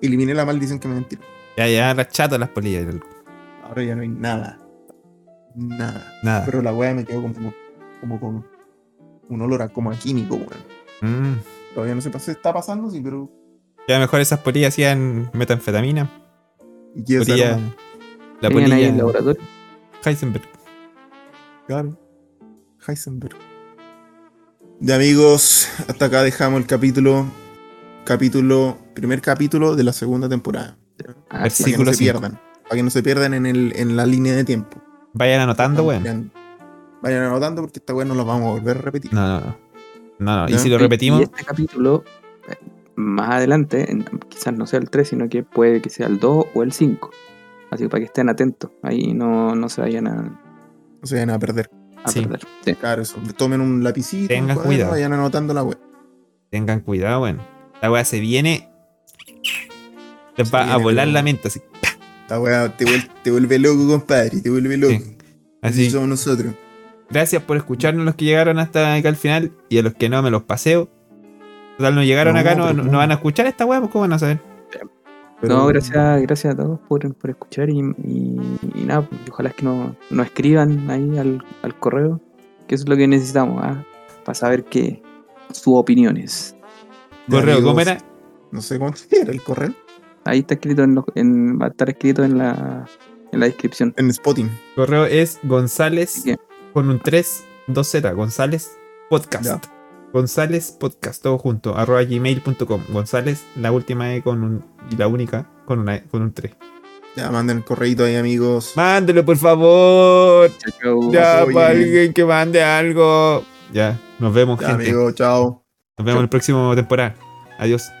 [SPEAKER 3] Eliminé la maldición que me mentira.
[SPEAKER 1] Ya, ya, las chatas, las polillas. el-
[SPEAKER 3] Ahora ya no hay nada. Nada.
[SPEAKER 1] Nada.
[SPEAKER 3] Pero la weá me quedó como, como con un olor a, como a químico, weón.
[SPEAKER 1] Mm.
[SPEAKER 3] Todavía no sé pas- se está pasando, sí, pero.
[SPEAKER 1] Ya mejor esas polillas hacían metanfetamina.
[SPEAKER 3] Y queda ese
[SPEAKER 1] Polilla,
[SPEAKER 3] aroma.
[SPEAKER 1] la
[SPEAKER 2] Tenían ahí el
[SPEAKER 1] polilla
[SPEAKER 2] laboratorio.
[SPEAKER 1] Heisenberg.
[SPEAKER 3] Claro. Heisenberg. De amigos, hasta acá dejamos el capítulo. Capítulo. Primer capítulo de la segunda temporada.
[SPEAKER 2] Ah,
[SPEAKER 1] Merci.
[SPEAKER 3] Para que
[SPEAKER 1] Artículo
[SPEAKER 3] no se
[SPEAKER 1] cinco.
[SPEAKER 3] pierdan. Para que no se pierdan en, el, en la línea de tiempo.
[SPEAKER 1] Vayan anotando, weón.
[SPEAKER 3] Vayan anotando porque esta weá no la vamos a volver a repetir.
[SPEAKER 1] No, no, no. No, no, y
[SPEAKER 3] Ya.
[SPEAKER 1] si lo
[SPEAKER 2] Y- Y
[SPEAKER 1] repetimos,
[SPEAKER 2] este capítulo, eh, más adelante, en- quizás no sea el 3, sino que puede que sea el 2 o el 5. Así que para que estén atentos, ahí no, no se vayan a,
[SPEAKER 3] No se vayan a perder.
[SPEAKER 2] a
[SPEAKER 1] Sí.
[SPEAKER 2] perder. Sí.
[SPEAKER 3] Claro, eso. Tomen un lapicito. un
[SPEAKER 1] Tengan
[SPEAKER 3] cuaderno,
[SPEAKER 1] cuidado.
[SPEAKER 3] Vayan anotando la web.
[SPEAKER 1] tengan cuidado, bueno. La weá se viene. Les
[SPEAKER 3] Se
[SPEAKER 1] va a
[SPEAKER 3] viene,
[SPEAKER 1] volar
[SPEAKER 3] pero-
[SPEAKER 1] la mente así.
[SPEAKER 3] Esta weá te, vuel- te vuelve loco, compadre. Te vuelve loco.
[SPEAKER 1] Sí. Así.
[SPEAKER 3] Así somos nosotros.
[SPEAKER 1] Gracias por escucharnos los que llegaron hasta acá al final y a los que no me los paseo. Total, no llegaron
[SPEAKER 3] No,
[SPEAKER 1] acá, no,
[SPEAKER 3] pero
[SPEAKER 1] no-
[SPEAKER 3] ¿cómo?
[SPEAKER 1] no van a escuchar esta weá, pues cómo van a saber.
[SPEAKER 3] Pero-
[SPEAKER 2] No, gracias, gracias a todos por, por escuchar y, y- y nada, pues, ojalá es que no, no escriban ahí al, al correo, que eso es lo que necesitamos, ¿ah? para saber que sus opiniones.
[SPEAKER 3] De
[SPEAKER 1] Correo, ¿cómo
[SPEAKER 3] amigos,
[SPEAKER 1] era?
[SPEAKER 3] No sé cómo era el correo.
[SPEAKER 2] Ahí está escrito en, los- en- va a estar escrito en la, en la descripción.
[SPEAKER 3] En Spotting.
[SPEAKER 1] Correo es González
[SPEAKER 2] Así que,
[SPEAKER 1] con un 3, 2 Z, González Podcast.
[SPEAKER 3] Ya.
[SPEAKER 1] González Podcast, todo junto, arroba gmail.com. González, la última E con un, y la única con, una, E- con un 3.
[SPEAKER 3] Ya, manden el correito ahí, amigos.
[SPEAKER 1] Mándelo, por favor.
[SPEAKER 2] chao, chao.
[SPEAKER 1] Ya,
[SPEAKER 3] Oye.
[SPEAKER 1] para alguien que mande algo. Ya, nos vemos,
[SPEAKER 3] Ya,
[SPEAKER 1] gente.
[SPEAKER 3] amigos, chao.
[SPEAKER 1] Nos vemos en la próxima temporada. Adiós.